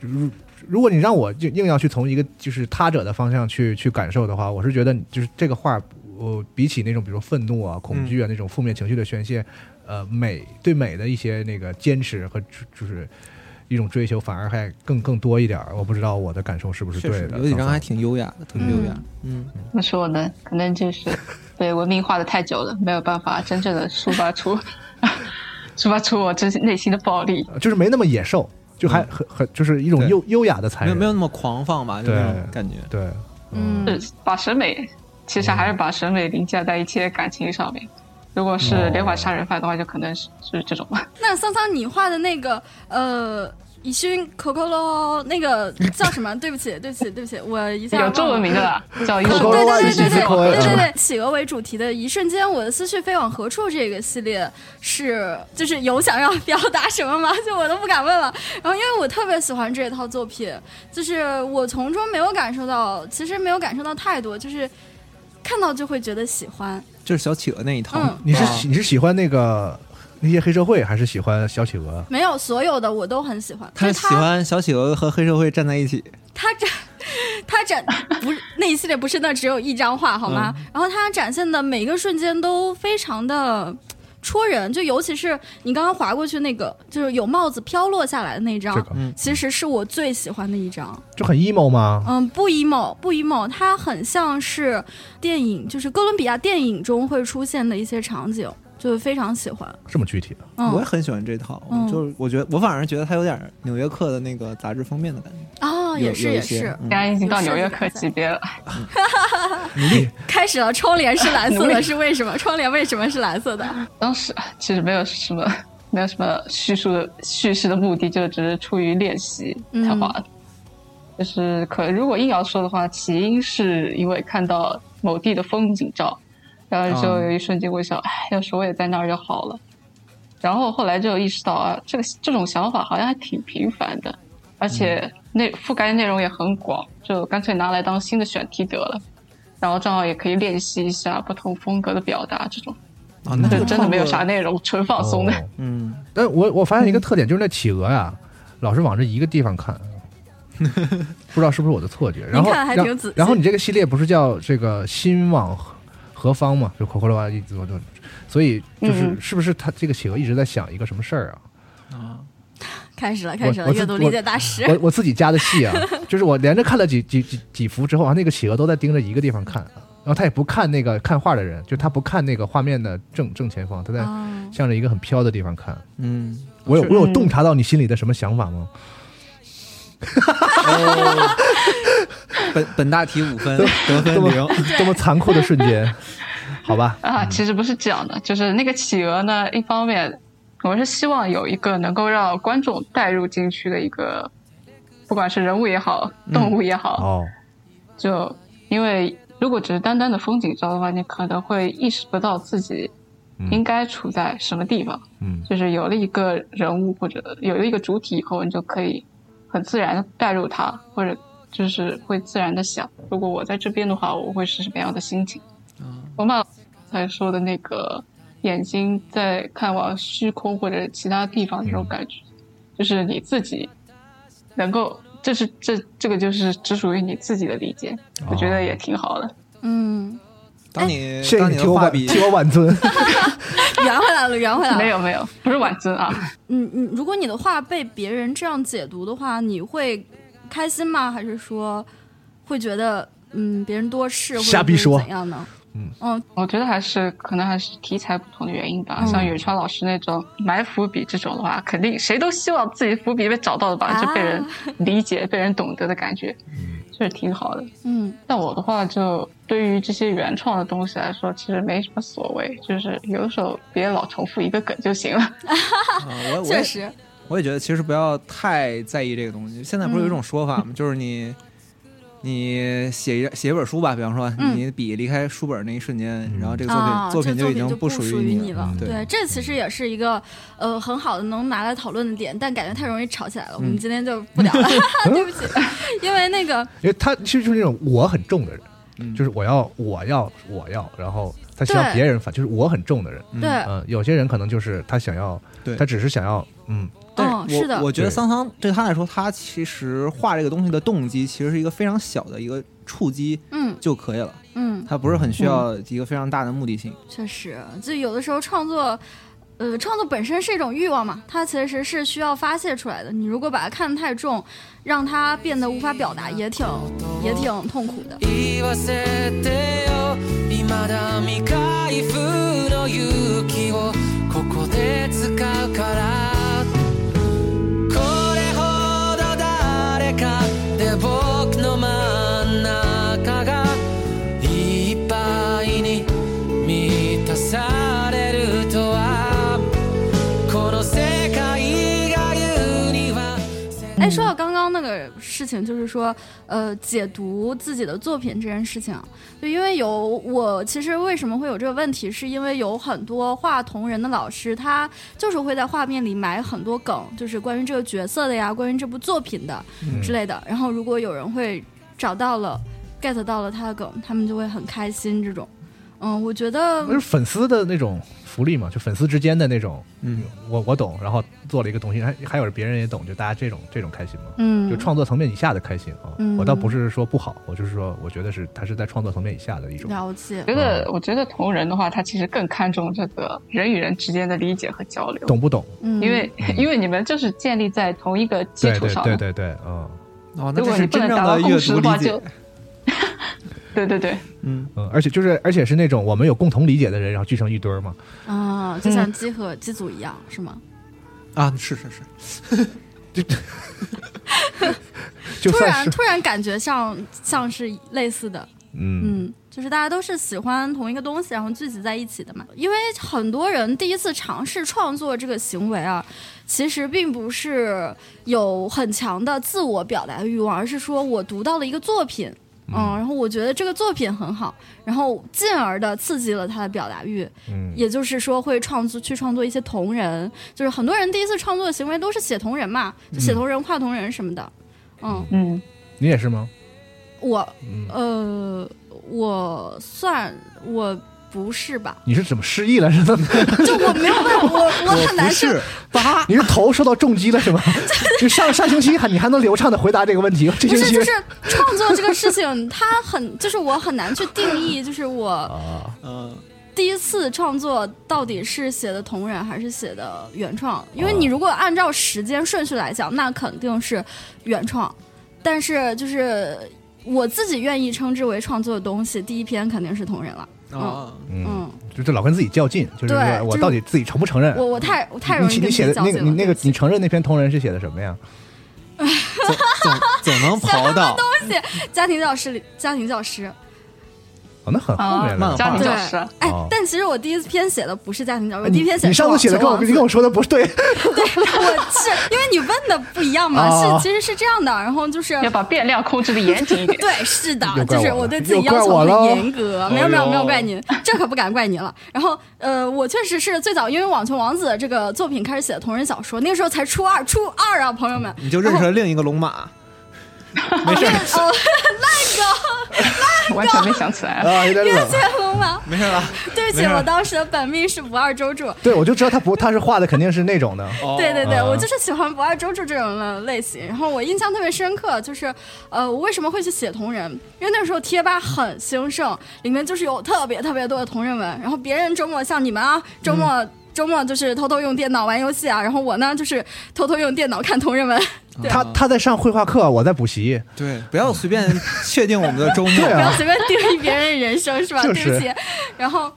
Speaker 2: 如如果你让我就硬要去从一个就是他者的方向去去感受的话，我是觉得就是这个画，我、比起那种比如说愤怒啊、恐惧啊、那种负面情绪的宣泄，呃，美对美的一些那个坚持和就就是。一种追求反而还更更多一点儿，我不知道我的感受是不是
Speaker 4: 确
Speaker 2: 对
Speaker 4: 实
Speaker 2: 的。
Speaker 4: 有几张还
Speaker 2: 桑桑
Speaker 4: 挺优雅的，特别优雅。嗯，
Speaker 5: 那是我能，可能就是被文明化的太久了，没有办法真正的抒发出 抒发出我真心内心的暴力。
Speaker 2: 呃就是没那么野兽，就还很很就是一种
Speaker 4: 嗯对
Speaker 2: 优优雅的才
Speaker 4: 没有
Speaker 2: 人，
Speaker 4: 没有那么狂放吧，就那种
Speaker 2: 对
Speaker 4: 感觉。
Speaker 2: 对，
Speaker 3: 嗯，
Speaker 5: 是把审美，其实
Speaker 2: 嗯
Speaker 5: 还是把审美凌驾在一切感情上面。如果
Speaker 2: 哦
Speaker 5: 是连环杀人犯的话，就可能是是这种吧。
Speaker 3: 那桑桑，你画的那个呃，以勋 Coco 咯，那个叫什么？对不起，对不起，对不起，我一下
Speaker 5: 有
Speaker 3: 忘
Speaker 5: 中文
Speaker 3: 了
Speaker 5: 名的啦，叫一
Speaker 3: 嗯对对对对对
Speaker 2: 口头
Speaker 3: 对
Speaker 5: 首歌。
Speaker 2: 蛙一起
Speaker 3: 对
Speaker 2: 自扣
Speaker 3: 对对
Speaker 2: 哎
Speaker 3: 对，企鹅为主题的一瞬间，我的思绪飞往何处这个系列是就是有想要表达什么吗？就我都不敢问了。然后因为我特别喜欢这一套作品，就是我从中没有感受到，其实没有感受到太多，就是看到就会觉得喜欢。
Speaker 4: 就是小企鹅那一套
Speaker 3: 嗯，
Speaker 2: 你是
Speaker 4: 啊
Speaker 2: 喜你是喜欢那个那些黑社会，还是喜欢小企鹅？
Speaker 3: 没有所有的我都很喜欢，
Speaker 4: 他
Speaker 3: 就是
Speaker 4: 喜欢小企鹅和黑社会站在一起，
Speaker 3: 他展 他展不是那一系列不是那只有一张画好吗？
Speaker 4: 嗯
Speaker 3: 然后他展现的每一个瞬间都非常的戳人，就尤其是你刚刚划过去那个，就是有帽子飘落下来的那张，
Speaker 2: 这个
Speaker 4: 嗯
Speaker 3: 其实是我最喜欢的一张。
Speaker 2: 就很 emo 吗？
Speaker 3: 嗯，不 emo 不 emo，它很像是电影，就是哥伦比亚电影中会出现的一些场景，就非常喜欢。
Speaker 2: 这么具体啊的
Speaker 4: 我也
Speaker 3: 嗯
Speaker 4: 很喜欢这套。
Speaker 3: 嗯
Speaker 4: 我就是我觉得我反而觉得它有点《纽约客》的那个杂志封面的感觉，
Speaker 3: 啊，也
Speaker 4: 有
Speaker 3: 是
Speaker 4: 有一
Speaker 3: 也
Speaker 4: 些
Speaker 3: 是，
Speaker 4: 嗯
Speaker 5: 现在已经到纽约客级别了，
Speaker 3: 开始了。窗帘是蓝 色的，是为什么？窗帘为什么是蓝色的？
Speaker 5: 当时啊其实没有什么，没有什么叙述的叙事的目的，就只是出于练习才画的。就是可如果硬要说的话，起因是因为看到某地的风景照，然后就有一瞬间我想，哎，要是我也在那儿就好了。然后后来就意识到啊，这个这种想法好像还挺频繁的，而且内覆盖内容也很广，就干脆拿来当新的选题得了。然后正好也可以练习一下不同风格的表达，这种
Speaker 4: 啊，那
Speaker 5: 对，
Speaker 4: 就
Speaker 5: 真的没有
Speaker 4: 创
Speaker 5: 啥
Speaker 4: 作。
Speaker 5: 内容，纯放松的。
Speaker 2: 哦
Speaker 4: 嗯，
Speaker 2: 但我我发现一个特点，就是那企鹅呀，老是往这一个地方 看，不知道是不是我的错觉。然后
Speaker 3: 您看还挺
Speaker 2: 然
Speaker 3: 仔细
Speaker 2: 然后你这个系列不是叫这个心往何何方嘛？就 Coco 哇一直都，所以就是、
Speaker 5: 嗯
Speaker 2: 是不是他这个企鹅一直在想一个什么事儿啊？
Speaker 3: 开始了，开始
Speaker 2: 我
Speaker 3: 了，
Speaker 2: 我自
Speaker 3: 阅读理解大师。
Speaker 2: 我我自己加的戏 啊，就是我连着看了几几几几幅之后啊，那个企鹅都在盯着一个地方看，啊然后他也不看那个看画的人，就他不看那个画面的正正前方，他在
Speaker 3: 哦
Speaker 2: 向着一个很飘的地方看。
Speaker 4: 嗯，
Speaker 2: 我有
Speaker 4: 是
Speaker 2: 我有洞察到你心里的什么想法 吗？
Speaker 4: 本本大题五分，得分零。
Speaker 2: 这么残酷的瞬间， 好吧，
Speaker 5: 啊，其实不是这样的，就是那个企鹅呢，一方面我是希望有一个能够让观众带入进去的一个，不管是人物也好，动物也好，
Speaker 2: 哦，
Speaker 5: 就因为如果只是单单的风景照的话，你可能会意识不到自己应该处在什么地方。
Speaker 2: 嗯
Speaker 5: 就是有了一个人物或者有了一个主体以后，你就可以很自然的带入它，或者就是会自然的想，如果我在这边的话，我会是什么样的心情？我马才说的那个眼睛在看往虚空或者其他地方那种感觉，就是你自己能够，这是这这个就是只属于你自己的理解，我觉得也挺好的。
Speaker 3: 嗯，
Speaker 4: 当你
Speaker 2: 谢谢
Speaker 4: 呃当
Speaker 2: 你
Speaker 4: 你
Speaker 2: 替
Speaker 4: 的
Speaker 2: 我
Speaker 4: 画
Speaker 2: 挽
Speaker 4: 笔
Speaker 2: 替我挽尊，
Speaker 3: 圆回来了，圆回来了。
Speaker 5: 没有没有，不是婉尊啊，
Speaker 3: 嗯嗯，如果你的话被别人这样解读的话，你会开心吗？还是说会觉得嗯别人多事，或者
Speaker 2: 瞎逼说
Speaker 3: 是怎样呢？
Speaker 2: 嗯
Speaker 3: 哦
Speaker 5: 我觉得还是可能还是题材不同的原因吧。
Speaker 3: 嗯
Speaker 5: 像远川老师那种埋伏笔这种的话，肯定谁都希望自己伏笔被找到的吧，
Speaker 3: 啊
Speaker 5: 就被人 理解、被人懂得的感觉，
Speaker 2: 嗯
Speaker 5: 就是挺好的。
Speaker 3: 嗯
Speaker 5: 但我的话，就对于这些原创的东西来说，其实没什么所谓，就是有的时候别老重复一个梗就行了。
Speaker 4: 啊，我我
Speaker 3: 确
Speaker 4: 也
Speaker 3: 实，嗯
Speaker 4: 我也觉得其实不要太在意这个东西。现在不是有一种说法吗？就是你你写一写一本书吧，比方说
Speaker 3: 嗯
Speaker 4: 你笔离开书本那一瞬间，
Speaker 8: 嗯
Speaker 4: 然后这个作品、
Speaker 3: 啊，
Speaker 4: 作
Speaker 3: 这
Speaker 4: 品
Speaker 3: 就
Speaker 4: 已经
Speaker 3: 不
Speaker 4: 属
Speaker 3: 于
Speaker 4: 你嗯
Speaker 3: 了。
Speaker 4: 对
Speaker 3: 嗯对，这其实也是一个呃很好的能拿来讨论的点，但感觉太容易吵起来了。我
Speaker 4: 嗯
Speaker 3: 们今天就不聊了， 对不 起，因为那个
Speaker 2: 因为他其实就是那种我很重的人，
Speaker 4: 嗯
Speaker 2: 就是我要我要我要，然后他希望
Speaker 3: 对
Speaker 2: 别人反，就是我很重的人。
Speaker 4: 嗯
Speaker 3: 对，
Speaker 2: 嗯、有些人可能就是他想要，
Speaker 4: 对
Speaker 2: 他只是想要，嗯，
Speaker 4: 但
Speaker 3: 嗯
Speaker 4: 我
Speaker 3: 是的
Speaker 4: 我觉得
Speaker 2: 对
Speaker 4: 桑桑对他来说，他其实画这个东西的动机其实是一个非常小的一个触及
Speaker 3: 嗯
Speaker 4: 就可以了，
Speaker 3: 嗯，
Speaker 4: 他不是很需要一个非常大的目的性。
Speaker 3: 确实，就有的时候创作。呃，创作本身是一种欲望嘛，它其实是需要发泄出来的。你如果把它看得太重，让它变得无法表达，也挺也挺痛苦的。
Speaker 7: 言わせてよ未だ未開封の勇気をここで使うからこれほど誰かで僕の真ん中がいっぱいに満たされるとはこの世界が言うには
Speaker 3: 哎，说到刚刚那个事情，就是说，呃，解读自己的作品这件事情，就因为有我，其实为什么会有这个问题，是因为有很多画同人的老师，他就是会在画面里埋很多梗，就是关于这个角色的呀，关于这部作品的
Speaker 2: 嗯
Speaker 3: 之类的。然后如果有人会找到了，get 到了他的梗，他们就会很开心。这种，嗯，我觉得
Speaker 2: 那是粉丝的那种福利嘛，就粉丝之间的那种，
Speaker 4: 嗯，
Speaker 2: 我我懂，然后做了一个东西，还还有别人也懂，就大家这种这种开心嘛，
Speaker 3: 嗯，
Speaker 2: 就创作层面以下的开心啊。
Speaker 3: 嗯
Speaker 2: 我倒不是说不好，我就是说，我觉得是他是在创作层面以下的一种。
Speaker 3: 了解
Speaker 5: 我，觉
Speaker 2: 嗯
Speaker 5: 得，我觉得同人的话，他其实更看重这个人与人之间的理解和交流，
Speaker 2: 懂不懂？
Speaker 3: 嗯，
Speaker 5: 因为、因为你们就是建立在同一个基
Speaker 2: 对
Speaker 5: 础
Speaker 2: 对
Speaker 5: 上
Speaker 2: 对
Speaker 5: 的。
Speaker 2: 对对，嗯
Speaker 4: 哦，那这
Speaker 5: 如果你
Speaker 4: 是
Speaker 5: 不
Speaker 4: 真
Speaker 5: 能
Speaker 4: 正
Speaker 5: 达到
Speaker 4: 的
Speaker 5: 共
Speaker 4: 阅
Speaker 5: 识
Speaker 4: 读
Speaker 5: 的话，
Speaker 4: 理解
Speaker 5: 就。 对对对，
Speaker 4: 嗯，
Speaker 2: 嗯，而且就是而且是那种我们有共同理解的人，然后聚成一堆儿嘛。
Speaker 3: 啊，就
Speaker 2: 嗯
Speaker 3: 像鸡和鸡组一样，是吗？
Speaker 4: 啊，是是是，
Speaker 2: 就
Speaker 3: 突
Speaker 2: 算
Speaker 3: 然
Speaker 2: 是
Speaker 3: 突然感觉像像是类似的，
Speaker 2: 嗯
Speaker 3: 嗯，就是大家都是喜欢同一个东西，然后聚集在一起的嘛。因为很多人第一次尝试创作这个行为啊，其实并不是有很强的自我表达的欲望，而是说我读到了一个作品。嗯，然后我觉得这个作品很好，然后进而的刺激了他的表达欲，
Speaker 2: 嗯
Speaker 3: 也就是说会创作去创作一些同人，就是很多人第一次创作的行为都是写同人嘛，就
Speaker 2: 嗯
Speaker 3: 写同人、画同人什么的。嗯，
Speaker 5: 嗯，
Speaker 2: 你也是吗？
Speaker 3: 我
Speaker 2: 嗯，
Speaker 3: 呃，我算我不是吧？
Speaker 2: 你是怎么失忆了？是怎么？
Speaker 3: 就我没有办法，我我 很
Speaker 4: 哦不
Speaker 3: 难受。
Speaker 4: 是八，
Speaker 2: 你是头受到重击了是 吗？就上上星期还你还能流畅的回答这个问题，这
Speaker 3: 不
Speaker 2: 星
Speaker 3: 是，
Speaker 2: 期
Speaker 3: 就是创作这个事情，它很就是我很难去定义，就是我
Speaker 2: 啊，
Speaker 4: 嗯，
Speaker 3: 第一次创作到底是写的同人还是写的原创？因为
Speaker 2: 哦
Speaker 3: 你如果按照时间顺序来讲，那肯定是原创，但是就是我自己愿意称之为创作的东西，第一篇肯定是同人了。
Speaker 4: 啊，
Speaker 2: 嗯，
Speaker 3: 嗯，
Speaker 2: 就是老跟自己较劲，就是
Speaker 3: 对
Speaker 2: 说我
Speaker 3: 就是
Speaker 2: 到底自己承不承认？
Speaker 3: 嗯我我太我太容易
Speaker 2: 你
Speaker 3: 跟
Speaker 2: 你
Speaker 3: 自己
Speaker 2: 写的
Speaker 3: 较
Speaker 2: 那
Speaker 3: 劲
Speaker 2: 个
Speaker 3: 了。
Speaker 2: 你那
Speaker 3: 对
Speaker 2: 个
Speaker 3: 不起
Speaker 2: 你承认那篇同人是写的什么呀？
Speaker 4: 总总总能刨到，
Speaker 3: 家庭教师里，家庭教师。
Speaker 2: 哦，那很后面
Speaker 4: 漫
Speaker 2: 了
Speaker 4: 画。
Speaker 5: 家庭
Speaker 3: 对
Speaker 5: 教师，，
Speaker 3: 哎
Speaker 2: 哦，
Speaker 3: 但其实我第一篇写的不是家庭教师，我第
Speaker 2: 你
Speaker 3: 一篇写
Speaker 2: 你上次写的跟我
Speaker 3: 我
Speaker 2: 你跟我说的不对，
Speaker 3: 哦 我是因为你问的不一样嘛，
Speaker 2: 哦
Speaker 3: 是其实是这样的，然后就是
Speaker 5: 要把变量控制的严谨一 点。
Speaker 3: 对，是的
Speaker 2: 又，怪
Speaker 3: 就
Speaker 2: 我
Speaker 3: 是
Speaker 2: 了
Speaker 3: 我对自己
Speaker 2: 又怪
Speaker 3: 要求
Speaker 2: 我
Speaker 3: 很
Speaker 2: 喽
Speaker 3: 严格。没有没有没
Speaker 2: 哎
Speaker 3: 有
Speaker 2: 呦
Speaker 3: 怪您，这可不敢怪您了。然后呃，我确实是最早因为《网球王子》这个作品开始写的同人小说，那个时候才初二，初二啊，朋友们。
Speaker 4: 你就认识了另一个龙马。
Speaker 3: 没事，哦，
Speaker 5: 完全没想起 来。
Speaker 2: 啊，有点冷。
Speaker 3: 谢龙吗？
Speaker 4: 没事了，
Speaker 3: 对不起，
Speaker 4: 没事
Speaker 3: 我当时的本命是不二周助。
Speaker 2: 对，我就知道他不，他是画的肯定是那种的。
Speaker 4: 哦
Speaker 3: 对对对，
Speaker 2: 啊
Speaker 3: 我就是喜欢不二周助这种的类型。然后我印象特别深刻，就是呃，我为什么会去写同人？因为那时候贴吧很兴盛，里面就是有特别特别多的同人文。然后别人周末像你们啊，周末、
Speaker 2: 嗯
Speaker 3: 周末就是偷偷用电脑玩游戏啊，然后我呢就是偷偷用电脑看同人
Speaker 2: 啊
Speaker 3: 文， 对
Speaker 2: 他他在上绘画课，我在补习。
Speaker 4: 对，不要随便确定我们的周 末。
Speaker 2: 对
Speaker 3: 不要
Speaker 2: 啊，
Speaker 3: 随便定义别人的人生是吧？
Speaker 2: 就是
Speaker 3: 对不起。然后，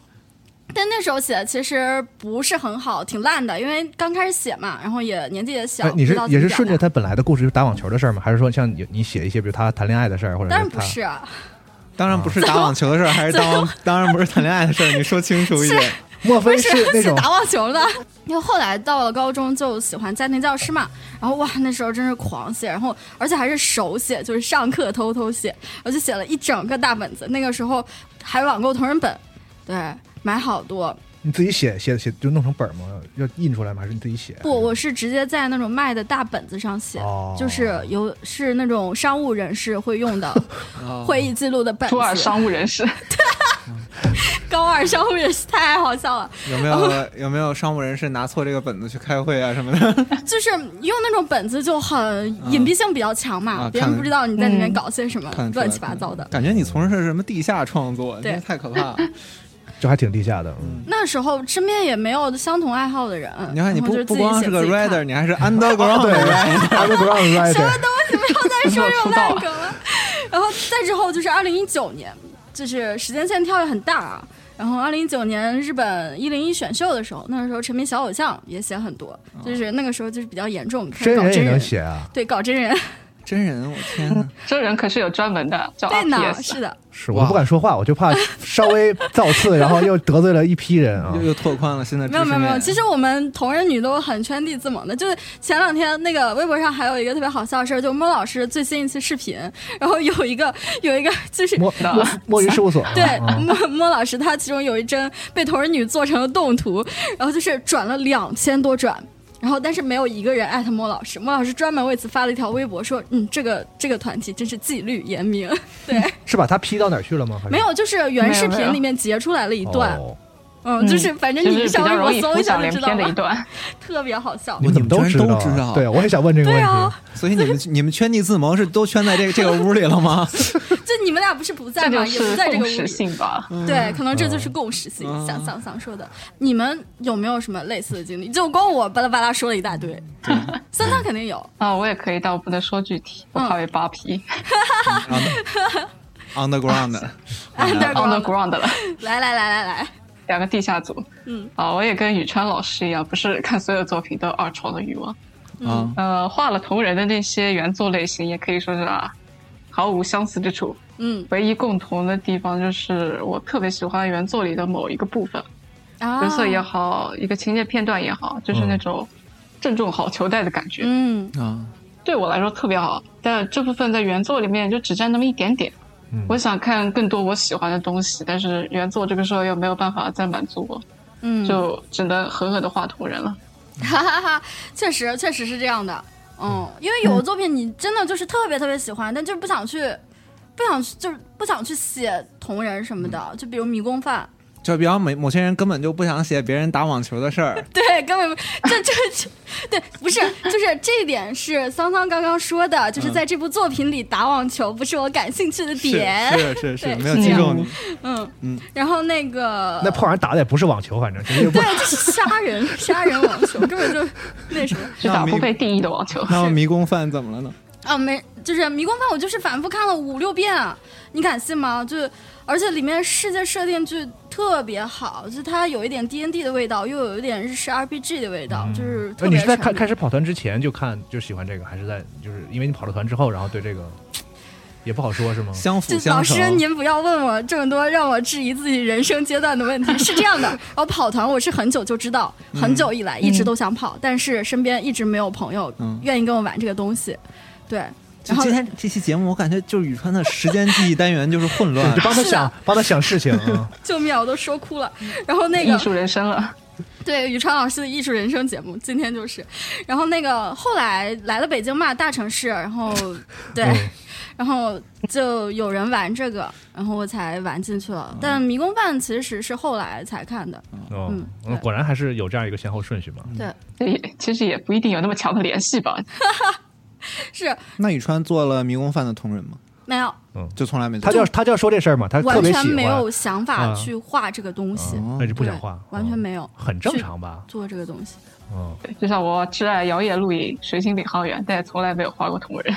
Speaker 3: 但那时候写的其实不是很好，挺烂的，因为刚开始写嘛，然后也年纪也小，
Speaker 2: 哎你
Speaker 3: 不
Speaker 2: 是
Speaker 3: 知道怎
Speaker 2: 也
Speaker 3: 么
Speaker 2: 是
Speaker 3: 表
Speaker 2: 顺
Speaker 3: 达
Speaker 2: 着他本来的故事，就是打网球的事儿吗？还是说像你你写一些，比如他谈恋爱的事儿，或者
Speaker 3: 当然不
Speaker 2: 他
Speaker 3: 是啊，
Speaker 4: 当然不是打网球的事儿，还是当当然不是谈恋爱的事儿，你说清楚一点。
Speaker 2: 莫非是那
Speaker 3: 去
Speaker 2: 种
Speaker 3: 打网球 的。因为后来到了高中就喜欢家庭教师嘛，然后哇那时候真是狂写，然后而且还是手写，就是上课偷偷写，我就写了一整个大本子。那个时候还网购同人本，对，买好多。
Speaker 2: 你自己写写写就弄成本儿吗？要印出来吗？还是你自己写？
Speaker 3: 不，我是直接在那种卖的大本子上写，
Speaker 2: 哦
Speaker 3: 就是有是那种商务人士会用的
Speaker 4: 哦
Speaker 3: 会议记录的本子。
Speaker 5: 初二商务人士，
Speaker 3: 高二商务人士太好笑了，
Speaker 4: 有没有有没有商务人士拿错这个本子去开会啊什么 的？
Speaker 3: 就是用那种本子就很隐蔽性比较强嘛，
Speaker 4: 啊
Speaker 3: 别人
Speaker 4: 看
Speaker 3: 不知道你在里面
Speaker 5: 嗯
Speaker 3: 搞些什么
Speaker 4: 看得出来嗯
Speaker 3: 乱七八糟的。
Speaker 4: 感觉你从事的是什么地下创作，
Speaker 3: 对
Speaker 4: 真是太可 怕了。
Speaker 2: 这还挺地下的，嗯，
Speaker 3: 那时候身边也没有相同爱好的人，
Speaker 4: 你看，你
Speaker 3: 然后
Speaker 4: 不
Speaker 3: 就自
Speaker 4: 不
Speaker 3: 己
Speaker 4: 光
Speaker 3: 写
Speaker 4: 是个
Speaker 3: 自己看
Speaker 4: writer，你还是 underground
Speaker 2: 对
Speaker 4: writer。
Speaker 2: ，underground
Speaker 3: 什么
Speaker 2: writer，
Speaker 3: 东西，不 要再说这种烂
Speaker 4: 啊
Speaker 5: 没有出
Speaker 3: 梗了。然后再之后就是二零一九年，就是时间线跳跃很大啊。然后二零一九年日本一零一选秀的时候，那个时候沉迷小偶像也写很多，
Speaker 4: 啊
Speaker 3: 就是那个时候就是比较严重，开
Speaker 2: 真
Speaker 3: 始搞
Speaker 2: 人也
Speaker 3: 真
Speaker 2: 能
Speaker 3: 人。
Speaker 2: 写啊？
Speaker 3: 对，搞真人，
Speaker 4: 真人，我天哪！
Speaker 5: 真人可是有专门的叫
Speaker 3: 对
Speaker 4: 啊
Speaker 3: 呢，
Speaker 5: RPS，
Speaker 3: 是的，
Speaker 2: 是，
Speaker 4: 哇
Speaker 2: 我不敢说话，我就怕稍微造 次，然后又得罪了一批人啊
Speaker 4: 又。又拓宽了新的知
Speaker 3: 没
Speaker 4: 识
Speaker 3: 有没有
Speaker 4: 面。
Speaker 3: 没有，其实我们同人女都很圈地自萌的。就是前两天那个微博上还有一个特别好笑的事儿，就孟老师最新一期视频， 然后有一个有一个就是
Speaker 2: 摸摸摸鱼事务所啊，
Speaker 3: 对
Speaker 2: 啊，
Speaker 3: 莫莫老师他其中有一帧被同人女做成了动图，然后就是转了两千多转。然后，但是没有一个人艾特莫老师，莫老师专门为此发了一条微博，说：“嗯，这个这个团体真是纪律严明。
Speaker 2: 是把他 P 到哪儿去了吗？还是
Speaker 3: 没有，就是原视
Speaker 5: 没有没有
Speaker 3: 频里面截出来了一段，
Speaker 2: 哦
Speaker 3: 嗯，就是反正
Speaker 5: 就
Speaker 3: 你
Speaker 5: 是比
Speaker 3: 上
Speaker 5: 较
Speaker 3: 微
Speaker 5: 容
Speaker 3: 博
Speaker 5: 易
Speaker 3: 搜
Speaker 5: 浮
Speaker 3: 一下
Speaker 5: 想
Speaker 3: 就
Speaker 5: 联
Speaker 3: 知道
Speaker 5: 翩的一
Speaker 3: 了，
Speaker 5: 段，
Speaker 3: 特别好笑。
Speaker 2: 你们
Speaker 4: 你们
Speaker 2: 知
Speaker 4: 居然
Speaker 2: 道
Speaker 4: 都知
Speaker 2: 啊？
Speaker 4: 道
Speaker 2: 对，我也想问这个问
Speaker 3: 对
Speaker 2: 题
Speaker 3: 啊。，
Speaker 4: 所以你们你们圈地自萌是都圈在这个这个屋里了吗？
Speaker 3: 就你们俩不是不 在
Speaker 5: 这
Speaker 3: 吗？
Speaker 5: 就
Speaker 3: 也
Speaker 5: 是
Speaker 3: 不在这个嗯
Speaker 5: 共
Speaker 3: 屋里
Speaker 5: 识。性啊吧。
Speaker 3: 对，可能这就是共识性。
Speaker 4: 嗯
Speaker 3: 想想想说的，你们有没有什么类似的经历？就光我巴拉巴拉说了一大堆， 三三肯定有。
Speaker 5: 啊，我也可以，但我不能说具体，我
Speaker 3: 嗯
Speaker 5: 怕被扒皮。
Speaker 4: underground，
Speaker 5: 嗯哦
Speaker 3: Underground，
Speaker 5: Underground 了，
Speaker 3: 啊来来来来来，
Speaker 5: 两个地下组。
Speaker 3: 嗯，
Speaker 5: 啊，我也跟宇川老师一样，不是看所有作品都有二创的欲望。
Speaker 4: 啊，
Speaker 5: 呃，画了同人的那些原作类型，也可以说是啊，毫无相似之处。
Speaker 3: 嗯
Speaker 5: 唯一共同的地方就是我特别喜欢原作里的某一个部分，
Speaker 3: 啊，
Speaker 5: 角色也好，一个情节片段也好，就是那种正中好球带的感觉，
Speaker 3: 嗯
Speaker 4: 啊，
Speaker 5: 对我来说特别好。但这部分在原作里面就只占那么一点点。
Speaker 2: 嗯
Speaker 5: 我想看更多我喜欢的东西，但是原作这个时候又没有办法再满足我，
Speaker 3: 嗯，
Speaker 5: 就只能狠狠的画同人了。
Speaker 3: 哈哈哈，确实确实是这样的。嗯，因为有的作品你真的就是特别特别喜欢，但就是不想去，不想去，就是不想去写同人什么的，就比如《迷宫饭》。
Speaker 4: 就比方某某些人根本就不想写别人打网球的事儿，
Speaker 3: 对，根本不，这这这，对，不是，就是这一点是桑桑刚刚说的，就是
Speaker 2: 嗯
Speaker 3: 在这部作品里打网球不是我感兴趣的
Speaker 4: 是
Speaker 3: 点，
Speaker 4: 是是是，
Speaker 3: 对
Speaker 4: 没有击中你，
Speaker 3: 嗯
Speaker 4: 嗯，
Speaker 3: 然后那个
Speaker 2: 那炮人打的也不是网球， 反正就是不
Speaker 3: 对，就是杀人杀人网球，根本就那什么
Speaker 5: 就打
Speaker 4: 那
Speaker 5: 不
Speaker 4: 迷
Speaker 5: 被定义的网球。
Speaker 4: 那么迷宫饭怎么了呢？
Speaker 3: 啊，没，就是《迷宫饭》，我就是反复看了五六遍，啊你敢信吗？就而且里面世界设定就特别好，就它有一点 D N D 的味道，又有一点日式 R P G 的味道，就是特
Speaker 2: 呃你
Speaker 3: 别
Speaker 2: 是在
Speaker 3: 沉
Speaker 2: 开
Speaker 3: 迷
Speaker 2: 开始跑团之前就看就喜欢这个，还是在就是因为你跑了团之后，然后对这个也不好说是吗？
Speaker 4: 相 辅
Speaker 3: 就
Speaker 4: 相
Speaker 3: 老师，
Speaker 4: 成。
Speaker 3: 您不要问我这么多让我质疑自己人生阶段的问题。是这样的，然后跑团我是很久就知道，很久以来一直都想跑，但是身边一直没有朋友
Speaker 4: 嗯
Speaker 3: 愿意跟我玩这个东西。对，
Speaker 4: 就
Speaker 3: 然后
Speaker 4: 今天这期节目，我感觉就是宇川的时间记忆单元就是混
Speaker 2: 对，
Speaker 4: 乱啊
Speaker 2: 就，帮他
Speaker 3: 是的
Speaker 2: 想帮他想事情 啊。
Speaker 3: 救命啊，我都说哭了。然后那
Speaker 5: 艺
Speaker 3: 个
Speaker 5: 术人生了，
Speaker 3: 对宇川老师的艺术人生节目，今天就是，然后那个后来来了北京嘛，大城市，然后对。
Speaker 2: 嗯
Speaker 3: 然后就有人玩这个，然后我才玩进去了。但《迷宫饭》其实是后来才看的，
Speaker 2: 哦
Speaker 3: 嗯
Speaker 2: 嗯，
Speaker 3: 对嗯
Speaker 2: 果然还是有这样一个先后顺序嘛。
Speaker 3: 对，
Speaker 5: 也其实也不一定有那么强的联系吧。
Speaker 3: 是
Speaker 4: 那宇川做了迷宫饭的同人吗？
Speaker 3: 没有
Speaker 4: 就从来没做
Speaker 2: 他就要他就要说这事儿嘛，他特
Speaker 3: 完
Speaker 2: 别
Speaker 3: 全
Speaker 2: 喜
Speaker 3: 没
Speaker 2: 欢嗯哎
Speaker 3: 有，想法去画这个东西，
Speaker 4: 嗯
Speaker 2: 那就不
Speaker 3: 对
Speaker 2: 想画，
Speaker 3: 完全
Speaker 2: 嗯
Speaker 3: 没有
Speaker 2: 很正常吧？
Speaker 3: 做这个东西。
Speaker 2: 嗯，
Speaker 5: 对就像我挚爱摇曳露营、水星领航员，但也从来没有画过同人。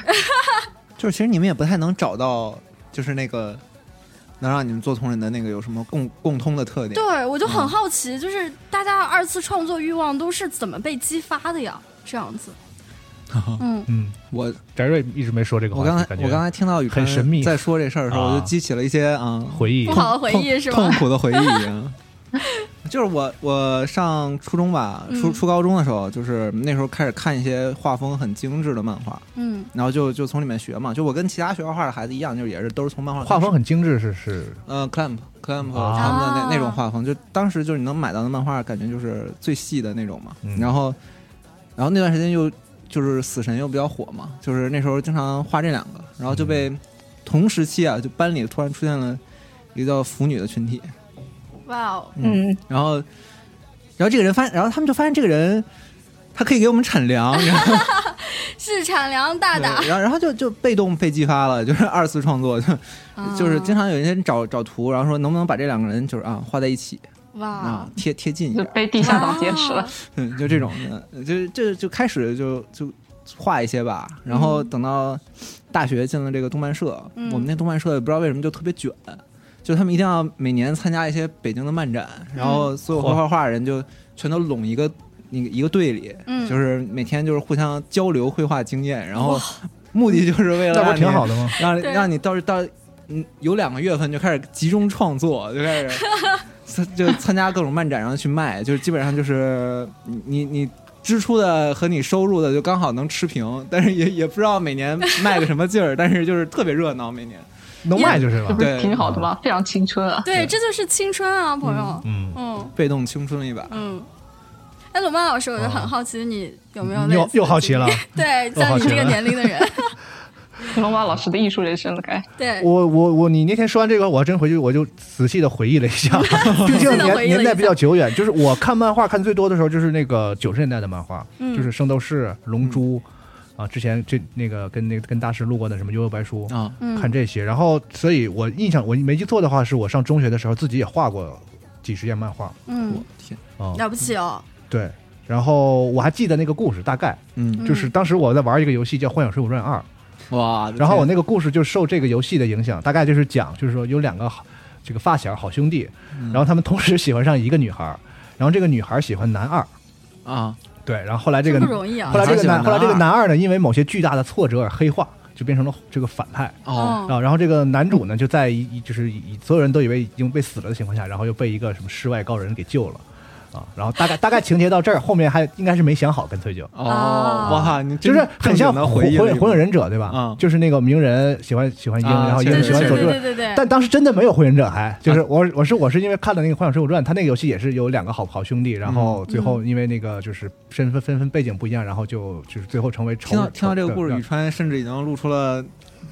Speaker 4: 就是其实你们也不太能找到，就是那个能让你们做同人的那个有什么共共通的特点？
Speaker 3: 对，我就
Speaker 2: 嗯
Speaker 3: 很好奇，就是大家二次创作欲望都是怎么被激发的呀？这样 子，嗯，
Speaker 2: 嗯，
Speaker 4: 我
Speaker 2: 翟瑞一直没说这个话
Speaker 4: 我
Speaker 2: 题，
Speaker 4: 刚才
Speaker 2: 感觉
Speaker 4: 我刚才听到宇川
Speaker 2: 很神秘
Speaker 4: 在说这事儿的时候，
Speaker 2: 啊
Speaker 4: 我就激起了一些啊
Speaker 2: 回忆
Speaker 3: 不好的回忆
Speaker 4: 痛
Speaker 3: 是 吗
Speaker 4: 痛苦的回忆啊。就是我我上初中吧，初
Speaker 3: 嗯
Speaker 4: 初高中的时候，就是那时候开始看一些画风很精致的漫画，
Speaker 3: 嗯，
Speaker 4: 然后就就从里面学嘛。就我跟其他学画画的孩子一样，就是也是都是从漫画
Speaker 2: 画风
Speaker 4: 很
Speaker 2: 很精致，是是
Speaker 4: 呃 clamp clamp
Speaker 2: 啊
Speaker 4: 他们的那那种
Speaker 3: 啊
Speaker 4: 画风，就当时就是你能买到的漫画，感觉就是最细的那种嘛。
Speaker 2: 嗯
Speaker 4: 然后然后那段时间又就是死神又比较火嘛，就是那时候经常画这两个，然后就被
Speaker 2: 嗯
Speaker 4: 同时期啊，就班里突然出现了一个叫腐女的群体，
Speaker 3: 哇哦，
Speaker 5: 嗯，
Speaker 4: 然后，然后这个人发，然后他们就发现这个人，他可以给我们 产粮，然后
Speaker 3: 是产粮大
Speaker 4: 对
Speaker 3: 打，
Speaker 4: 然后然后就就被动被激发了，就是二次创作，就、
Speaker 2: 哦
Speaker 3: 啊
Speaker 4: 就是经常有一些人找找图，然后说能不能把这两个人就是啊画在一起
Speaker 3: 哇哦
Speaker 4: 啊，贴贴近一
Speaker 5: 就
Speaker 4: 点，
Speaker 5: 被地下党劫持了。
Speaker 4: 嗯，就这种的，就就就开始就就画一些吧，然后等到大学进了这个动漫社，
Speaker 3: 嗯
Speaker 4: 我们那动漫社也不知道为什么就特别卷。就他们一定要每年参加一些北京的漫展，然
Speaker 3: 嗯
Speaker 4: 后所有会画画的人就全都拢一个那个一个队里，
Speaker 3: 嗯
Speaker 4: 就是每天就是互相交流绘画经验，然后目的就是为 了
Speaker 2: 那不
Speaker 4: 让
Speaker 2: 是挺
Speaker 4: 你
Speaker 2: 好的吗？
Speaker 4: 让
Speaker 3: 对
Speaker 4: 让你到到嗯有两个月份就开始集中创作，就开始就参加各种漫展，然后去卖，就是基本上就是你你你支出的和你收入的就刚好能持平，但是也也不知道每年卖个什么劲儿，但是就是特别热闹，每年
Speaker 2: 能卖就是了
Speaker 5: 这。不是
Speaker 4: 对
Speaker 5: 挺好的吗？非常青春啊！
Speaker 3: 对，这就是青春啊，朋友，
Speaker 2: 嗯，
Speaker 3: 嗯
Speaker 4: 被动青春一把。
Speaker 3: 嗯。哎，鲁曼老师，我就很好奇你有没有类似
Speaker 2: 啊又
Speaker 3: 的
Speaker 2: 又好奇
Speaker 3: 经历，
Speaker 2: 了。
Speaker 3: 对，
Speaker 2: 又好
Speaker 3: 像你
Speaker 2: 奇
Speaker 3: 这个
Speaker 2: 了
Speaker 3: 年龄的人，
Speaker 5: 龙马老师的艺术人生了，该
Speaker 3: 对，
Speaker 2: 我我我，你那天说完这个，我还真回去我就仔细的回忆了一 下，毕竟
Speaker 3: 地回忆了一
Speaker 2: 年
Speaker 3: 下
Speaker 2: 年代比较久远。就是我看漫画看最多的时候，就是那个九十年代的漫画，
Speaker 3: 嗯
Speaker 2: 就是《圣斗士》《龙珠》啊，之前这那个跟那个跟大师录过的什么《幽游白书》
Speaker 4: 啊，
Speaker 3: 嗯
Speaker 2: 看这些。然后，所以我印象我没记错的话，是我上中学的时候自己也画过几十页漫画
Speaker 3: 嗯
Speaker 4: 我，天，
Speaker 2: 啊、
Speaker 3: 了不起哦，
Speaker 2: 对。然后我还记得那个故事大概，
Speaker 4: 嗯，
Speaker 2: 就是当时我在玩一个游戏叫《幻想水浒传二》，
Speaker 4: 哇！
Speaker 2: 然后我
Speaker 4: 那
Speaker 2: 那个故事就受这个游戏的影响，大概就是讲，就是说有两个好这个发小好兄弟，然后他们同时喜欢上一个女孩儿，然后这个女孩儿喜欢男二，
Speaker 4: 啊，
Speaker 2: 对，然后后来这
Speaker 3: 真
Speaker 2: 个
Speaker 3: 不容易啊
Speaker 2: 后，来这个
Speaker 4: 喜欢
Speaker 2: 男后来这个
Speaker 4: 男
Speaker 2: 男二呢，因为某些巨大的挫折而黑化，就变成了这个反派。
Speaker 3: 嗯
Speaker 4: 哦，
Speaker 2: 啊，然后这个男主呢，就在一一就是以所有人都以为已经被死了的情况下，然后又被一个什么世外高人给救了，啊，然后大概大概情节到这儿，后面还应该是没想好，干脆就
Speaker 4: 哦，
Speaker 3: 啊
Speaker 4: 哇！你
Speaker 2: 就是很像
Speaker 4: 的
Speaker 2: 火
Speaker 4: 回
Speaker 2: 火
Speaker 4: 忆了一
Speaker 2: 影
Speaker 4: 会
Speaker 2: 火
Speaker 4: 儿
Speaker 2: 影忍者对吧？
Speaker 4: 嗯
Speaker 2: 就是那个鸣人喜欢喜欢鹰，
Speaker 4: 啊
Speaker 2: 然后
Speaker 4: 对啊
Speaker 2: 鹰
Speaker 3: 对
Speaker 2: 喜
Speaker 3: 对
Speaker 2: 欢
Speaker 3: 对
Speaker 2: 佐助，
Speaker 3: 对对对，
Speaker 2: 但当时真的没有《火影忍者》还，就是我我是我是因为看了那个《幻想水浒传》，他那个游戏也是有两个好好兄弟，然
Speaker 4: 嗯
Speaker 2: 后最后因为那个就是身份身份背景不一样，然后就就是最后成为仇
Speaker 4: 听
Speaker 2: 人。
Speaker 4: 到听到这个故事，宇
Speaker 2: 对，
Speaker 4: 川甚至已经露出了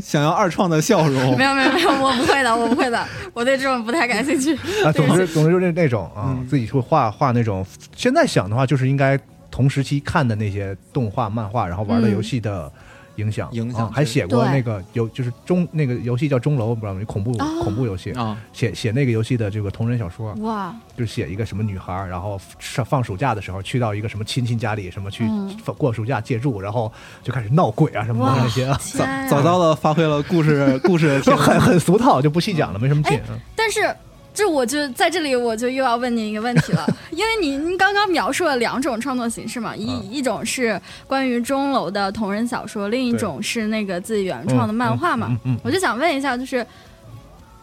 Speaker 4: 想要二创的笑 容
Speaker 3: 没。有没有没有，我不会的，我不会的，我对这种不太感兴趣。
Speaker 2: 啊，总之总之就是那种啊
Speaker 4: 嗯，
Speaker 2: 自己会画画那种。现在想的话，就是应该同时期看的那些动画、漫画，然后
Speaker 3: 嗯
Speaker 2: 玩的游戏的。影响
Speaker 4: 影响
Speaker 2: 啊还写过
Speaker 3: 对
Speaker 2: 那个游，就是钟那个游戏叫钟楼，不知道吗？恐怖
Speaker 3: 哦
Speaker 2: 恐怖游戏，
Speaker 4: 啊，
Speaker 2: 写写那个游戏的这个同人小说，
Speaker 3: 哇，
Speaker 2: 就写一个什么女孩儿，然后上放暑假的时候去到一个什么亲戚家里，什么去
Speaker 3: 嗯
Speaker 2: 放过暑假借住，然后就开始闹鬼啊什么的
Speaker 3: 哇
Speaker 2: 那些啊，
Speaker 3: 天啊
Speaker 4: 早早的发挥了故事故事的
Speaker 2: 就
Speaker 4: 天
Speaker 2: 很很俗套，就不细讲了，没什么劲。嗯
Speaker 3: 但是这我就在这里，我就又要问您一个问题 了，因为您您刚刚描述了两种创作形式嘛，一、
Speaker 2: 嗯
Speaker 3: 一种是关于钟楼的同人小说，另一
Speaker 2: 对
Speaker 3: 种是那个自己原创的漫画嘛。
Speaker 2: 嗯嗯嗯
Speaker 3: 我就想问一下，就是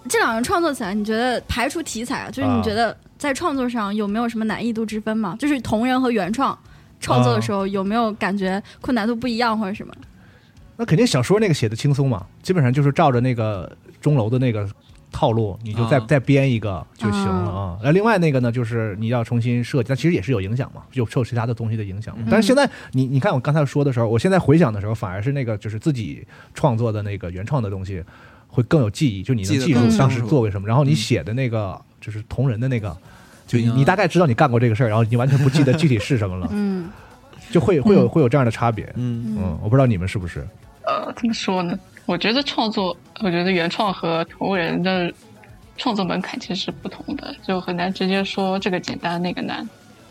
Speaker 3: 这两个创作起来，你觉得排除题材啊，就是你
Speaker 2: 啊
Speaker 3: 觉得在创作上有没有什么难易度之分吗？就是同人和原创。创作的时
Speaker 2: 嗯
Speaker 3: 候有没有感觉困难度不一样或者什么？
Speaker 2: 那肯定小说那个写的轻松嘛，基本上就是照着那个钟楼的那个套路，你就再、
Speaker 4: 啊
Speaker 2: 再编一个就行了啊。那、另外那个呢，就是你要重新设计，但其实也是有影响嘛，有受其他的东西的影响嘛。但是现在你你看我刚才说的时候，我现在回想的时候，反而是那个就是自己创作的那个原创的东西会更有记忆，就你能
Speaker 4: 记得
Speaker 2: 记住
Speaker 3: 更，
Speaker 2: 当
Speaker 4: 清
Speaker 2: 时
Speaker 4: 楚
Speaker 2: 做过什么，然后你
Speaker 4: 嗯
Speaker 2: 写的那个就是同人的那个。就
Speaker 4: 对
Speaker 2: 你
Speaker 4: 呀
Speaker 2: 你大概知道你干过这个事儿，然后你完全不记得具体是什么了
Speaker 3: 嗯
Speaker 2: 就会会有会有这样的差别。
Speaker 4: 嗯
Speaker 2: 嗯，我不知道你们是不是。
Speaker 5: 呃，怎么说呢？我觉得创作，我觉得原创和同人的创作门槛其实是不同的，就很难直接说这个简单那个难。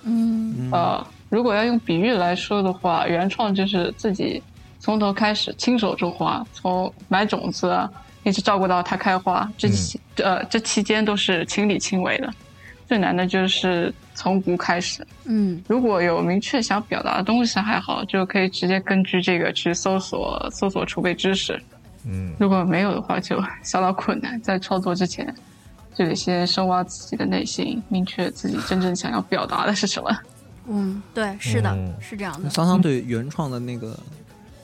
Speaker 3: 嗯
Speaker 5: 呃，如果要用比喻来说的话，原创就是自己从头开始亲手种花，从买种子啊一直照顾到它开花，这期、呃这期间都是亲力亲为的。最难的就是从无开始。
Speaker 3: 嗯
Speaker 5: 如果有明确想表达的东西还好，就可以直接根据这个去搜索搜索储备知识。
Speaker 2: 嗯
Speaker 5: 如果没有的话，就相当困难。在创作之前，就得先深挖自己的内心，明确自己真正想要表达的是什么。
Speaker 3: 嗯，对，是的，
Speaker 8: 嗯
Speaker 3: 是这样的。
Speaker 4: 桑桑对原创的那个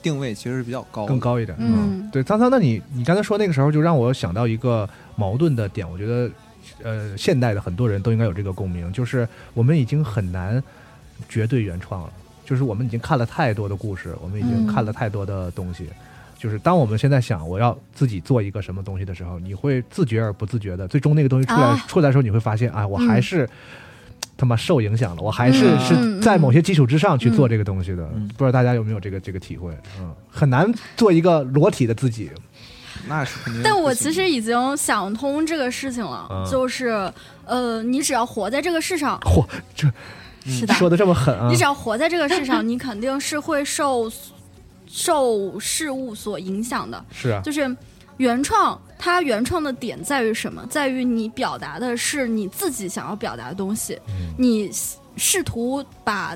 Speaker 4: 定位其实是比较高的，
Speaker 2: 更高一点。
Speaker 3: 嗯
Speaker 2: 对，苍苍，那你你刚才说那个时候，就让我想到一个矛盾的点，我觉得，呃，现代的很多人都应该有这个共鸣，就是我们已经很难绝对原创了，就是我们已经看了太多的故事，我们已经
Speaker 3: 嗯
Speaker 2: 看了太多的东西。就是当我们现在想我要自己做一个什么东西的时候，你会自觉而不自觉的，最终那个东西出来、
Speaker 3: 啊
Speaker 2: 出来的时候，你会发现，啊，我还
Speaker 3: 嗯
Speaker 2: 是、他妈受影响了，我还是、
Speaker 4: 嗯
Speaker 2: 是在某些基础之上去做这个东西的。
Speaker 4: 嗯
Speaker 2: 不知道大家有没有这个这个体会？嗯，很难做一个裸体的自己。
Speaker 4: 那是嗯肯定不行的。
Speaker 3: 但我其实已经想通这个事情了，
Speaker 2: 嗯
Speaker 3: 就是，呃，你只要活在这个世上，
Speaker 2: 嚯，这
Speaker 3: 是的，
Speaker 2: 说的这么狠啊
Speaker 3: 你！只要活在这个世上，你肯定是会受受事物所影响的。
Speaker 2: 是啊，
Speaker 3: 就是原创，它原创的点在于什么？在于你表达的是你自己想要表达的东西，
Speaker 2: 嗯
Speaker 3: 你试图把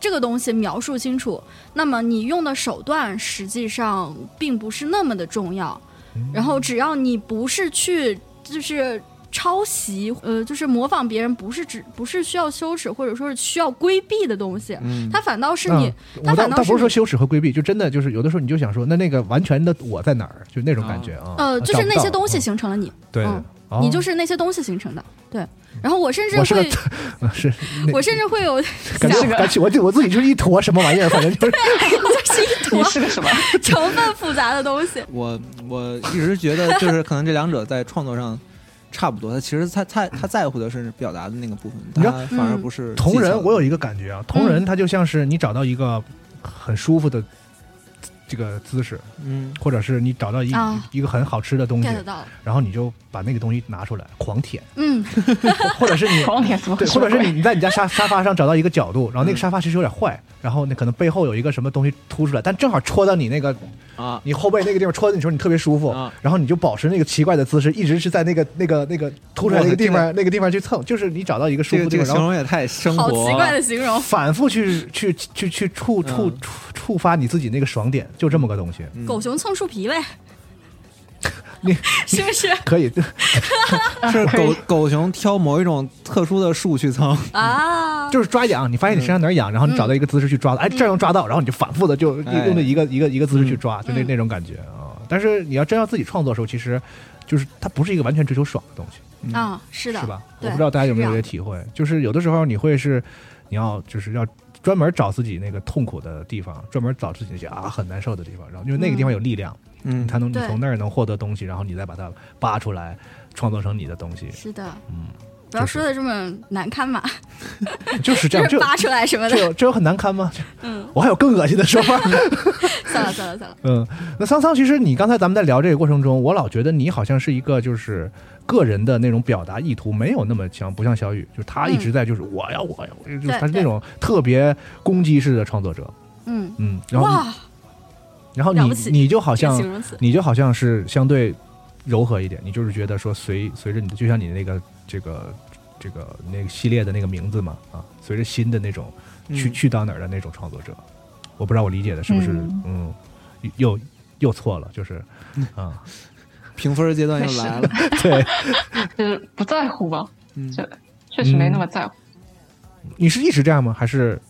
Speaker 3: 这个东西描述清楚，那么你用的手段实际上并不是那么的重要。
Speaker 2: 嗯
Speaker 3: 然后只要你不是去就是。抄袭，呃，就是模仿别人，不是只不是需要羞耻，或者说是需要规避的东西，
Speaker 4: 嗯
Speaker 3: 它反倒是你，
Speaker 2: 嗯
Speaker 3: 他
Speaker 2: 我倒
Speaker 3: 反倒
Speaker 2: 倒不是
Speaker 3: 是
Speaker 2: 说羞耻和规避，就真的就是有的时候你就想说，那那个完全的我在哪儿？就那种感觉啊。
Speaker 3: 呃，就
Speaker 2: 找
Speaker 3: 是
Speaker 2: 不
Speaker 3: 那些
Speaker 2: 到
Speaker 3: 东西
Speaker 2: 嗯
Speaker 3: 形成了你，
Speaker 2: 对
Speaker 3: 嗯，
Speaker 2: 哦
Speaker 3: 你就是那些东西形成的。对，然后我甚至
Speaker 2: 我是个
Speaker 3: 会，
Speaker 2: 嗯 是那
Speaker 3: 我甚至会有想
Speaker 2: 感觉
Speaker 5: 个
Speaker 2: 感觉我就我自己就是一坨什么玩意儿，反正就是
Speaker 3: 就是一
Speaker 5: 你
Speaker 3: 坨
Speaker 5: 是个 什么？
Speaker 3: 成分复杂的东西。
Speaker 4: 我我一直觉得，就是可能这两者在创作上差不多。他其实他他他在乎的是表达的那个部分，
Speaker 2: 你知
Speaker 4: 他
Speaker 2: 道
Speaker 4: 反
Speaker 3: 嗯
Speaker 4: 而不是
Speaker 2: 同人。我有
Speaker 4: 一
Speaker 2: 一个感觉啊，同人他就像是你找到一个很舒服的这个姿势，
Speaker 4: 嗯，
Speaker 2: 或者是你找到一
Speaker 3: 啊
Speaker 2: 一个很好吃的东西，
Speaker 3: get 到了，
Speaker 2: 然后你就把那个东西拿出来狂 舔，
Speaker 3: 嗯，
Speaker 2: 或者是你
Speaker 5: 狂舔什么？
Speaker 2: 对，或
Speaker 5: 什么
Speaker 2: 者是
Speaker 5: 鬼
Speaker 2: 你你在你家沙沙发上找到一个角度，然后那
Speaker 4: 嗯
Speaker 2: 个沙发其实有点坏，然后那可能背后有一个什么东西凸出来，但正好戳到你那个
Speaker 4: 啊，
Speaker 2: 你后背那个地方戳到你的时候，你特别舒服
Speaker 4: 啊，
Speaker 2: 然后你就保持那个奇怪的姿势，一直是在那个那个那个凸出来那个地
Speaker 4: 哇
Speaker 2: 方那个地方去蹭，就是你找到一个舒
Speaker 4: 这
Speaker 2: 服
Speaker 4: 个
Speaker 2: 的
Speaker 4: 嗯
Speaker 2: 地
Speaker 4: 这个
Speaker 2: 方，
Speaker 4: 形
Speaker 2: 然后
Speaker 4: 容也太生
Speaker 3: 好
Speaker 4: 活
Speaker 3: 奇怪的形容。
Speaker 2: 反复去去去去触触
Speaker 4: 嗯
Speaker 2: 触触发你自己那个爽点，就这么个东西，
Speaker 4: 嗯
Speaker 3: 狗熊蹭树皮呗，
Speaker 2: 你
Speaker 3: 是不是
Speaker 2: 可以
Speaker 5: 啊
Speaker 4: 是狗狗熊挑某一种特殊的树去蹭，
Speaker 3: 啊？
Speaker 2: 就是抓痒，你发现你身上哪儿痒，然后你找到一个姿势去抓，哎，这儿能抓到，然后你就反复的就
Speaker 4: 哎
Speaker 2: 用的一个一个一个姿势去抓，就那
Speaker 3: 嗯
Speaker 2: 那种感觉啊。但是你要真要自己创作的时候，其实就是它不是一个完全追求爽的东西，
Speaker 3: 啊，是的，
Speaker 2: 是吧？我
Speaker 3: 对
Speaker 2: 不知道大家有没有这个
Speaker 3: 是
Speaker 2: 体会，就是有的时候你会是你要就是要专门找自己那个痛苦的地方，专门找自己那些啊很难受的地方，然后因为那个地方有力量，
Speaker 4: 嗯
Speaker 2: 你才能你
Speaker 3: 对
Speaker 2: 从那儿能获得东西，然后你再把它扒出来，创作成你的东西，
Speaker 3: 是的，
Speaker 2: 嗯，
Speaker 3: 不要说的这么难堪嘛，
Speaker 2: 就是这 样，
Speaker 3: 就是
Speaker 2: 这
Speaker 3: 扒出来什么
Speaker 2: 这
Speaker 3: 的。
Speaker 2: 有这有很难堪吗？
Speaker 3: 嗯，
Speaker 2: 我还有更恶心的说法。
Speaker 3: 算了算了算了，
Speaker 2: 嗯，那桑桑，其实你刚才咱们在聊这个过程中，我老觉得你好像是一个就是个人的那种表达意图没有那么强，不像小雨，就是他一直在就是我呀我呀，我呀，就是他是那种特别攻击式的创作者，
Speaker 3: 嗯，
Speaker 2: 嗯，然后你
Speaker 3: 哇，
Speaker 2: 然后
Speaker 3: 了
Speaker 2: 你
Speaker 3: 不起
Speaker 2: 你就好
Speaker 3: 这个
Speaker 2: 像
Speaker 3: 形容词，
Speaker 2: 你就好像是相对柔和一点，你就是觉得说随随着你的，就像你那个这个这个那个系列的那个名字嘛啊，随着新的那种去、
Speaker 4: 嗯
Speaker 2: 去到哪儿的那种创作者，我不知道我理解的是不是
Speaker 5: 嗯
Speaker 2: 嗯又又错了，就是啊、
Speaker 4: 评分阶段又来了。
Speaker 2: 对，
Speaker 5: 就是不在乎吧？
Speaker 4: 嗯
Speaker 5: 就确实没那么在乎。
Speaker 2: 你是一直这样吗？还是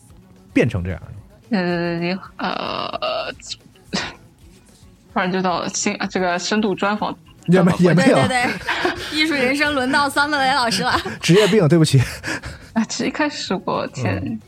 Speaker 2: 变成这样？
Speaker 5: 呃，你呃，突然就到了新这个深度专访，
Speaker 2: 也没也没
Speaker 3: 哦对
Speaker 2: 有
Speaker 3: 对对， 艺术人生轮到桑德雷老师了，
Speaker 2: 职业病，对不起，
Speaker 5: 啊，其实一开始我前、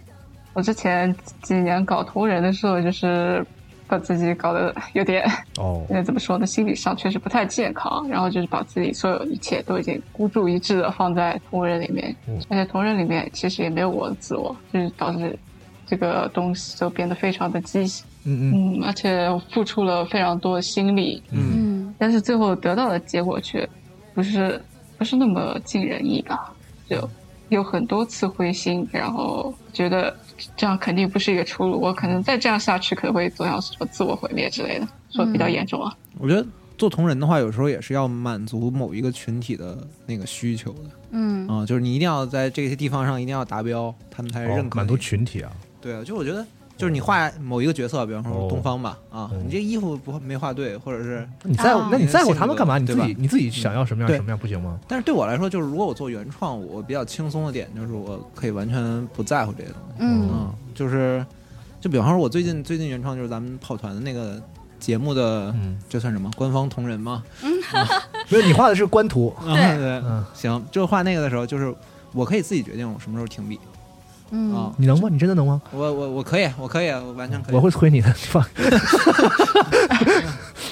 Speaker 5: 我之前几年搞同人的时候，就是把自己搞得有点
Speaker 2: 哦，
Speaker 5: 呃怎么说呢，心理上确实不太健康，然后就是把自己所有一切都已经孤注一掷的放在同人里面，
Speaker 2: 嗯
Speaker 5: 而且同人里面其实也没有我的自我，就是导致这个东西就变得非常的畸形，
Speaker 2: 嗯嗯
Speaker 5: 嗯，而且我付出了非常多心力，
Speaker 2: 嗯
Speaker 3: 嗯
Speaker 5: 但是最后得到的结果却不是不是那么尽人意吧，就有很多次灰心，然后觉得这样肯定不是一个出路，我可能再这样下去可能会走向什么自我毁灭之类的，说得比较严重啊。
Speaker 4: 我觉得做同人的话，有时候也是要满足某一个群体的那个需求的
Speaker 3: 嗯
Speaker 4: 啊、就是你一定要在这些地方上一定要达标，他们才
Speaker 2: 哦
Speaker 4: 认可你、
Speaker 2: 满足群体啊，
Speaker 4: 对啊，就我觉得就是你画某一个角色，比方
Speaker 2: 哦
Speaker 4: 说东方吧，啊，
Speaker 2: 嗯
Speaker 4: 你这衣服不没画对，或者是，
Speaker 2: 你在乎、
Speaker 3: 啊
Speaker 2: 那你在乎他们干嘛？你
Speaker 4: 对
Speaker 2: 自
Speaker 4: 吧
Speaker 2: 己你自己想要什么样、
Speaker 4: 对
Speaker 2: 什么样不行吗？
Speaker 4: 但是对我来说，就是如果我做原创，我比较轻松的点就是我可以完全不在乎这些东西，
Speaker 3: 嗯
Speaker 4: 嗯，就是，就比方说，我最近最近原创就是咱们跑团的那个节目的，
Speaker 2: 嗯，
Speaker 4: 这算什么？官方同人吗？
Speaker 2: 没有，你画的是官图，
Speaker 3: 对
Speaker 4: 对
Speaker 2: 嗯，
Speaker 4: 行，就画那个的时候，就是我可以自己决定我什么时候停笔啊
Speaker 3: 嗯，，
Speaker 2: 你能吗？你真的能吗？
Speaker 4: 我我我可以，我可以，啊我完全可以。
Speaker 2: 我会催你的， 放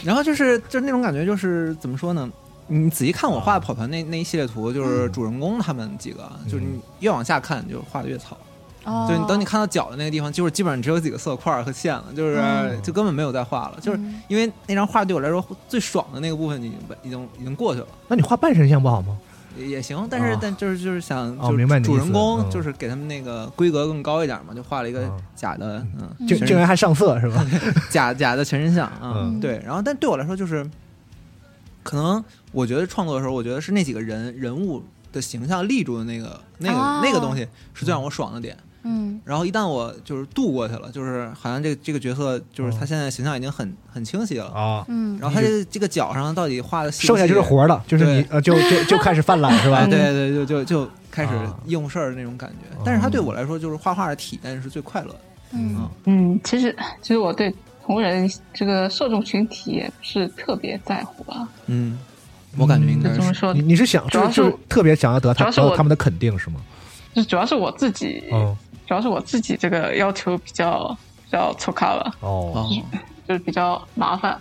Speaker 4: 然后就是就是那种感觉，就是怎么说呢？你仔细看我画的跑团那那一系列图，
Speaker 2: 嗯
Speaker 4: 就是主人公他们几个，就是你越往下看，你就画的越草。
Speaker 3: 哦
Speaker 4: 就是你等你看到脚的那个地方，就是基本上只有几个色块儿和线了，就是、
Speaker 2: 哦
Speaker 4: 就根本没有再画了。就是
Speaker 2: 嗯
Speaker 4: 因为那张画对我来说最爽的那个部分已经已经已经过去了。
Speaker 2: 那你画半身像不好吗？
Speaker 4: 也也行，但是、
Speaker 2: 啊
Speaker 4: 但就是就是想，
Speaker 2: 哦
Speaker 4: 就是
Speaker 2: 明白你的
Speaker 4: 主
Speaker 2: 意
Speaker 4: 人
Speaker 2: 思
Speaker 4: 公
Speaker 2: 嗯
Speaker 4: 就是给他们那个规格更高一点嘛，就画了一个
Speaker 2: 啊
Speaker 4: 假的，嗯，
Speaker 2: 竟
Speaker 4: 全
Speaker 2: 竟然还上色是吧？
Speaker 4: 假假的全身像啊，
Speaker 2: 啊嗯
Speaker 4: 对。然后，但对我来说，就是可能我觉得创作的时候，我觉得是那几个人人物的形象立住的那个那个、
Speaker 3: 哦
Speaker 4: 那个东西是最让我爽的点。
Speaker 3: 嗯
Speaker 4: 然后一旦我就是度过去了，就是好像这这个角色就是他
Speaker 2: 哦
Speaker 4: 现在形象已经很很清晰了。
Speaker 2: 啊，
Speaker 3: 嗯
Speaker 4: 然后他这这个脚上到底画的细不
Speaker 2: 剩下就是
Speaker 4: 细
Speaker 2: 活儿了，就是你
Speaker 4: 对
Speaker 2: 呃，就就就开始犯懒是吧
Speaker 4: 啊，？对对，就就就开始
Speaker 2: 啊
Speaker 4: 应事儿的那种感
Speaker 2: 哦
Speaker 4: 觉。但是它对我来说，就是画画的体验是最快乐的。
Speaker 2: 嗯
Speaker 3: 嗯
Speaker 5: 嗯，其实其实我对同人这个受众群体也不是特别在乎吧，
Speaker 4: 嗯，我感觉应
Speaker 5: 就
Speaker 4: 该
Speaker 5: 嗯这么
Speaker 4: 是。
Speaker 5: 说
Speaker 2: 你，哎你是想
Speaker 5: 主要
Speaker 2: 就是是就是特别想要得
Speaker 5: 主
Speaker 2: 他
Speaker 5: 要是
Speaker 2: 得到
Speaker 5: 我
Speaker 2: 他们的肯定是吗？
Speaker 5: 就主要是我自己，
Speaker 2: 嗯
Speaker 5: 主要是我自己这个要求比较比较粗卡了，
Speaker 2: 哦
Speaker 4: 哦，
Speaker 5: 就是比较麻烦。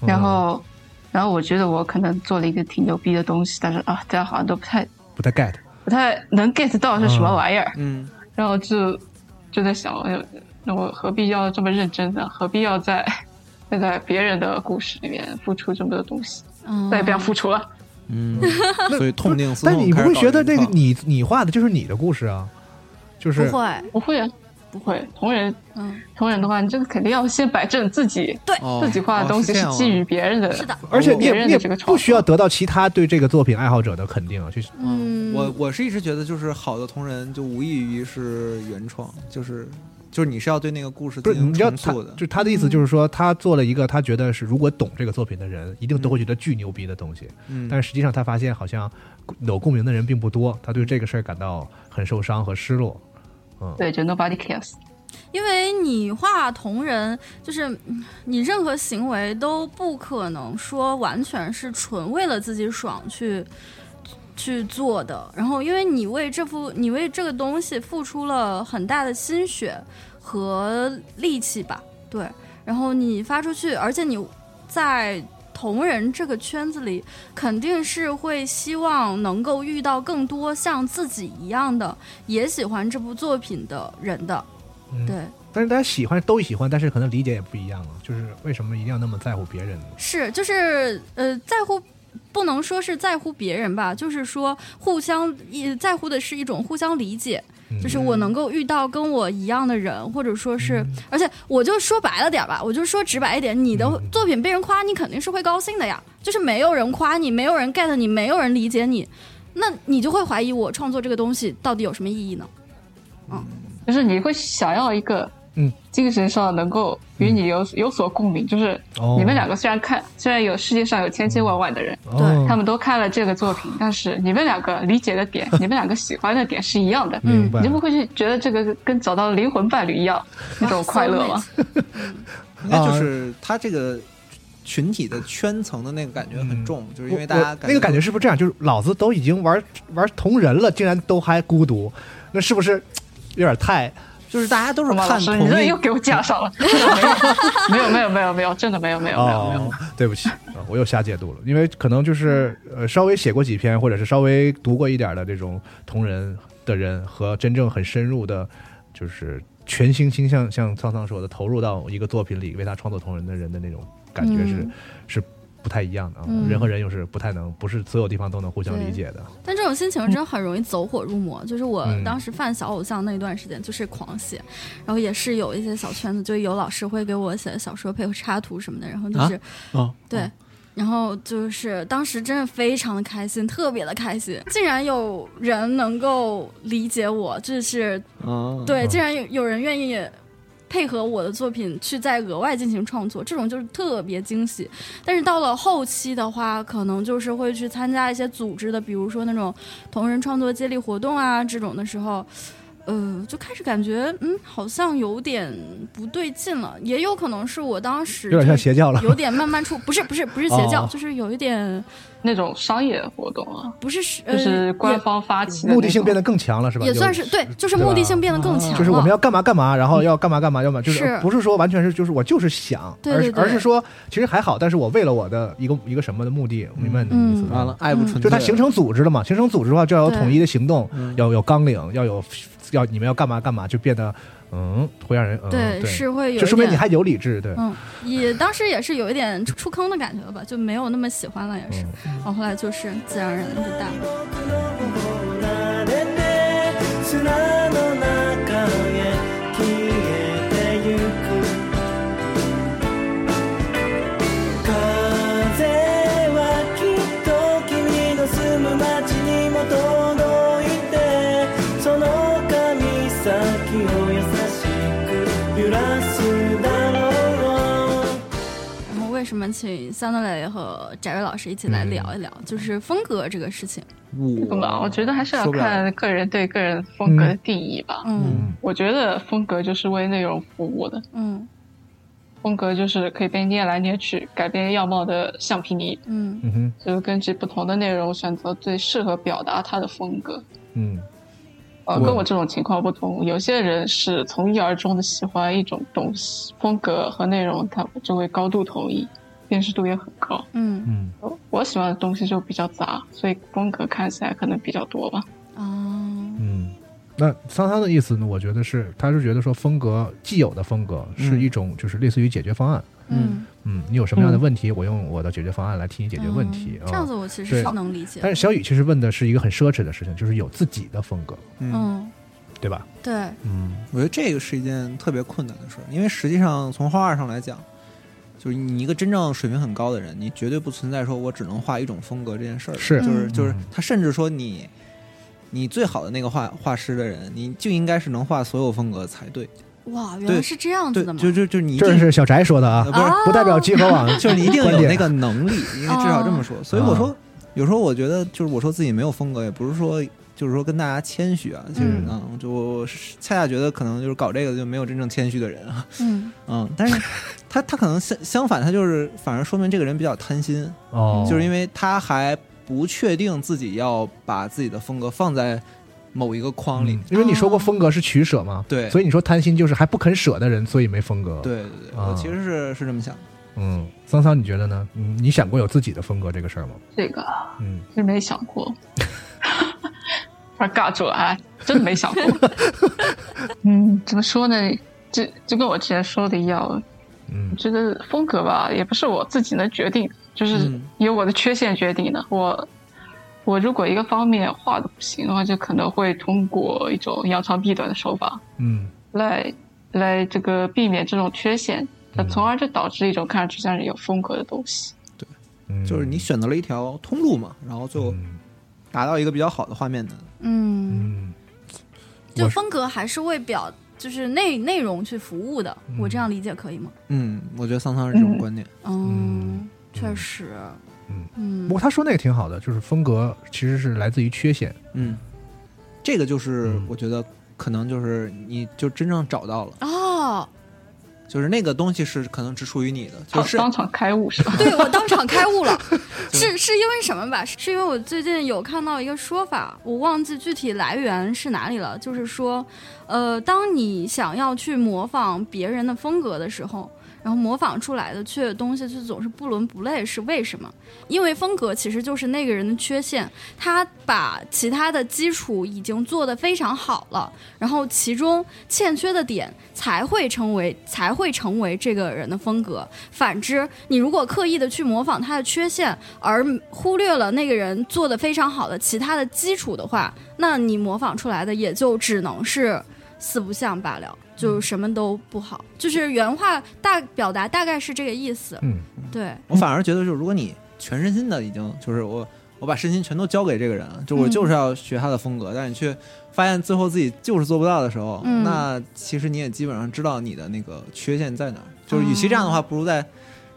Speaker 2: 嗯
Speaker 5: 然后，然后我觉得我可能做了一个挺牛逼的东西，但是啊，大家好像都不太
Speaker 2: 不太 get
Speaker 5: 不太能 get 到是什么
Speaker 2: 嗯
Speaker 5: 玩意儿，
Speaker 4: 嗯，
Speaker 5: 然后就就在想，哎呦那我何必要这么认真呢？何必要在在在别人的故事里面付出这么多东西？
Speaker 3: 嗯
Speaker 5: 再也不要付出了。
Speaker 4: 嗯，所以痛定思
Speaker 2: 但
Speaker 4: 痛。
Speaker 2: 你不
Speaker 4: 开
Speaker 2: 会
Speaker 4: 始搞
Speaker 2: 觉得
Speaker 4: 原
Speaker 2: 那个
Speaker 4: 创
Speaker 2: 你你画的就是你的故事啊？就是
Speaker 3: 不会，
Speaker 5: 不会啊，不会。同人
Speaker 3: 嗯
Speaker 5: 同人的话，你这个肯定要先摆正自己，
Speaker 4: 哦
Speaker 5: 自己画的东西
Speaker 4: 哦
Speaker 5: 是
Speaker 4: 这样啊
Speaker 5: 基于别人的，
Speaker 3: 是的，
Speaker 2: 而且你
Speaker 5: 别
Speaker 2: 也
Speaker 5: 人
Speaker 2: 你
Speaker 5: 的
Speaker 2: 也
Speaker 5: 这个创
Speaker 2: 不需要得
Speaker 5: 作
Speaker 2: 到其他对这个作品爱好者的肯定啊，就是
Speaker 3: 嗯，
Speaker 4: 我我是一直觉得，就是好的同人就无异于是原创，就是就是你是要对那个故事
Speaker 2: 不
Speaker 4: 进
Speaker 2: 是你
Speaker 4: 行
Speaker 2: 知道
Speaker 4: 重
Speaker 2: 他
Speaker 4: 塑的
Speaker 2: 就。是他的
Speaker 3: 嗯
Speaker 2: 意思就是说，他做了一个他觉得是如果懂这个作品的人，一定都会觉得巨牛逼的东西。
Speaker 4: 嗯，
Speaker 2: 但实际上他发现好像有共鸣的人并不多，他对这个事儿感到很受伤和失落。
Speaker 5: 对，就 nobody cares。
Speaker 3: 因为你画同人，就是嗯你任何行为都不可能说完全是纯为了自己爽去去做的。然后，因为你为这副你为这个东西付出了很大的心血和力气吧，对。然后你发出去，而且你在同人这个圈子里，肯定是会希望能够遇到更多像自己一样的也喜欢这部作品的人的，
Speaker 2: 嗯
Speaker 3: 对。
Speaker 2: 但是大家喜欢都喜欢，但是可能理解也不一样啊。就是为什么一定要那么在乎别人呢？
Speaker 3: 是，就是呃，在乎不能说是在乎别人吧，就是说互相一在乎的是一种互相理解，
Speaker 2: 嗯
Speaker 3: 就是我能够遇到跟我一样的人，或者说是，而且我就说白了点儿吧，我就说直白一点，你的
Speaker 2: 嗯
Speaker 3: 作品被人夸，你肯定是会高兴的呀。就是没有人夸你，没有人 get 你，没有人理解你，那你就会怀疑我创作这个东西到底有什么意义呢？
Speaker 5: 就是你会想要一个，
Speaker 2: 嗯，
Speaker 5: 精神上能够与你有、有所共鸣。就是
Speaker 2: 哦
Speaker 5: 你们两个虽然看，虽然有世界上有千千万万的人，
Speaker 2: 哦
Speaker 5: 他们都看了这个作品，但是你们两个理解的 点，你们两个喜欢的点是一样的，
Speaker 2: 明白
Speaker 5: 你就不会去觉得这个跟找到灵魂伴侣 一样那种快乐吗？
Speaker 4: 应该就是他这个群体的圈层的那个感觉很重，就是因为大
Speaker 2: 我
Speaker 4: 家
Speaker 2: 我那个感觉是不是这样？就是老子都已经玩玩同人了，竟然都还孤独，那是不是有点太？
Speaker 4: 就是大家都是
Speaker 5: 什么老
Speaker 4: 看
Speaker 5: 师，
Speaker 4: 同
Speaker 5: 你这
Speaker 4: 一
Speaker 5: 又给我架 上了？没有没有没有没有没有，真的没有没有没有没有。
Speaker 2: 哦， 对不起，啊我又瞎解读了，因为可能就是呃稍微写过几篇，或者是稍微读过一点的这种同人的人，和真正很深入的，就是全心倾向像苍苍说的，投入到一个作品里为他创作同人的人的那种感觉是、
Speaker 3: 嗯
Speaker 2: 是不太一样的啊。
Speaker 3: 嗯
Speaker 2: 人和人又是不太能，不是所有地方都能互相理解的。
Speaker 3: 但这种心情真的很容易走火入魔。就是我
Speaker 2: 嗯
Speaker 3: 当时犯小偶像那段时间，就是狂写，然后也是有一些小圈子，就有老师会给我写小说配合插图什么的，然后就是、
Speaker 4: 哦
Speaker 3: 对。然后就是当时真的非常的开心，特别的开心，竟然有人能够理解我，这是
Speaker 4: 啊，
Speaker 2: 嗯
Speaker 5: 嗯
Speaker 3: 对，竟然有有人愿意配合我的作品去再额外进行创作，这种就是特别惊喜。但是到了后期的话，可能就是会去参加一些组织的，比如说那种同人创作接力活动啊这种的时候，呃，就开始感觉嗯，好像有点不对劲了。也有可能是我当时
Speaker 2: 有点像
Speaker 3: 就是
Speaker 2: 邪教了。
Speaker 3: 有点慢慢出，不是不是不是邪教，
Speaker 2: 哦
Speaker 3: 就是有一点
Speaker 5: 那种商业活动啊，
Speaker 3: 不是呃，
Speaker 5: 就是官
Speaker 3: 也
Speaker 5: 方发起的那种
Speaker 2: 目的性变得更强了，是吧？
Speaker 3: 也
Speaker 2: 有
Speaker 3: 算是对，就是目的性变得更强了。
Speaker 2: 就是我们要干嘛干嘛，然后要干嘛干嘛，要么就是
Speaker 3: 啊嗯是
Speaker 2: 不是说完全是就是我就是想，
Speaker 3: 对对对
Speaker 2: 而是而是说其实还好，但是我为了我的一个一个什么的目的，我明白你的意思
Speaker 3: 嗯
Speaker 2: 吗？
Speaker 4: 完了，爱不纯粹了，
Speaker 2: 就它形成组织了嘛，形成组织的话就要有
Speaker 3: 对
Speaker 2: 统一的行动，
Speaker 4: 嗯
Speaker 2: 要有纲领，要有要你们要干嘛干嘛，就变得嗯会让人嗯
Speaker 3: 对是会有一
Speaker 2: 就说明你
Speaker 3: 点
Speaker 2: 还有理智，对，
Speaker 3: 嗯，也当时也是有一点出坑的感觉吧，就没有那么喜欢了，也是。然后后来就是自然而然就淡了。
Speaker 9: られて「空の中へ消えてゆく」「風はきっと君の住む街にも届いて」「その髪先を優しく揺らすだろう」
Speaker 3: 然后为什么请桑德雷和翟瑞老师一起来聊一聊，就是风格这个事情？
Speaker 5: 这个嘛，我觉得还是要
Speaker 4: 受不了
Speaker 5: 看个人对个人风格的定义吧。
Speaker 3: 嗯
Speaker 5: 我觉得风格就是为内容服务的，
Speaker 3: 嗯
Speaker 5: 风格就是可以被捏来捏去，改变样貌的橡皮泥，
Speaker 3: 嗯
Speaker 2: 嗯哼
Speaker 5: 就是根据不同的内容选择最适合表达它的风格。
Speaker 2: 嗯
Speaker 5: 呃，
Speaker 2: 我
Speaker 5: 跟我这种情况不同，有些人是从一而终的喜欢一种东西，风格和内容他就会高度统一，辨识度也很高。
Speaker 3: 嗯
Speaker 2: 嗯
Speaker 5: 我我喜欢的东西就比较杂，所以风格看起来可能比较多吧。
Speaker 3: 啊，
Speaker 2: 嗯。那桑桑的意思呢？我觉得是，他是觉得说风格既有的风格是
Speaker 4: 嗯
Speaker 2: 一种就是类似于解决方案，
Speaker 3: 嗯，
Speaker 2: 嗯，你有什么样的问题，我用我的解决方案来替你解决问题
Speaker 3: 嗯
Speaker 2: 啊。
Speaker 3: 这样子我其实
Speaker 2: 对
Speaker 3: 是能理解的。
Speaker 2: 但是小雨其实问的是一个很奢侈的事情，就是有自己的风格，
Speaker 4: 嗯，
Speaker 3: 嗯，
Speaker 2: 对吧？
Speaker 3: 对，
Speaker 2: 嗯
Speaker 4: 我觉得这个是一件特别困难的事儿，因为实际上从画画上来讲，就是你一个真正水平很高的人，你绝对不存在说我只能画一种风格这件事儿。
Speaker 2: 是
Speaker 4: 就是
Speaker 3: 嗯
Speaker 4: 就是
Speaker 2: 嗯
Speaker 4: 他甚至说你，你最好的那个画画师的人，你就应该是能画所有风格才对。
Speaker 3: 哇，原来
Speaker 4: 对
Speaker 3: 是这样子
Speaker 4: 对
Speaker 3: 的，吗？
Speaker 4: 就就就你一定
Speaker 2: 这是小翟说的啊
Speaker 4: 呃，不是
Speaker 3: 啊
Speaker 2: 不代表集合 网。
Speaker 4: 就是你一定
Speaker 2: 观
Speaker 4: 有
Speaker 2: 点哦
Speaker 4: 那个能力，应该至少这么说。所以我说，有时候我觉得就是我说自己没有风格，也不是说就是说跟大家谦虚啊，就是
Speaker 2: 嗯
Speaker 4: 嗯，就我是恰恰觉得可能就是搞这个的就没有真正谦虚的人 啊，
Speaker 3: 嗯
Speaker 4: 嗯，但是他他可能相相反，他就是反而说明这个人比较贪心，
Speaker 2: 哦，
Speaker 4: 就是因为他还不确定自己要把自己的风格放在某一个框里
Speaker 2: 嗯。因为你说过风格是取舍嘛，
Speaker 4: 对
Speaker 2: 所以你说贪心就是还不肯舍的人，所以没风格。，
Speaker 4: 对对对，
Speaker 2: 啊
Speaker 4: 我其实是是这么想的。
Speaker 2: 嗯，桑桑，你觉得呢？嗯你想过有自己的风格这个事儿吗？
Speaker 5: 这个啊
Speaker 2: 嗯，
Speaker 5: 真没想过，突然尬住了，哎，真的没想过。 嗯，怎么说呢？就就跟我之前说的一样，
Speaker 2: 嗯
Speaker 5: 我觉得风格吧，也不是我自己能决定，就是
Speaker 4: 嗯
Speaker 5: 由我的缺陷决定的。我我如果一个方面画的不行的话，就可能会通过一种扬长避短的手法
Speaker 2: 嗯
Speaker 5: 来来这个避免这种缺
Speaker 4: 嗯
Speaker 5: 陷，那从而就导致一种看上去像是有风格的东西。
Speaker 2: 嗯，
Speaker 4: 就是你选择了一条通路嘛，然后最后
Speaker 2: 嗯
Speaker 4: 达到一个比较好的画面的。
Speaker 3: 嗯，
Speaker 2: 嗯，
Speaker 3: 就
Speaker 2: 我
Speaker 3: 风格还是为表就是内内容去服务的，我这样理解可以吗？
Speaker 4: 嗯，我觉得桑桑是这种观点。
Speaker 3: 嗯，确实，
Speaker 2: 嗯
Speaker 3: 嗯
Speaker 2: 不过他说那个挺好的，就是风格其实是来自于缺陷。
Speaker 4: 嗯，这个就是
Speaker 2: 嗯
Speaker 4: 我觉得可能就是你就真正找到了，
Speaker 3: 哦，
Speaker 4: 就是那个东西是可能只属于你的，
Speaker 5: 当
Speaker 4: 就是
Speaker 5: 当场开悟是吧？
Speaker 3: 对我当场开悟了，是是因为什么吧？是因为我最近有看到一个说法，我忘记具体来源是哪里了，就是说，呃，当你想要去模仿别人的风格的时候。然后模仿出来的却东西却总是不伦不类，是为什么？因为风格其实就是那个人的缺陷，他把其他的基础已经做得非常好了，然后其中欠缺的点才会成为才会成为这个人的风格。反之，你如果刻意的去模仿他的缺陷，而忽略了那个人做的非常好的其他的基础的话，那你模仿出来的也就只能是四不像罢了，就什么都不好。就是原话大表达大概是这个意思。
Speaker 2: 嗯
Speaker 3: 对，
Speaker 4: 啊我反而觉得就是如果你全身心的已经就是我。我把身心全都交给这个人，就我就是要学他的风格，但是你却发现最后自己就是做不到的时候，
Speaker 3: 嗯
Speaker 4: 那其实你也基本上知道你的那个缺陷在哪儿。就是与其这样的话，不如再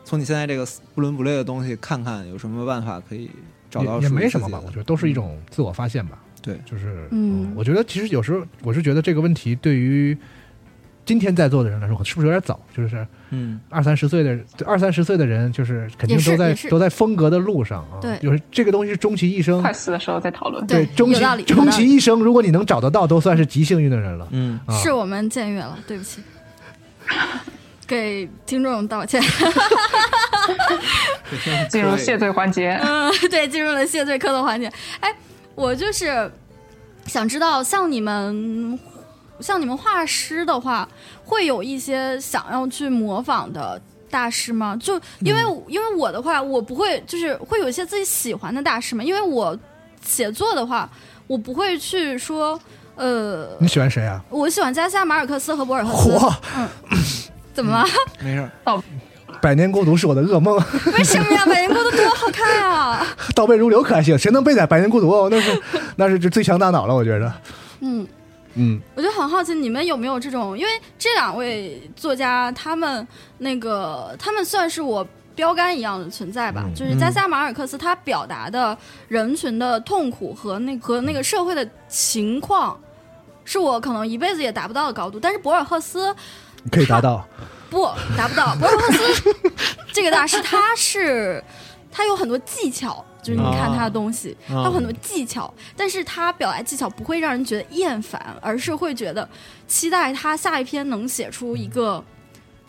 Speaker 4: 从你现在这个不伦不类的东西看看有什么办法可以找到
Speaker 2: 也也
Speaker 4: 属于
Speaker 2: 没
Speaker 4: 自
Speaker 2: 什么
Speaker 4: 己
Speaker 2: 吧，
Speaker 4: 的嗯
Speaker 2: 我觉得都是一种自我发现吧。
Speaker 4: 对
Speaker 2: 就是
Speaker 3: 嗯
Speaker 2: 我觉得其实有时候我是觉得这个问题对于今天在座的人来说，是不是有点早？就是
Speaker 4: 嗯
Speaker 2: 二三十岁的二三十岁的人，就是肯定
Speaker 3: 也是
Speaker 2: 都在
Speaker 3: 也是
Speaker 2: 都在风格的路上啊。
Speaker 3: 对
Speaker 2: 就是这个东西是终其一生
Speaker 5: 快，死的时候再讨论。
Speaker 3: 对
Speaker 2: 终
Speaker 3: 有道
Speaker 2: 其
Speaker 3: 理有道
Speaker 2: 终
Speaker 3: 理
Speaker 2: 其一生，如果你能找得到，都算是极幸运的人了。
Speaker 4: 嗯，
Speaker 2: 啊、
Speaker 3: 是我们僭越了，对不起，给听众道歉。
Speaker 5: 进入谢罪环节，
Speaker 3: 嗯， 对，进入了谢罪磕头环节。哎，我就是想知道，像你们，像你们画师的话，会有一些想要去模仿的大师吗？就因为、因为我的话，我不会，就是会有一些自己喜欢的大师嘛。因为我写作的话，我不会去说，呃，
Speaker 2: 你喜欢谁啊？
Speaker 3: 我喜欢加西亚马尔克斯和博尔赫斯。
Speaker 2: 火，
Speaker 3: 怎么了？
Speaker 4: 没事儿，
Speaker 2: 《百年孤独》是我的噩梦，
Speaker 3: 为什么呀？百年孤独多好看啊！
Speaker 2: 倒背如流可还行？谁能背载《百年孤独》？哦那是那是就最强大脑了，我觉得。
Speaker 3: 嗯。
Speaker 2: 嗯，
Speaker 3: 我就很好奇，你们有没有这种？因为这两位作家，他们那个，他们算是我标杆一样的存在吧。
Speaker 8: 嗯
Speaker 3: 就是加西亚马尔克斯，他表达的人群的痛苦和那和那个社会的情况，是我可能一辈子也达不到的高度。但是博尔赫斯
Speaker 2: 你可以达到。
Speaker 3: 不达不到，博尔赫斯这个大师，他是他有很多技巧，就是你看他的东西，他
Speaker 4: 啊
Speaker 3: 有很多技巧，但是他表达技巧不会让人觉得厌烦，而是会觉得期待他下一篇能写出一个。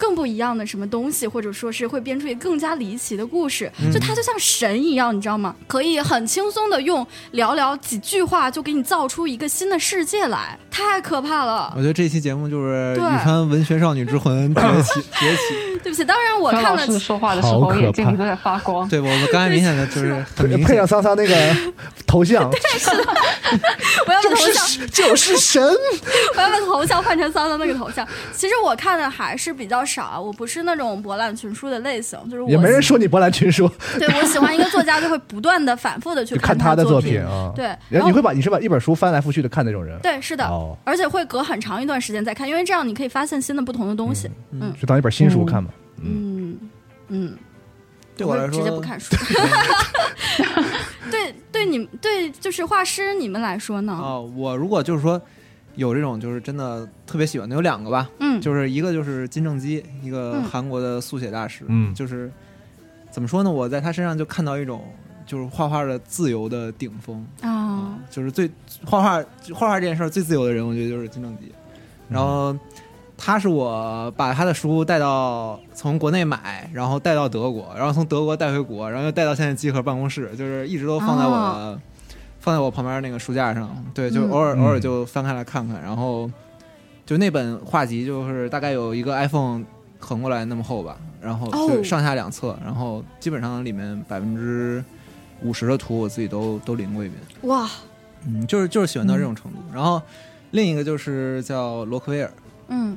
Speaker 3: 更不一样的什么东西，或者说是会编出一个更加离奇的故事，就他就像神一样，你知道吗？可以很轻松的用寥寥几句话就给你造出一个新的世界来，太可怕了
Speaker 4: 我！觉得这期节目就是
Speaker 3: 对
Speaker 4: 羽川文学少女之 魂崛起崛起。
Speaker 3: 对不起，当然我
Speaker 5: 张
Speaker 3: 看
Speaker 5: 老
Speaker 3: 了
Speaker 5: 师说话的时候，
Speaker 2: 好可
Speaker 5: 我眼睛
Speaker 2: 怕
Speaker 5: 里都在发光。
Speaker 4: 对我们刚才明显的就是 很
Speaker 2: 配
Speaker 4: 明
Speaker 2: 配
Speaker 4: 显
Speaker 2: 上，桑桑那个头像，
Speaker 3: 我要把
Speaker 2: 就
Speaker 3: 头像
Speaker 2: 是就是神。
Speaker 3: 我 要把头像换成桑桑那个头像。其实我看的还是比较少啊，我不是那种博览群书的类型，就是我
Speaker 2: 也没人说你博览群书，
Speaker 3: 对我喜欢一个作家，就会不断的反复的去
Speaker 2: 就看
Speaker 3: 他
Speaker 2: 的
Speaker 3: 作
Speaker 2: 作品啊。
Speaker 3: 对，
Speaker 2: 然
Speaker 3: 然
Speaker 2: 后
Speaker 3: 后
Speaker 2: 你会把你是把一本书翻来覆去的看那种人，
Speaker 3: 对是的，
Speaker 2: 哦
Speaker 3: 而且会隔很长一段时间再看，因为这样你可以发现新的不同的东西。嗯
Speaker 2: 就当一本新书看嘛。
Speaker 3: 嗯嗯，
Speaker 4: 对我
Speaker 3: 会
Speaker 4: 来说
Speaker 3: 直接不看书。 对对，你对就是画师你们来说呢？
Speaker 4: 哦，我如果就是说有这种就是真的特别喜欢的，有两个吧，
Speaker 3: 嗯，
Speaker 4: 就是一个就是金正基，一个
Speaker 3: 嗯
Speaker 4: 韩国的速写大师，
Speaker 2: 嗯
Speaker 4: 就是怎么说呢？我在他身上就看到一种就是画画的自由的顶峰，
Speaker 3: 啊，
Speaker 4: 就是最画画画画这件事儿最自由的人，我觉得就是金正基。然后他是我把他的书带到从国内买，然后带到德国，然后从德国带回国，然后又带到现在集合办公室，就是一直都放在我的、
Speaker 3: 哦
Speaker 4: 放在我旁边那个书架上。对，就
Speaker 3: 嗯
Speaker 4: 偶尔、
Speaker 2: 嗯
Speaker 4: 偶尔就翻开来看看。然后就那本画集，就是大概有一个 iPhone 横过来那么厚吧，然后就
Speaker 3: 哦
Speaker 4: 上下两侧，然后基本上里面百分之五十的图我自己都都临过一遍。
Speaker 3: 哇，
Speaker 4: 嗯，就是就是喜欢到这种程度。然后另一个就是叫罗克威尔，
Speaker 3: 嗯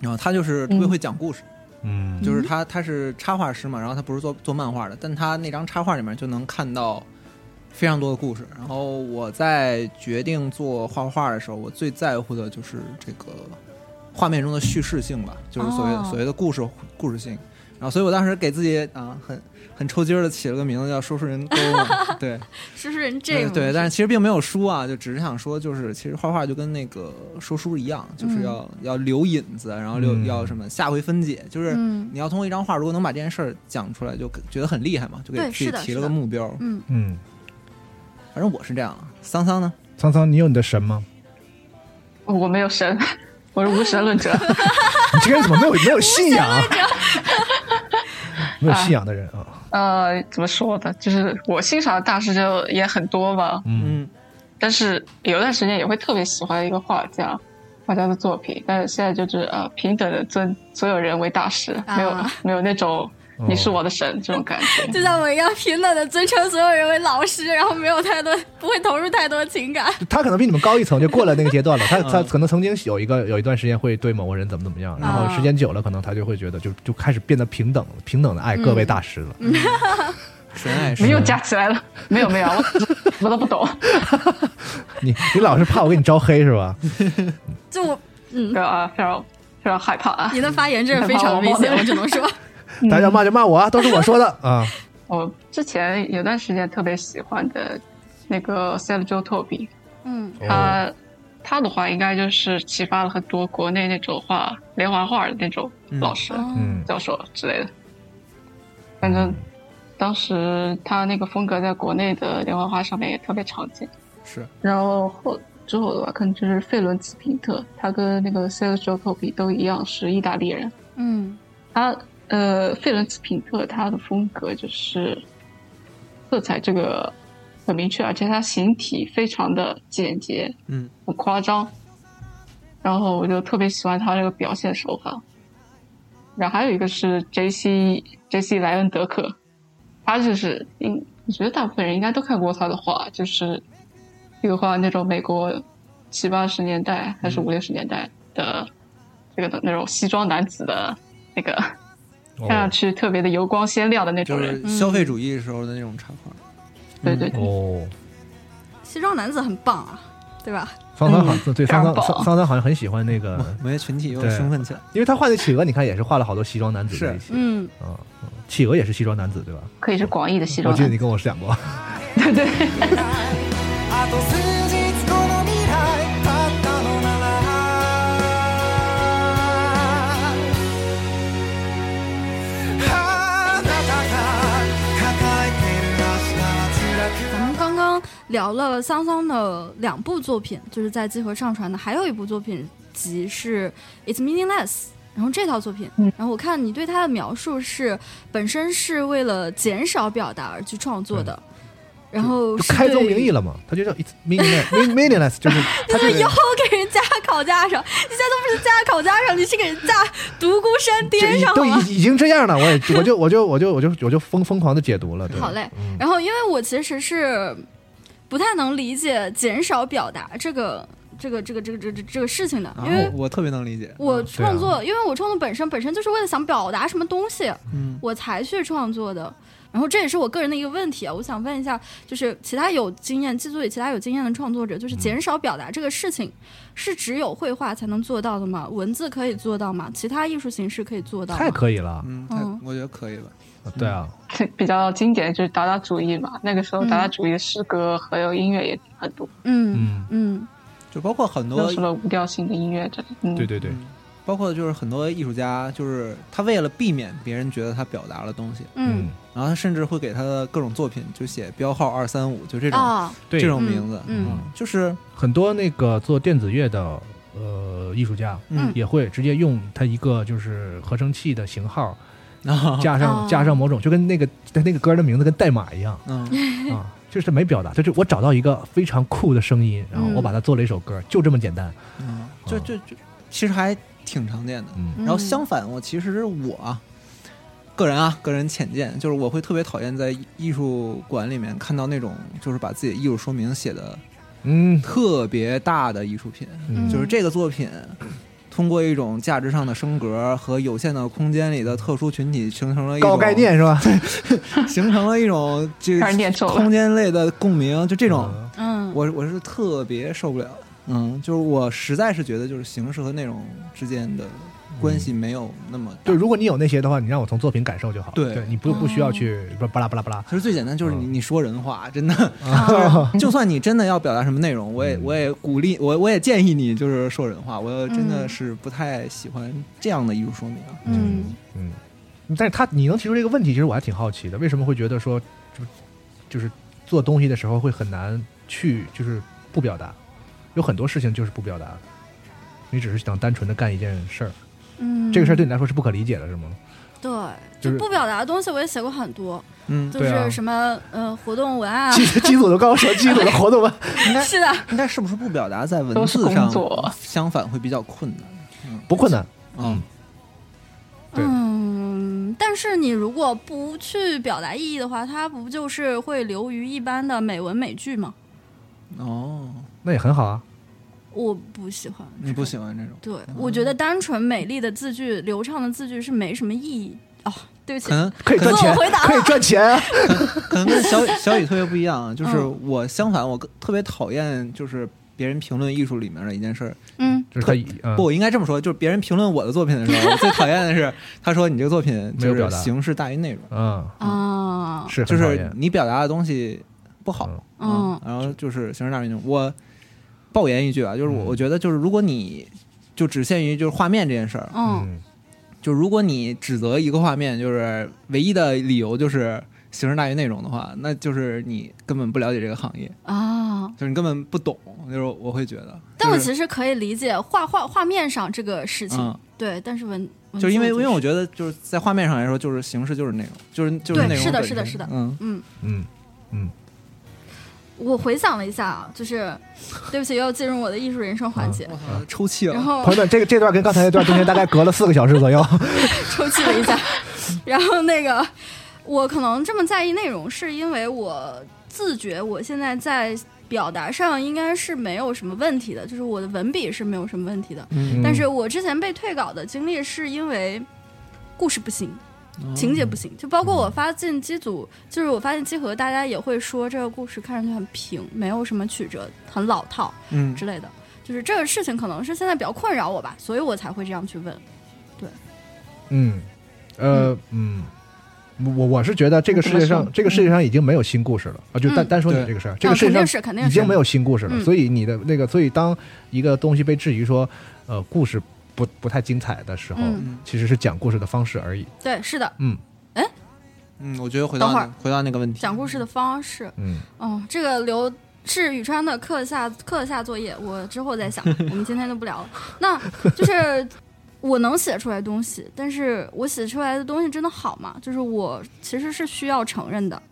Speaker 4: 然后他就是特别会讲故事，
Speaker 2: 嗯
Speaker 4: 就是他他是插画师嘛，然后他不是做做漫画的，但他那张插画里面就能看到非常多的故事。然后我在决定做画画的时候，我最在乎的就是这个画面中的叙事性吧，就是所谓的、
Speaker 3: 哦
Speaker 4: 所谓的故事故事性。然后，所以我当时给自己啊很很抽筋儿的起了个名字叫“说书人沟”嘛，对，
Speaker 3: 是不是人这
Speaker 2: 呃
Speaker 4: 对
Speaker 3: 个
Speaker 4: 哎对，但是其实并没有输啊，就只是想说，就是其实画画就跟那个说书一样，
Speaker 3: 嗯
Speaker 4: 就是要、要留引子，然后留、
Speaker 2: 嗯
Speaker 4: 要什么下回分解，就是
Speaker 3: 嗯
Speaker 4: 你要通过一张画，如果能把这件事儿讲出来，就觉得很厉害嘛，就给
Speaker 3: 对
Speaker 4: 自己
Speaker 3: 是的
Speaker 4: 提了
Speaker 3: 是的
Speaker 4: 个目标。
Speaker 3: 嗯，
Speaker 2: 嗯，
Speaker 4: 反正我是这样，啊桑桑呢？
Speaker 2: 苍苍，你有你的神吗？
Speaker 5: 我没有神，我是无神论 者。
Speaker 2: 你这个人怎么没有没有信仰啊？ 没有信仰的人啊，
Speaker 5: 呃，怎么说呢？就是我欣赏的大师就也很多嘛，
Speaker 2: 嗯，
Speaker 4: 嗯
Speaker 5: 但是有段时间也会特别喜欢一个画家，画家的作品，但是现在就是呃，平等的尊所有人为大师，没有、
Speaker 3: 啊
Speaker 5: 没有那种
Speaker 2: 哦
Speaker 5: 你是我的神、这种感觉。
Speaker 3: 就像我一样平等的尊称所有人为老师，然后没有太多不会投入太多情感。
Speaker 2: 他可能比你们高一层，就过了那个阶段了。他他
Speaker 4: 嗯
Speaker 2: 可能曾经有一个有一段时间会对某个人怎么怎么样，然后时间久了，可能他就会觉得就就开始变得平等平等的爱各位大师了。
Speaker 4: 纯爱是
Speaker 5: 没有加起来了，没有没有，我什么都不懂。
Speaker 2: 你你老是怕我给你招黑是吧？
Speaker 3: 就我，嗯
Speaker 5: 对，啊，非常非常害怕啊！
Speaker 3: 你的发言真是非常 危险，我只能说，
Speaker 2: 大家骂就骂我啊，都是我说的啊。
Speaker 5: 我之前有段时间特别喜欢的那个 Sergio Tobi，
Speaker 3: 嗯
Speaker 5: 他、他的话应该就是启发了很多国内那种画连环画的那种老师、
Speaker 2: 嗯
Speaker 5: 教授之类的。反正当时他那个风格在国内的连环画上面也特别常见。
Speaker 4: 是
Speaker 5: 然后后之后的话，可能就是费伦茨皮特，他跟那个 Sergio Tobi 都一样是意大利人。
Speaker 3: 嗯
Speaker 5: 他呃，费伦茨品特他的风格就是色彩这个很明确，而且他形体非常的简洁，
Speaker 4: 嗯，
Speaker 5: 很夸张。然后我就特别喜欢他这个表现手法。然后还有一个是 J.C. J.C. 莱恩德克，他就是应我觉得大部分人应该都看过他的画，就是这个画那种美国七八十年代还
Speaker 4: 嗯
Speaker 5: 是五六十年代的这个那种西装男子的那个看
Speaker 3: 哦
Speaker 5: 上去特别的油光鲜亮的那
Speaker 4: 哦就
Speaker 5: 种人，
Speaker 3: 嗯
Speaker 4: 是嗯消费主义时候的那种插画。
Speaker 5: 对对对，
Speaker 2: 哦，
Speaker 3: 西装男子很棒啊，对吧？
Speaker 2: 桑桑好像对桑桑桑
Speaker 3: 嗯
Speaker 5: 这样爆
Speaker 2: 桑桑好像很喜欢那个，
Speaker 4: 我们群体又
Speaker 2: 对
Speaker 4: 兴奋起来，
Speaker 2: 因为他画的企鹅，你看也是画了好多西装男子在
Speaker 4: 是
Speaker 2: 一起
Speaker 3: 嗯，
Speaker 2: 啊。嗯企鹅也是西装男子对吧？
Speaker 5: 可以是广义的西
Speaker 2: 我
Speaker 5: 装
Speaker 2: 记得
Speaker 5: 男
Speaker 2: 你跟我讲过，
Speaker 7: あと数日この未来だったのならあなたが抱えてる明日は
Speaker 3: 咱们刚刚聊了桑桑的两部作品，就是在集合上传的，还有一部作品集是《It's Meaningless》。然后这套作品，
Speaker 2: 嗯
Speaker 3: 然后我看你对它的描述是，本身是为了减少表达而去创作的，然后
Speaker 2: 嗯就是开宗
Speaker 3: 对
Speaker 2: 明义了嘛，他就叫 it's meaningless meaningless，就是他 就是
Speaker 3: 又给人架烤架上，你现在都不是架烤架上，你是给人架独孤山
Speaker 2: 这
Speaker 3: 巅上好
Speaker 2: 都
Speaker 3: 吗？
Speaker 2: 已已经这样了，我也我就 我就我就我就我就疯疯狂的解读了，对，嗯
Speaker 3: 好嘞。然后因为我其实是不太能理解减少表达这个这个这个这个这个这个事情的，
Speaker 4: 然
Speaker 3: 因为
Speaker 4: 后啊我特别能理解。
Speaker 3: 我
Speaker 2: 对啊
Speaker 3: 创作，因为我创作本身本身就是为了想表达什么东西，
Speaker 4: 嗯，
Speaker 3: 我才去创作的。然后这也是我个人的一个问题啊，我想问一下，就是其他有经验、剧组里其他有经验的创作者，
Speaker 2: 嗯
Speaker 3: 就是减少表达这个事情，是只有绘画才能做到的吗？文字可以做到吗？其他艺术形式可以做到吗？
Speaker 2: 太可以了，
Speaker 4: 嗯，太
Speaker 3: 嗯
Speaker 4: 我觉得可以吧。
Speaker 2: 对啊，
Speaker 5: 的，比较经典就是达达主义嘛。那个时候
Speaker 3: 嗯
Speaker 5: 达达主义的诗歌还有音乐也很多，
Speaker 3: 嗯
Speaker 2: 嗯，
Speaker 3: 嗯
Speaker 4: 就包括很
Speaker 5: 都
Speaker 4: 多
Speaker 5: 是了无调性的音乐这里。嗯，
Speaker 2: 对对对，
Speaker 4: 包括就是很多艺术家，就是他为了避免别人觉得他表达了东西，
Speaker 3: 嗯
Speaker 4: 然后他甚至会给他的各种作品就写标号二三五，就这种、
Speaker 3: 啊，
Speaker 2: 对
Speaker 4: 这种名字，
Speaker 3: 嗯
Speaker 2: 嗯
Speaker 4: 就是
Speaker 2: 很多那个做电子乐的呃艺术家
Speaker 4: 嗯
Speaker 2: 也会直接用他一个就是合成器的型号
Speaker 4: 啊，
Speaker 2: 加上
Speaker 3: 哦
Speaker 2: 加上某种，就跟那个他那个歌的名字跟代码一样
Speaker 4: 嗯，
Speaker 2: 啊。就是没表达，就是我找到一个非常酷的声音，然后我把它做了一首歌，就这么简单。
Speaker 4: 嗯就就就其实还挺常见的。
Speaker 2: 哦嗯
Speaker 4: 然后相反，我其实我啊个人啊，个人浅见，就是我会特别讨厌在艺术馆里面看到那种就是把自己的艺术说明写的
Speaker 2: 嗯
Speaker 4: 特别大的艺术品，
Speaker 2: 嗯
Speaker 4: 就是这个作品。通过一种价值上的升格和有限的空间里的特殊群体，形成了一种
Speaker 2: 高概，念是 吧？
Speaker 4: 形成了一种这
Speaker 5: 开始念咒了
Speaker 4: 空间类的共鸣，就这种，
Speaker 3: 嗯，
Speaker 4: 我我是特别受不了的。嗯，就是我实在是觉得，就是形式和内容之间的关系没有那么大。
Speaker 2: 对，如果你有那些的话，你让我从作品感受就好。
Speaker 4: 对
Speaker 2: 你不不需要去不巴拉巴拉巴拉。
Speaker 4: 其实最简单就是你
Speaker 2: 嗯
Speaker 4: 你说人话，真的，
Speaker 3: 啊
Speaker 4: 就算你真的要表达什么内容，我
Speaker 2: 嗯
Speaker 4: 也我也鼓励我我也建议你就是说人话。我真
Speaker 2: 嗯
Speaker 4: 的是不太喜欢这样的艺术说明。
Speaker 3: 嗯
Speaker 2: 嗯，但是他你能提出这个问题，其实我还挺好奇的，为什么会觉得说就就是做东西的时候会很难去就是不表达，有很多事情就是不表达的，你只是想单纯的干一件事儿，
Speaker 3: 嗯，
Speaker 2: 这个事儿对你来说是不可理解的，是吗？
Speaker 3: 对，
Speaker 2: 就
Speaker 3: 就是不表达的东西我也写过很多，
Speaker 4: 嗯，
Speaker 3: 就
Speaker 2: 对啊
Speaker 3: 是什么嗯活动文案啊
Speaker 2: 其，实机组都刚刚说机组的活动 吧，
Speaker 4: 应该
Speaker 3: 是的，
Speaker 4: 应该是不是不表达在文
Speaker 5: 都是
Speaker 4: 字上
Speaker 5: 工作，
Speaker 4: 相反会比较困难。
Speaker 2: 不困难，
Speaker 4: 嗯，
Speaker 2: 对
Speaker 3: 嗯，但是你如果不去表达意义的话，它不就是会流于一般的美文美剧吗？
Speaker 4: 哦，
Speaker 2: 那也很好啊。
Speaker 3: 我不喜欢。
Speaker 4: 你不喜欢这种。
Speaker 3: 对，我觉得单纯美丽的字句、流畅的字句是没什么意义哦，对不起
Speaker 4: 可，能
Speaker 2: 可以赚钱
Speaker 3: 自我回答，了
Speaker 2: 可以赚钱啊！
Speaker 4: 可能跟小 雨小雨特别不一样
Speaker 5: 嗯
Speaker 4: 啊，就是我相反，我更特别讨厌就是别人评论艺术里面的一件事儿。
Speaker 3: 嗯，
Speaker 2: 就是他以
Speaker 4: 不，
Speaker 2: 嗯，
Speaker 4: 我应该这么说，就是别人评论我的作品的时 候，我最讨厌的是他说你这个作品
Speaker 2: 没有
Speaker 4: 就
Speaker 2: 表
Speaker 4: 是
Speaker 2: 达
Speaker 4: 形式大于内容，
Speaker 2: 嗯，
Speaker 3: 啊，
Speaker 2: 是
Speaker 4: 就
Speaker 2: 很讨
Speaker 4: 是
Speaker 2: 厌
Speaker 4: 你表达的东西不好，
Speaker 3: 嗯
Speaker 4: 然后就是形式大于内容。我爆言一句啊，就是我
Speaker 2: 嗯
Speaker 4: 我觉得就是如果你就只限于就是画面这件事儿，
Speaker 3: 嗯，
Speaker 2: 嗯
Speaker 4: 就如果你指责一个画面，就是唯一的理由就是形式大于内容的话，那就是你根本不了解这个行业。
Speaker 3: 啊。
Speaker 4: 就是你根本不懂，就是我会觉得。
Speaker 3: 但我
Speaker 4: 就是
Speaker 3: 其实可以理解画画画面上这个事情
Speaker 4: 嗯，
Speaker 3: 对，但是文文
Speaker 4: 就是因为
Speaker 3: 字
Speaker 4: 因为我
Speaker 3: 是
Speaker 4: 觉得就是在画面上来说，就是形式就是内容，就是就是
Speaker 3: 对
Speaker 4: 内容
Speaker 3: 是的
Speaker 4: 本
Speaker 3: 是的
Speaker 4: 身
Speaker 3: 是的
Speaker 4: 嗯，
Speaker 3: 嗯，
Speaker 2: 嗯嗯，
Speaker 3: 我回想了一下啊，就是 对不起，又进入我的艺术人生环节，
Speaker 4: 啊抽泣
Speaker 3: 然
Speaker 4: 了。
Speaker 3: 后
Speaker 2: 朋友们，这个这段跟刚才那段中间大概隔了四个小时左 右，
Speaker 3: 抽泣了一下， 然后那个我可能这么在意内容，是因为我自觉我现在在表达上应该是没有什么问题的，就是我的文笔是没有什么问题的。
Speaker 4: 嗯
Speaker 3: 但是我之前被退稿的经历是因为故事不行，情节不行，就包括我发进机组，就是我发现机核大家也会说这个故事看上去很平，没有什么曲折，很老套
Speaker 4: 嗯，
Speaker 3: 之类的。就是这个事情可能是现在比较困扰我吧，所以我才会这样去问。
Speaker 2: 嗯，呃，嗯，我我是觉得这个世界
Speaker 5: 怎么
Speaker 2: 上，
Speaker 5: 说
Speaker 2: 这个世界上已经没有新故事了啊！就单
Speaker 3: 嗯
Speaker 2: 单说你
Speaker 4: 对
Speaker 2: 这个事儿，这个世界
Speaker 3: 啊、肯
Speaker 2: 上
Speaker 3: 定是肯定
Speaker 2: 已
Speaker 3: 是
Speaker 2: 经没有新故事了，
Speaker 3: 嗯
Speaker 2: 所以你的那个，所以当一个东西被质疑说，呃，故事不不太精彩的时候，
Speaker 3: 嗯
Speaker 4: 嗯
Speaker 2: 其实是讲故事的方式而已。
Speaker 3: 对，是的，
Speaker 2: 嗯
Speaker 4: 嗯，我觉得回
Speaker 3: 等会
Speaker 4: 到
Speaker 3: 儿
Speaker 4: 回到那个问题，
Speaker 3: 讲故事的方式。
Speaker 2: 嗯，
Speaker 3: 哦，这个留是宇川的课下课下作业，我之后再想。我们今天就不聊了。那就是我能写出来东西，但是我写出来的东西真的好吗？就是我其实是需要承认的。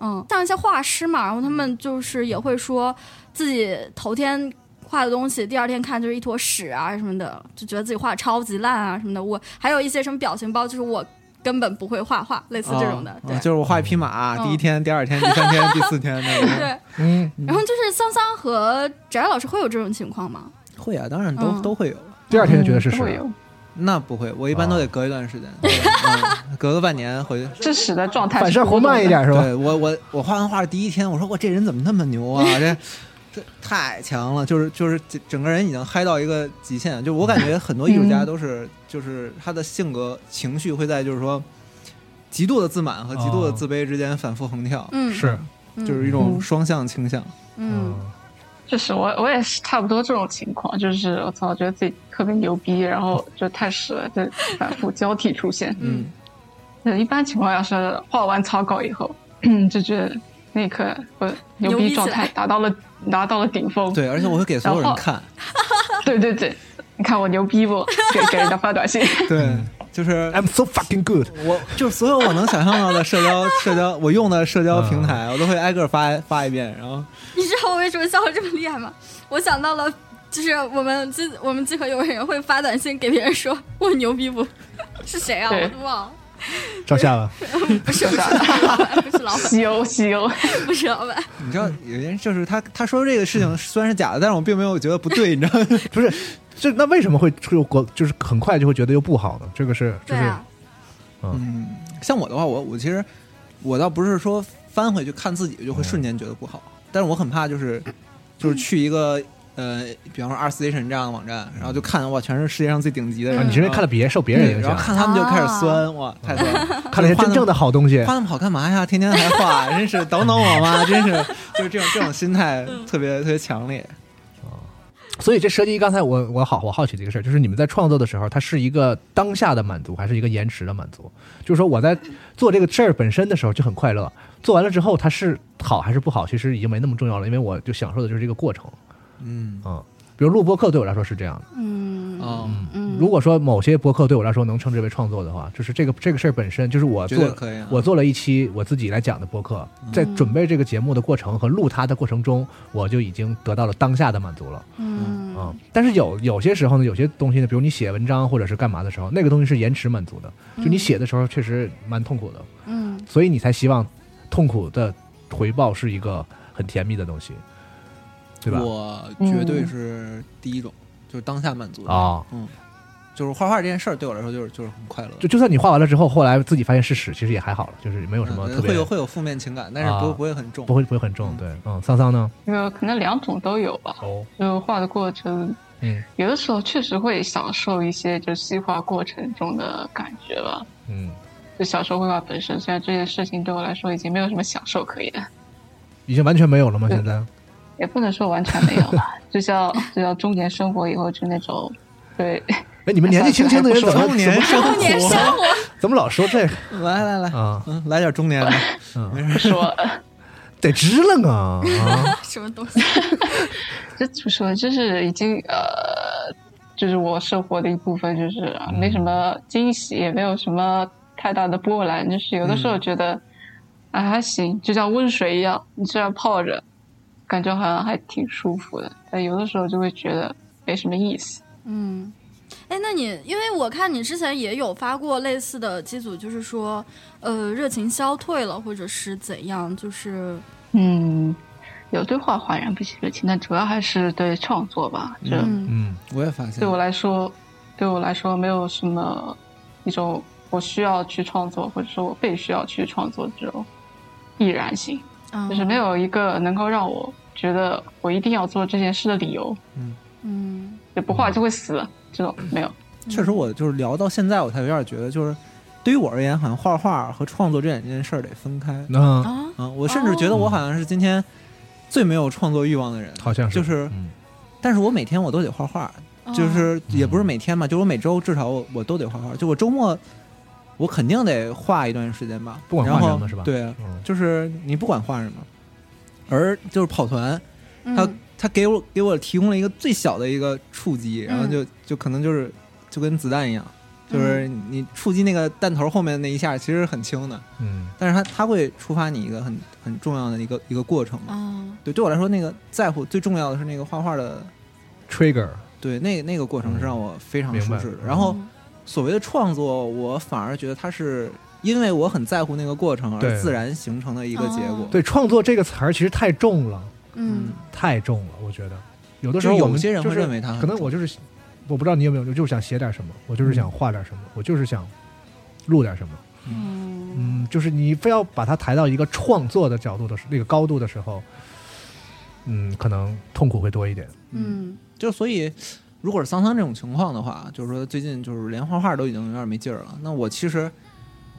Speaker 3: 嗯，像一些画师嘛，然后他们就是也会说自己头天画的东西，第二天看就是一坨屎啊什么的，就觉得自己画的超级烂啊什么的。我还有一些什么表情包，就是我根本不会画画，类似这种的。
Speaker 4: 啊
Speaker 3: 对
Speaker 4: 啊，就是我画一匹马，
Speaker 3: 嗯
Speaker 4: 第一天、第二天、第三天、第四天那个。
Speaker 3: 对，嗯，然后就是桑桑和翟老师会有这种情况吗？
Speaker 4: 会啊，当然都
Speaker 3: 嗯
Speaker 4: 都会有。
Speaker 2: 第二天就觉得是
Speaker 5: 不嗯会
Speaker 2: 屎，
Speaker 5: 有，
Speaker 4: 那不会，我一般都得隔一段时 间，嗯隔个半年回去。
Speaker 5: 致死的状态是
Speaker 2: 反射弧慢一点是吧？
Speaker 4: 对我我我画完画的第一天，我说我这人怎么那么牛啊？这这太强了，就是就是整整个人已经嗨到一个极限。就我感觉很多艺术家都是，就是他的性格情绪会在就是说极度的自满和极度的
Speaker 2: 哦
Speaker 4: 自卑之间反复横跳，
Speaker 3: 嗯，
Speaker 2: 是，
Speaker 3: 嗯，
Speaker 4: 就是一种双向倾向。
Speaker 3: 嗯
Speaker 5: 就是我我也是差不多这种情况，就是我操，觉得自己特别牛逼，然后就太屎了，就反复交替出现。
Speaker 4: 嗯，
Speaker 5: 呃，一般情况下是画完草稿以后， 就觉得那一刻我牛
Speaker 3: 牛逼
Speaker 5: 逼
Speaker 3: 起
Speaker 5: 状态
Speaker 3: 来
Speaker 5: 达到了达到了顶峰。
Speaker 4: 对，而且我会给所有
Speaker 5: 然
Speaker 4: 人
Speaker 5: 后
Speaker 4: 看，
Speaker 5: 对对对，你看我牛逼不？给给人家 发短信。
Speaker 4: 对，就是
Speaker 2: ，I'm so fucking good。
Speaker 4: 我就是所有我能想象到的社交社交我用的社交平台，我都会挨个发发一遍，然后
Speaker 3: 你知道我为什么笑得这么厉害吗？我想到了，就是我们集我们集合有人会发短信给别人说我牛逼不？ 是谁啊？
Speaker 5: 对
Speaker 3: 我都忘了，
Speaker 2: 照下了，
Speaker 3: 不是不是老板，不是老板，
Speaker 5: 啊西欧西欧，
Speaker 3: 不是老板，
Speaker 4: 你知道，有些人就是他他说这个事
Speaker 2: 嗯
Speaker 4: 情虽然是假的，但是我并没有觉得不 对，你知道吗？
Speaker 2: 不是，这那为什么会出国？就是很快就会觉得又不好呢？这个是就
Speaker 3: 对
Speaker 2: 是
Speaker 3: 啊，
Speaker 4: 嗯，像我的话，我我其实我倒不是说翻回去看自己就会瞬间觉得不好，
Speaker 2: 嗯
Speaker 4: 但是我很怕就是就是去一个呃，比方说 R Station 这样的网站，然后就看哇，全是世界上最顶级的
Speaker 2: 嗯
Speaker 4: 人，
Speaker 2: 啊，你是因为看了别受别人
Speaker 4: 对，
Speaker 2: 影
Speaker 4: 嗯然
Speaker 2: 响
Speaker 4: 后，看他们就开始酸，哇，太酸了，
Speaker 2: 啊 看了一些真正的好东西，
Speaker 4: 画那么好干嘛呀？天天还画，真是等等我嘛，真是就是这种这种心态特别特别强烈。
Speaker 2: 所以这涉及刚才我我好我好奇的一个事儿，就是你们在创作的时候，它是一个当下的满足，还是一个延迟的满足？就是说我在做这个事儿本身的时候就很快乐，做完了之后它是好还是不好，其实已经没那么重要了，因为我就享受的就是这个过程
Speaker 4: 嗯
Speaker 2: 啊、嗯。比如录播客对我来说是这样的，
Speaker 3: 嗯
Speaker 4: 哦，
Speaker 3: 嗯，
Speaker 2: 如果说某些播客对我来说能称之为创作的话，就是这个这个事儿本身，就是我
Speaker 4: 绝
Speaker 2: 做
Speaker 4: 对可以啊嗯
Speaker 2: 我做了一期我自己来讲的播客，在准备这个节目的过程和录它的过程中，我就已经得到了当下的满足了。
Speaker 3: 嗯
Speaker 2: 啊、但是有有些时候呢，有些东西呢，比如你写文章或者是干嘛的时候，那个东西是延迟满足的，就
Speaker 4: 嗯
Speaker 2: 你写的时候确实蛮痛苦的，
Speaker 3: 嗯
Speaker 2: 所以你才希望痛苦的回报是一个很甜蜜的东西，对吧？
Speaker 5: 嗯
Speaker 4: 我绝对是第一种，就是当下满足的
Speaker 2: 啊、
Speaker 4: 嗯就是画画这件事儿对我来说就是就是很快乐。
Speaker 2: 就就算你画完了之后，后来自己发现是屎，其实也还好了，就是没有什么
Speaker 4: 嗯
Speaker 2: 特别
Speaker 4: 会有会有负面情感，但是不、
Speaker 2: 啊
Speaker 4: 不会很重
Speaker 2: 不。会不会很重。对，嗯，桑桑呢？
Speaker 5: 因为可能两种都有吧。
Speaker 2: 哦，
Speaker 5: 就画的过程，
Speaker 2: 嗯
Speaker 5: 有的时候确实会享受一些就细化过程中的感觉吧。
Speaker 2: 嗯，
Speaker 5: 就小时候绘画本身，虽然这件事情对我来说已经没有什么享受可言，
Speaker 2: 已经完全没有了吗？
Speaker 5: 对
Speaker 2: 现在？
Speaker 5: 也不能说完全没有吧。 就像就像中年生活以后，就那种对
Speaker 2: 哎，你们年纪轻轻的人怎么
Speaker 4: 中年生
Speaker 3: 中年生
Speaker 4: 活，
Speaker 3: 活，
Speaker 2: 怎么老说这个
Speaker 4: 来来来，
Speaker 2: 啊？
Speaker 4: 嗯，来点 中年的，
Speaker 2: 嗯，
Speaker 5: 说，
Speaker 2: 得支棱啊！啊
Speaker 3: 什么东西？
Speaker 5: 这怎么说，就是已经呃，就是我生活的一部分，就是、啊没什么惊喜，也没有什么太大的波澜，就是有的时候觉得、啊还行，就像温水一样，你这样泡着，感觉好像还挺舒服的，但有的时候就会觉得没什么意思。
Speaker 3: 嗯，哎，那你因为我看你之前也有发过类似的机组，就是说，呃，热情消退了，或者是怎样，就是
Speaker 5: 嗯，有对话焕然不起热情，但主要还是对创作吧，就。
Speaker 3: 嗯
Speaker 2: 嗯
Speaker 4: 我也发现
Speaker 5: 对我来说，对我来说没有什么一种我需要去创作，或者说我被需要去创作这种必然性，
Speaker 3: 啊
Speaker 5: 就是没有一个能够让我觉得我一定要做这件事的理由，
Speaker 3: 嗯
Speaker 5: 就不画就会死这种没有。
Speaker 4: 确实，我就是聊到现在，我才有点觉得，就是对于我而言，好像画画和创作这两件事儿得分开。
Speaker 2: 那哦
Speaker 3: 啊，
Speaker 4: 啊，我甚至觉得我好像是今天最没有创作欲望的人，
Speaker 2: 好像是
Speaker 4: 就是，
Speaker 2: 嗯
Speaker 4: 但是我每天我都得画画，
Speaker 3: 啊哦
Speaker 4: 就是也不是每天嘛，就是我每周至少我我都得画画，就我周末我肯定得画一段时间吧，
Speaker 2: 不管
Speaker 4: 然
Speaker 2: 画
Speaker 4: 后
Speaker 2: 什么是吧
Speaker 4: 对啊，
Speaker 2: 嗯
Speaker 4: 就是你不管画什么，而就是跑团，他
Speaker 3: 嗯
Speaker 4: 他给我给我提供了一个最小的一个触及，然后就就可能就是就跟子弹一样，就是你触及那个弹头后面那一下其实很轻的，
Speaker 2: 嗯
Speaker 4: 但是它它会触发你一个很很重要的一个一个过程嘛。
Speaker 3: 啊，
Speaker 4: 对，对我来说，那个在乎最重要的是那个画画的，
Speaker 2: ，trigger
Speaker 4: 对那那个过程是让我非常
Speaker 2: 嗯明
Speaker 4: 舒
Speaker 2: 白
Speaker 4: 适的。
Speaker 2: 嗯
Speaker 4: 然后所谓的创作，我反而觉得它是因为我很在乎那个过程
Speaker 2: 对
Speaker 4: 而自然形成的一个结果
Speaker 3: 哦。
Speaker 2: 对创作这个词儿其实太重了，
Speaker 3: 嗯
Speaker 2: 太重了，我觉得有的时
Speaker 4: 就
Speaker 2: 候
Speaker 4: 是
Speaker 2: 我
Speaker 4: 有
Speaker 2: 们
Speaker 4: 些人
Speaker 2: 就
Speaker 4: 会
Speaker 2: 是
Speaker 4: 认为它很
Speaker 2: 可能我就是我不知道你有没有，我就是想写点什么，我就是想画点什么，
Speaker 4: 嗯
Speaker 2: 我就是想录点什么。
Speaker 3: 嗯
Speaker 2: 嗯，就是你非要把它抬到一个创作的角度的时那个高度的时候，嗯，可能痛苦会多一点。
Speaker 3: 嗯
Speaker 4: 就所以，如果是桑桑这种情况的话，就是说最近就是连画画都已经有点没劲儿了。那我其实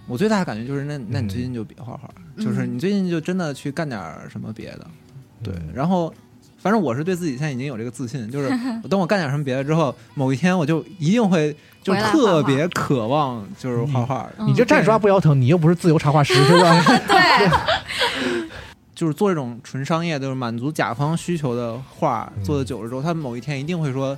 Speaker 4: 我最大的感觉就是那，那
Speaker 2: 嗯
Speaker 4: 你最近就别画画，
Speaker 3: 嗯
Speaker 4: 就是你最近就真的去干点儿什么别的。对，
Speaker 2: 嗯
Speaker 3: 嗯
Speaker 4: 然后反正我是对自己现在已经有这个自 信，就是我等我干点什么别的之后，某一天我就一定会就
Speaker 3: 回来画画
Speaker 4: 特别渴望就是画画，
Speaker 3: 嗯
Speaker 2: 你这站
Speaker 4: 啊
Speaker 2: 刷不腰疼，你又不是自由插 画师是吧？
Speaker 4: 就是做这种纯商业，就是满足甲方需求的画，
Speaker 2: 嗯
Speaker 4: 做的久了之后，他某一天一定会说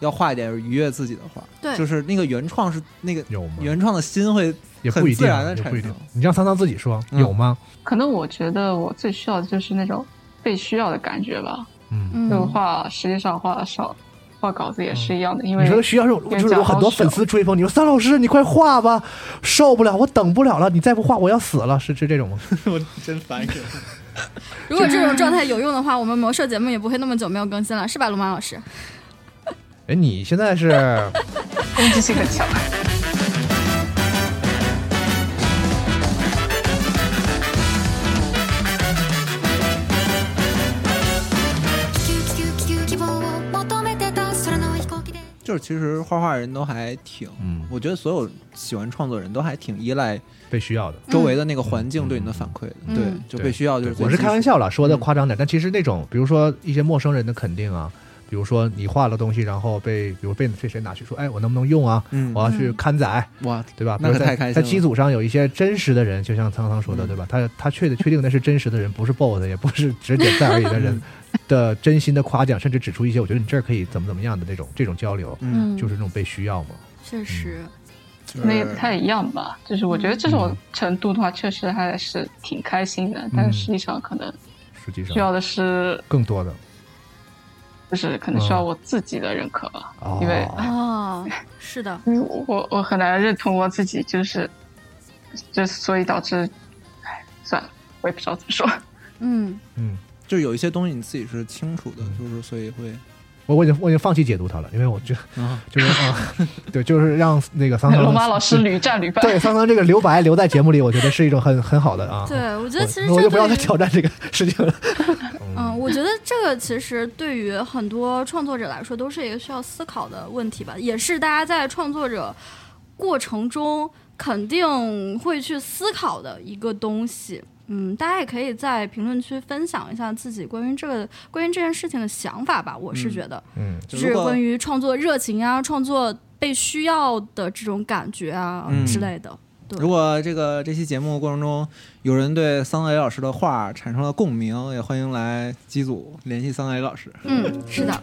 Speaker 4: 要画一点愉悦自己的画。
Speaker 3: 对
Speaker 4: 就是那个原创是那个
Speaker 2: 有吗？
Speaker 4: 原创的心会
Speaker 2: 也不一
Speaker 4: 很自
Speaker 2: 定
Speaker 4: 然，的
Speaker 2: 也不
Speaker 4: 产
Speaker 2: 一定
Speaker 4: 生。。
Speaker 2: 你让桑桑自己说
Speaker 4: 嗯
Speaker 2: 有吗？
Speaker 5: 可能我觉得我最需要的就是那种被需要的感觉吧。
Speaker 2: 嗯，
Speaker 3: 嗯
Speaker 5: 就画，实际上画的少，画稿子也是一样的，因为
Speaker 2: 你说徐教授，就
Speaker 5: 演
Speaker 2: 是
Speaker 5: 讲
Speaker 2: 有很多
Speaker 5: 好手
Speaker 2: 粉丝追捧你说桑老师，你快画吧，受不了，我等不了了，你再不画我要死了，是是这种吗？
Speaker 3: 如果这种状态有用的话，我们魔兽节目也不会那么久没有更新了，是吧，鲁莽老师？
Speaker 2: 哎，你现在 是
Speaker 5: 攻击性很强。
Speaker 1: キュキュキュ希望を求めてた空の飛行機で
Speaker 4: 就是其实画画人都还挺，
Speaker 2: 嗯
Speaker 4: 我觉得所有喜欢创作人都还挺依赖
Speaker 2: 被需要的。
Speaker 4: 周围的那个环境对你的反馈的，
Speaker 3: 嗯
Speaker 4: 对
Speaker 3: 嗯，
Speaker 4: 就被需要就是
Speaker 2: 嗯
Speaker 4: 最
Speaker 2: 我是开玩
Speaker 4: 基础
Speaker 2: 笑了，说的夸张点，但其实那种，比如说一些陌生人的肯定啊，比如说你画了东西，然后被，比如被被谁拿去说，哎，我能不能用啊？
Speaker 4: 嗯
Speaker 2: 我要去刊载，
Speaker 4: 哇，
Speaker 2: 对吧？
Speaker 4: 那可
Speaker 2: 比如在
Speaker 4: 太开心了
Speaker 2: 在机组上有一些真实的人，就像苍苍说的，
Speaker 4: 嗯
Speaker 2: 对吧？他他确确定那是真实的人，不是 bot，也不是只点赞而已的人
Speaker 4: 嗯
Speaker 2: 的真心的夸奖，甚至指出一些我觉得你这儿可以怎么怎么样的那种这种交流，
Speaker 4: 嗯，
Speaker 2: 就是那种被需要嘛。
Speaker 3: 确实，
Speaker 4: 就是
Speaker 5: 那也不太一样吧。就是我觉得这
Speaker 2: 嗯
Speaker 5: 种程度的话，确实还是挺开心的，但实际上可能
Speaker 2: 实际
Speaker 5: 需要
Speaker 2: 上
Speaker 5: 的是，
Speaker 2: 更多的
Speaker 5: 就是可能需要我自己的认可吧，
Speaker 2: 嗯哦，
Speaker 5: 因为
Speaker 3: 哦，是的，
Speaker 5: 因为我我很难认同我自己，就是，就所以导致，哎，算了，我也不知道怎么说。
Speaker 3: 嗯
Speaker 2: 嗯。
Speaker 4: 就是有一些东西你自己是清楚的，就是所以会
Speaker 2: 我我我已经我已经放弃解读它了，因为我觉得
Speaker 4: 啊
Speaker 2: 就是啊，对，就是让那个桑桑
Speaker 5: 罗马老师屡战屡败。
Speaker 2: 嗯对桑桑这个留白留在节目里，我觉得是一种很很好的啊。
Speaker 3: 对，我觉得其实
Speaker 2: 我我
Speaker 3: 这
Speaker 2: 就不要
Speaker 3: 对
Speaker 2: 再
Speaker 3: 于
Speaker 2: 挑战这个事情了。
Speaker 3: 嗯，我觉得这个其实对于很多创作者来说都是一个需要思考的问题吧，也是大家在创作者过程中肯定会去思考的一个东西。嗯，大家也可以在评论区分享一下自己关于这个关于这件事情的想法吧。我是觉得，
Speaker 2: 嗯，
Speaker 4: 就
Speaker 3: 就
Speaker 4: 如
Speaker 3: 是
Speaker 4: 果
Speaker 3: 关于创作热情啊、创作被需要的这种感觉啊、
Speaker 4: 嗯
Speaker 3: 之类的。对
Speaker 4: 如果这个这期节目过程中有人对桑雷老师的画产生了共鸣，也欢迎来机组联系桑雷老师。
Speaker 3: 嗯，是的。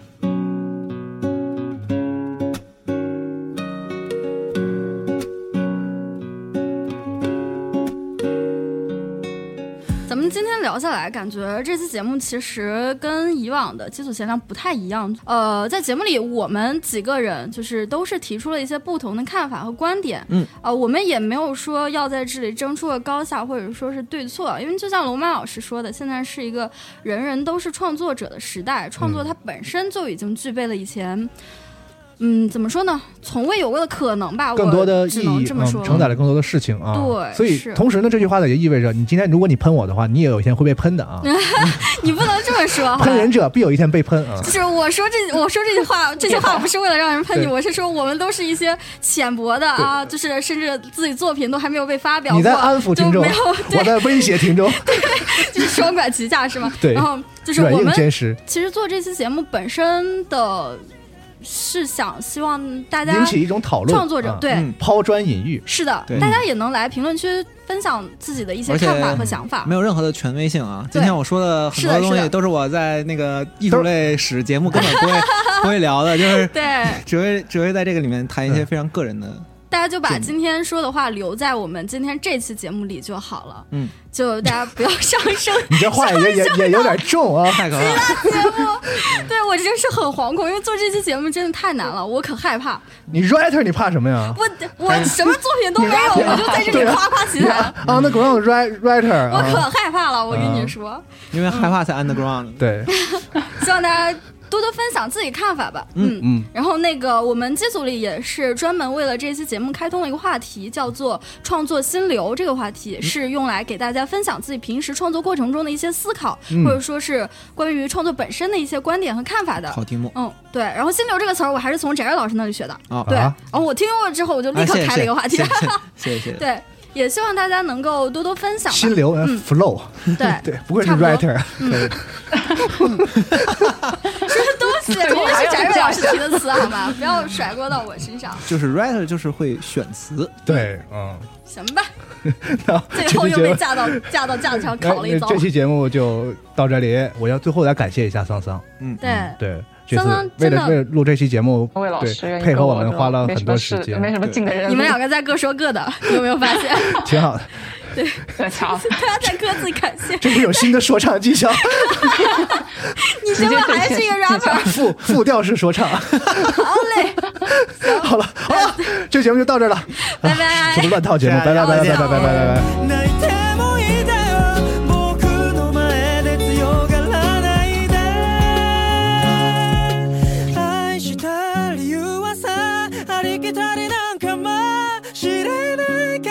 Speaker 3: 咱们今天聊下来，感觉这期节目其实跟以往的基础闲聊不太一样。呃，在节目里，我们几个人就是都是提出了一些不同的看法和观点。
Speaker 4: 嗯，
Speaker 3: 啊、我们也没有说要在这里争出个高下，或者说是对错，因为就像龙马老师说的，现在是一个人人都是创作者的时代，创
Speaker 2: 嗯
Speaker 3: 作它本身就已经具备了以前。嗯，怎么说呢？从未有过的可能吧。
Speaker 2: 更多的
Speaker 3: 啊我
Speaker 2: 意
Speaker 3: 只能
Speaker 2: 义，
Speaker 3: 这么
Speaker 2: 嗯
Speaker 3: 说，，
Speaker 2: 承载了更多的事情啊。
Speaker 3: 对
Speaker 2: 所以
Speaker 3: 是
Speaker 2: 同时呢，这句话呢也意味着，你今天如果你喷我的话，你也有一天会被喷的 啊。
Speaker 3: 你不能这么说。好吧
Speaker 2: 喷人者必有一天被喷啊
Speaker 3: 就。是我说这我说这句话，这句话不是为了让人喷你，
Speaker 2: 对
Speaker 3: 我是说我们都是一些浅薄的啊，就是甚至自己作品都还没有被发表过，
Speaker 2: 你在啊安抚听
Speaker 3: 就
Speaker 2: 众，
Speaker 3: 没有
Speaker 2: 我在威胁听众，
Speaker 3: 对，就是双管齐下是吗？
Speaker 2: 对
Speaker 3: 然后就是
Speaker 2: 软
Speaker 3: 我
Speaker 2: 硬
Speaker 3: 们
Speaker 2: 兼施，
Speaker 3: 其实做这期节目本身的是想希望大家
Speaker 2: 引起一种讨论。
Speaker 3: 创作者
Speaker 2: 啊
Speaker 3: 对
Speaker 4: 嗯
Speaker 2: 抛砖引玉，
Speaker 3: 是的
Speaker 4: 对，
Speaker 3: 大家也能来评论区分享自己的一些
Speaker 4: 而且
Speaker 3: 看法和想法
Speaker 4: 没。有任何的权威性啊！今
Speaker 3: 对
Speaker 4: 天我说的很
Speaker 3: 是的
Speaker 4: 多东
Speaker 3: 是
Speaker 4: 西
Speaker 3: 的
Speaker 4: 都是我在那个艺术类史节目根本 不会不会聊的，就是
Speaker 3: 对，
Speaker 4: 只会只会在这个里面谈一些
Speaker 2: 嗯
Speaker 4: 非常个人的。
Speaker 3: 大家就把
Speaker 4: 对
Speaker 3: 今天说的话留在我们今天这期节目里就好了。
Speaker 4: 嗯，
Speaker 3: 就大家不要上 升。
Speaker 2: 你这话 也也也有点重啊。
Speaker 4: 太可怕了！
Speaker 3: 对我真是很惶恐，因为做这期节目真的太难了，我可害怕。
Speaker 2: 你 writer 你怕什么呀？
Speaker 3: 我我什么作品都没有，我就在这
Speaker 2: 对
Speaker 3: 里
Speaker 2: 啊
Speaker 3: 夸夸其
Speaker 2: 你
Speaker 3: 谈，
Speaker 2: on the ground write- writer
Speaker 3: 我可
Speaker 2: 啊，
Speaker 3: 害怕了。我跟你
Speaker 2: 嗯
Speaker 3: 说，
Speaker 4: 因为害怕才 underground。
Speaker 2: 对，
Speaker 3: 希望大家多多分享自己看法吧。嗯
Speaker 4: 嗯，
Speaker 3: 然后那个我们机组里也是专门为了这期节目开通了一个话题，叫做“创作心流”。这个话题是用来给大家分享自己平时创作过程中的一些思考，或者说是关于创作本身的一些观点和看法的。
Speaker 4: 好题目
Speaker 3: 嗯，对。然后“心流”这个词儿，我还是从翟瑞老师那里学的。
Speaker 4: 啊！
Speaker 3: 对，
Speaker 2: 啊
Speaker 3: 然后我听过之后，我就立
Speaker 4: 啊
Speaker 3: 刻
Speaker 4: 谢谢
Speaker 3: 开了一个话题。
Speaker 4: 谢谢谢谢谢谢。
Speaker 3: 对，也希望大家能够多多分享吧。
Speaker 2: 心流呃
Speaker 3: 嗯
Speaker 2: flow，
Speaker 3: 对，
Speaker 2: 对，不愧是
Speaker 3: 差不多嗯
Speaker 2: writer，
Speaker 3: 都是明明是翟瑞老师提的词，好吗？ 不要甩锅到我身上，
Speaker 4: 就是 writer 就是会选词，
Speaker 2: 对，嗯。
Speaker 3: 行 吧？
Speaker 2: 那
Speaker 3: 最
Speaker 2: 这
Speaker 3: 后
Speaker 2: 期
Speaker 3: 又
Speaker 2: 节
Speaker 3: 被
Speaker 2: 目，
Speaker 3: 架到架到架子
Speaker 4: 哎
Speaker 3: 上
Speaker 2: 哎那
Speaker 3: 烤了一遭
Speaker 2: 这。期节目就到这里。我要最后来感谢一下桑桑，
Speaker 4: 嗯，
Speaker 3: 对，
Speaker 2: 对，这
Speaker 3: 桑桑
Speaker 2: 次为了
Speaker 3: 真的
Speaker 2: 为了录这期节目，
Speaker 5: 各位老师愿
Speaker 2: 对，
Speaker 5: 意
Speaker 2: 配合
Speaker 5: 跟
Speaker 2: 我
Speaker 5: 我
Speaker 2: 们
Speaker 5: 就
Speaker 2: 花了
Speaker 5: 没
Speaker 2: 很
Speaker 5: 什么
Speaker 2: 多
Speaker 5: 事
Speaker 2: 时间，
Speaker 5: 没什么劲的人，
Speaker 3: 你们两个在各说各的， 你有没有发现？
Speaker 2: 挺好的。
Speaker 5: 个强，
Speaker 3: 大家在各自感谢，
Speaker 2: 这不有新的说唱技 巧，
Speaker 3: 你真的还是一个 rapper。
Speaker 2: 复复调式说唱。
Speaker 3: 好嘞，
Speaker 2: 好了，好了，这节目就到这儿了。
Speaker 3: 拜拜
Speaker 2: 什。么乱套节目？拜拜拜拜拜拜拜拜拜。
Speaker 9: 泣いてもいいだよ僕の前で強がらないで愛した理由はさありきたりなんかま知れないけ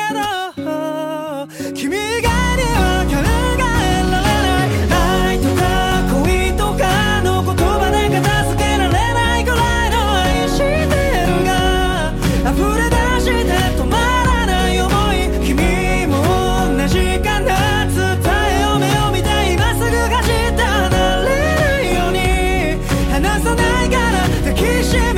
Speaker 9: ど君がには考えられない愛とか恋とかの言葉なんか助けられないぐらいの愛してるが溢れ出して止まらない思い君も同じかな伝えよう目を見て今すぐ走って離れないように離さないから抱きしめ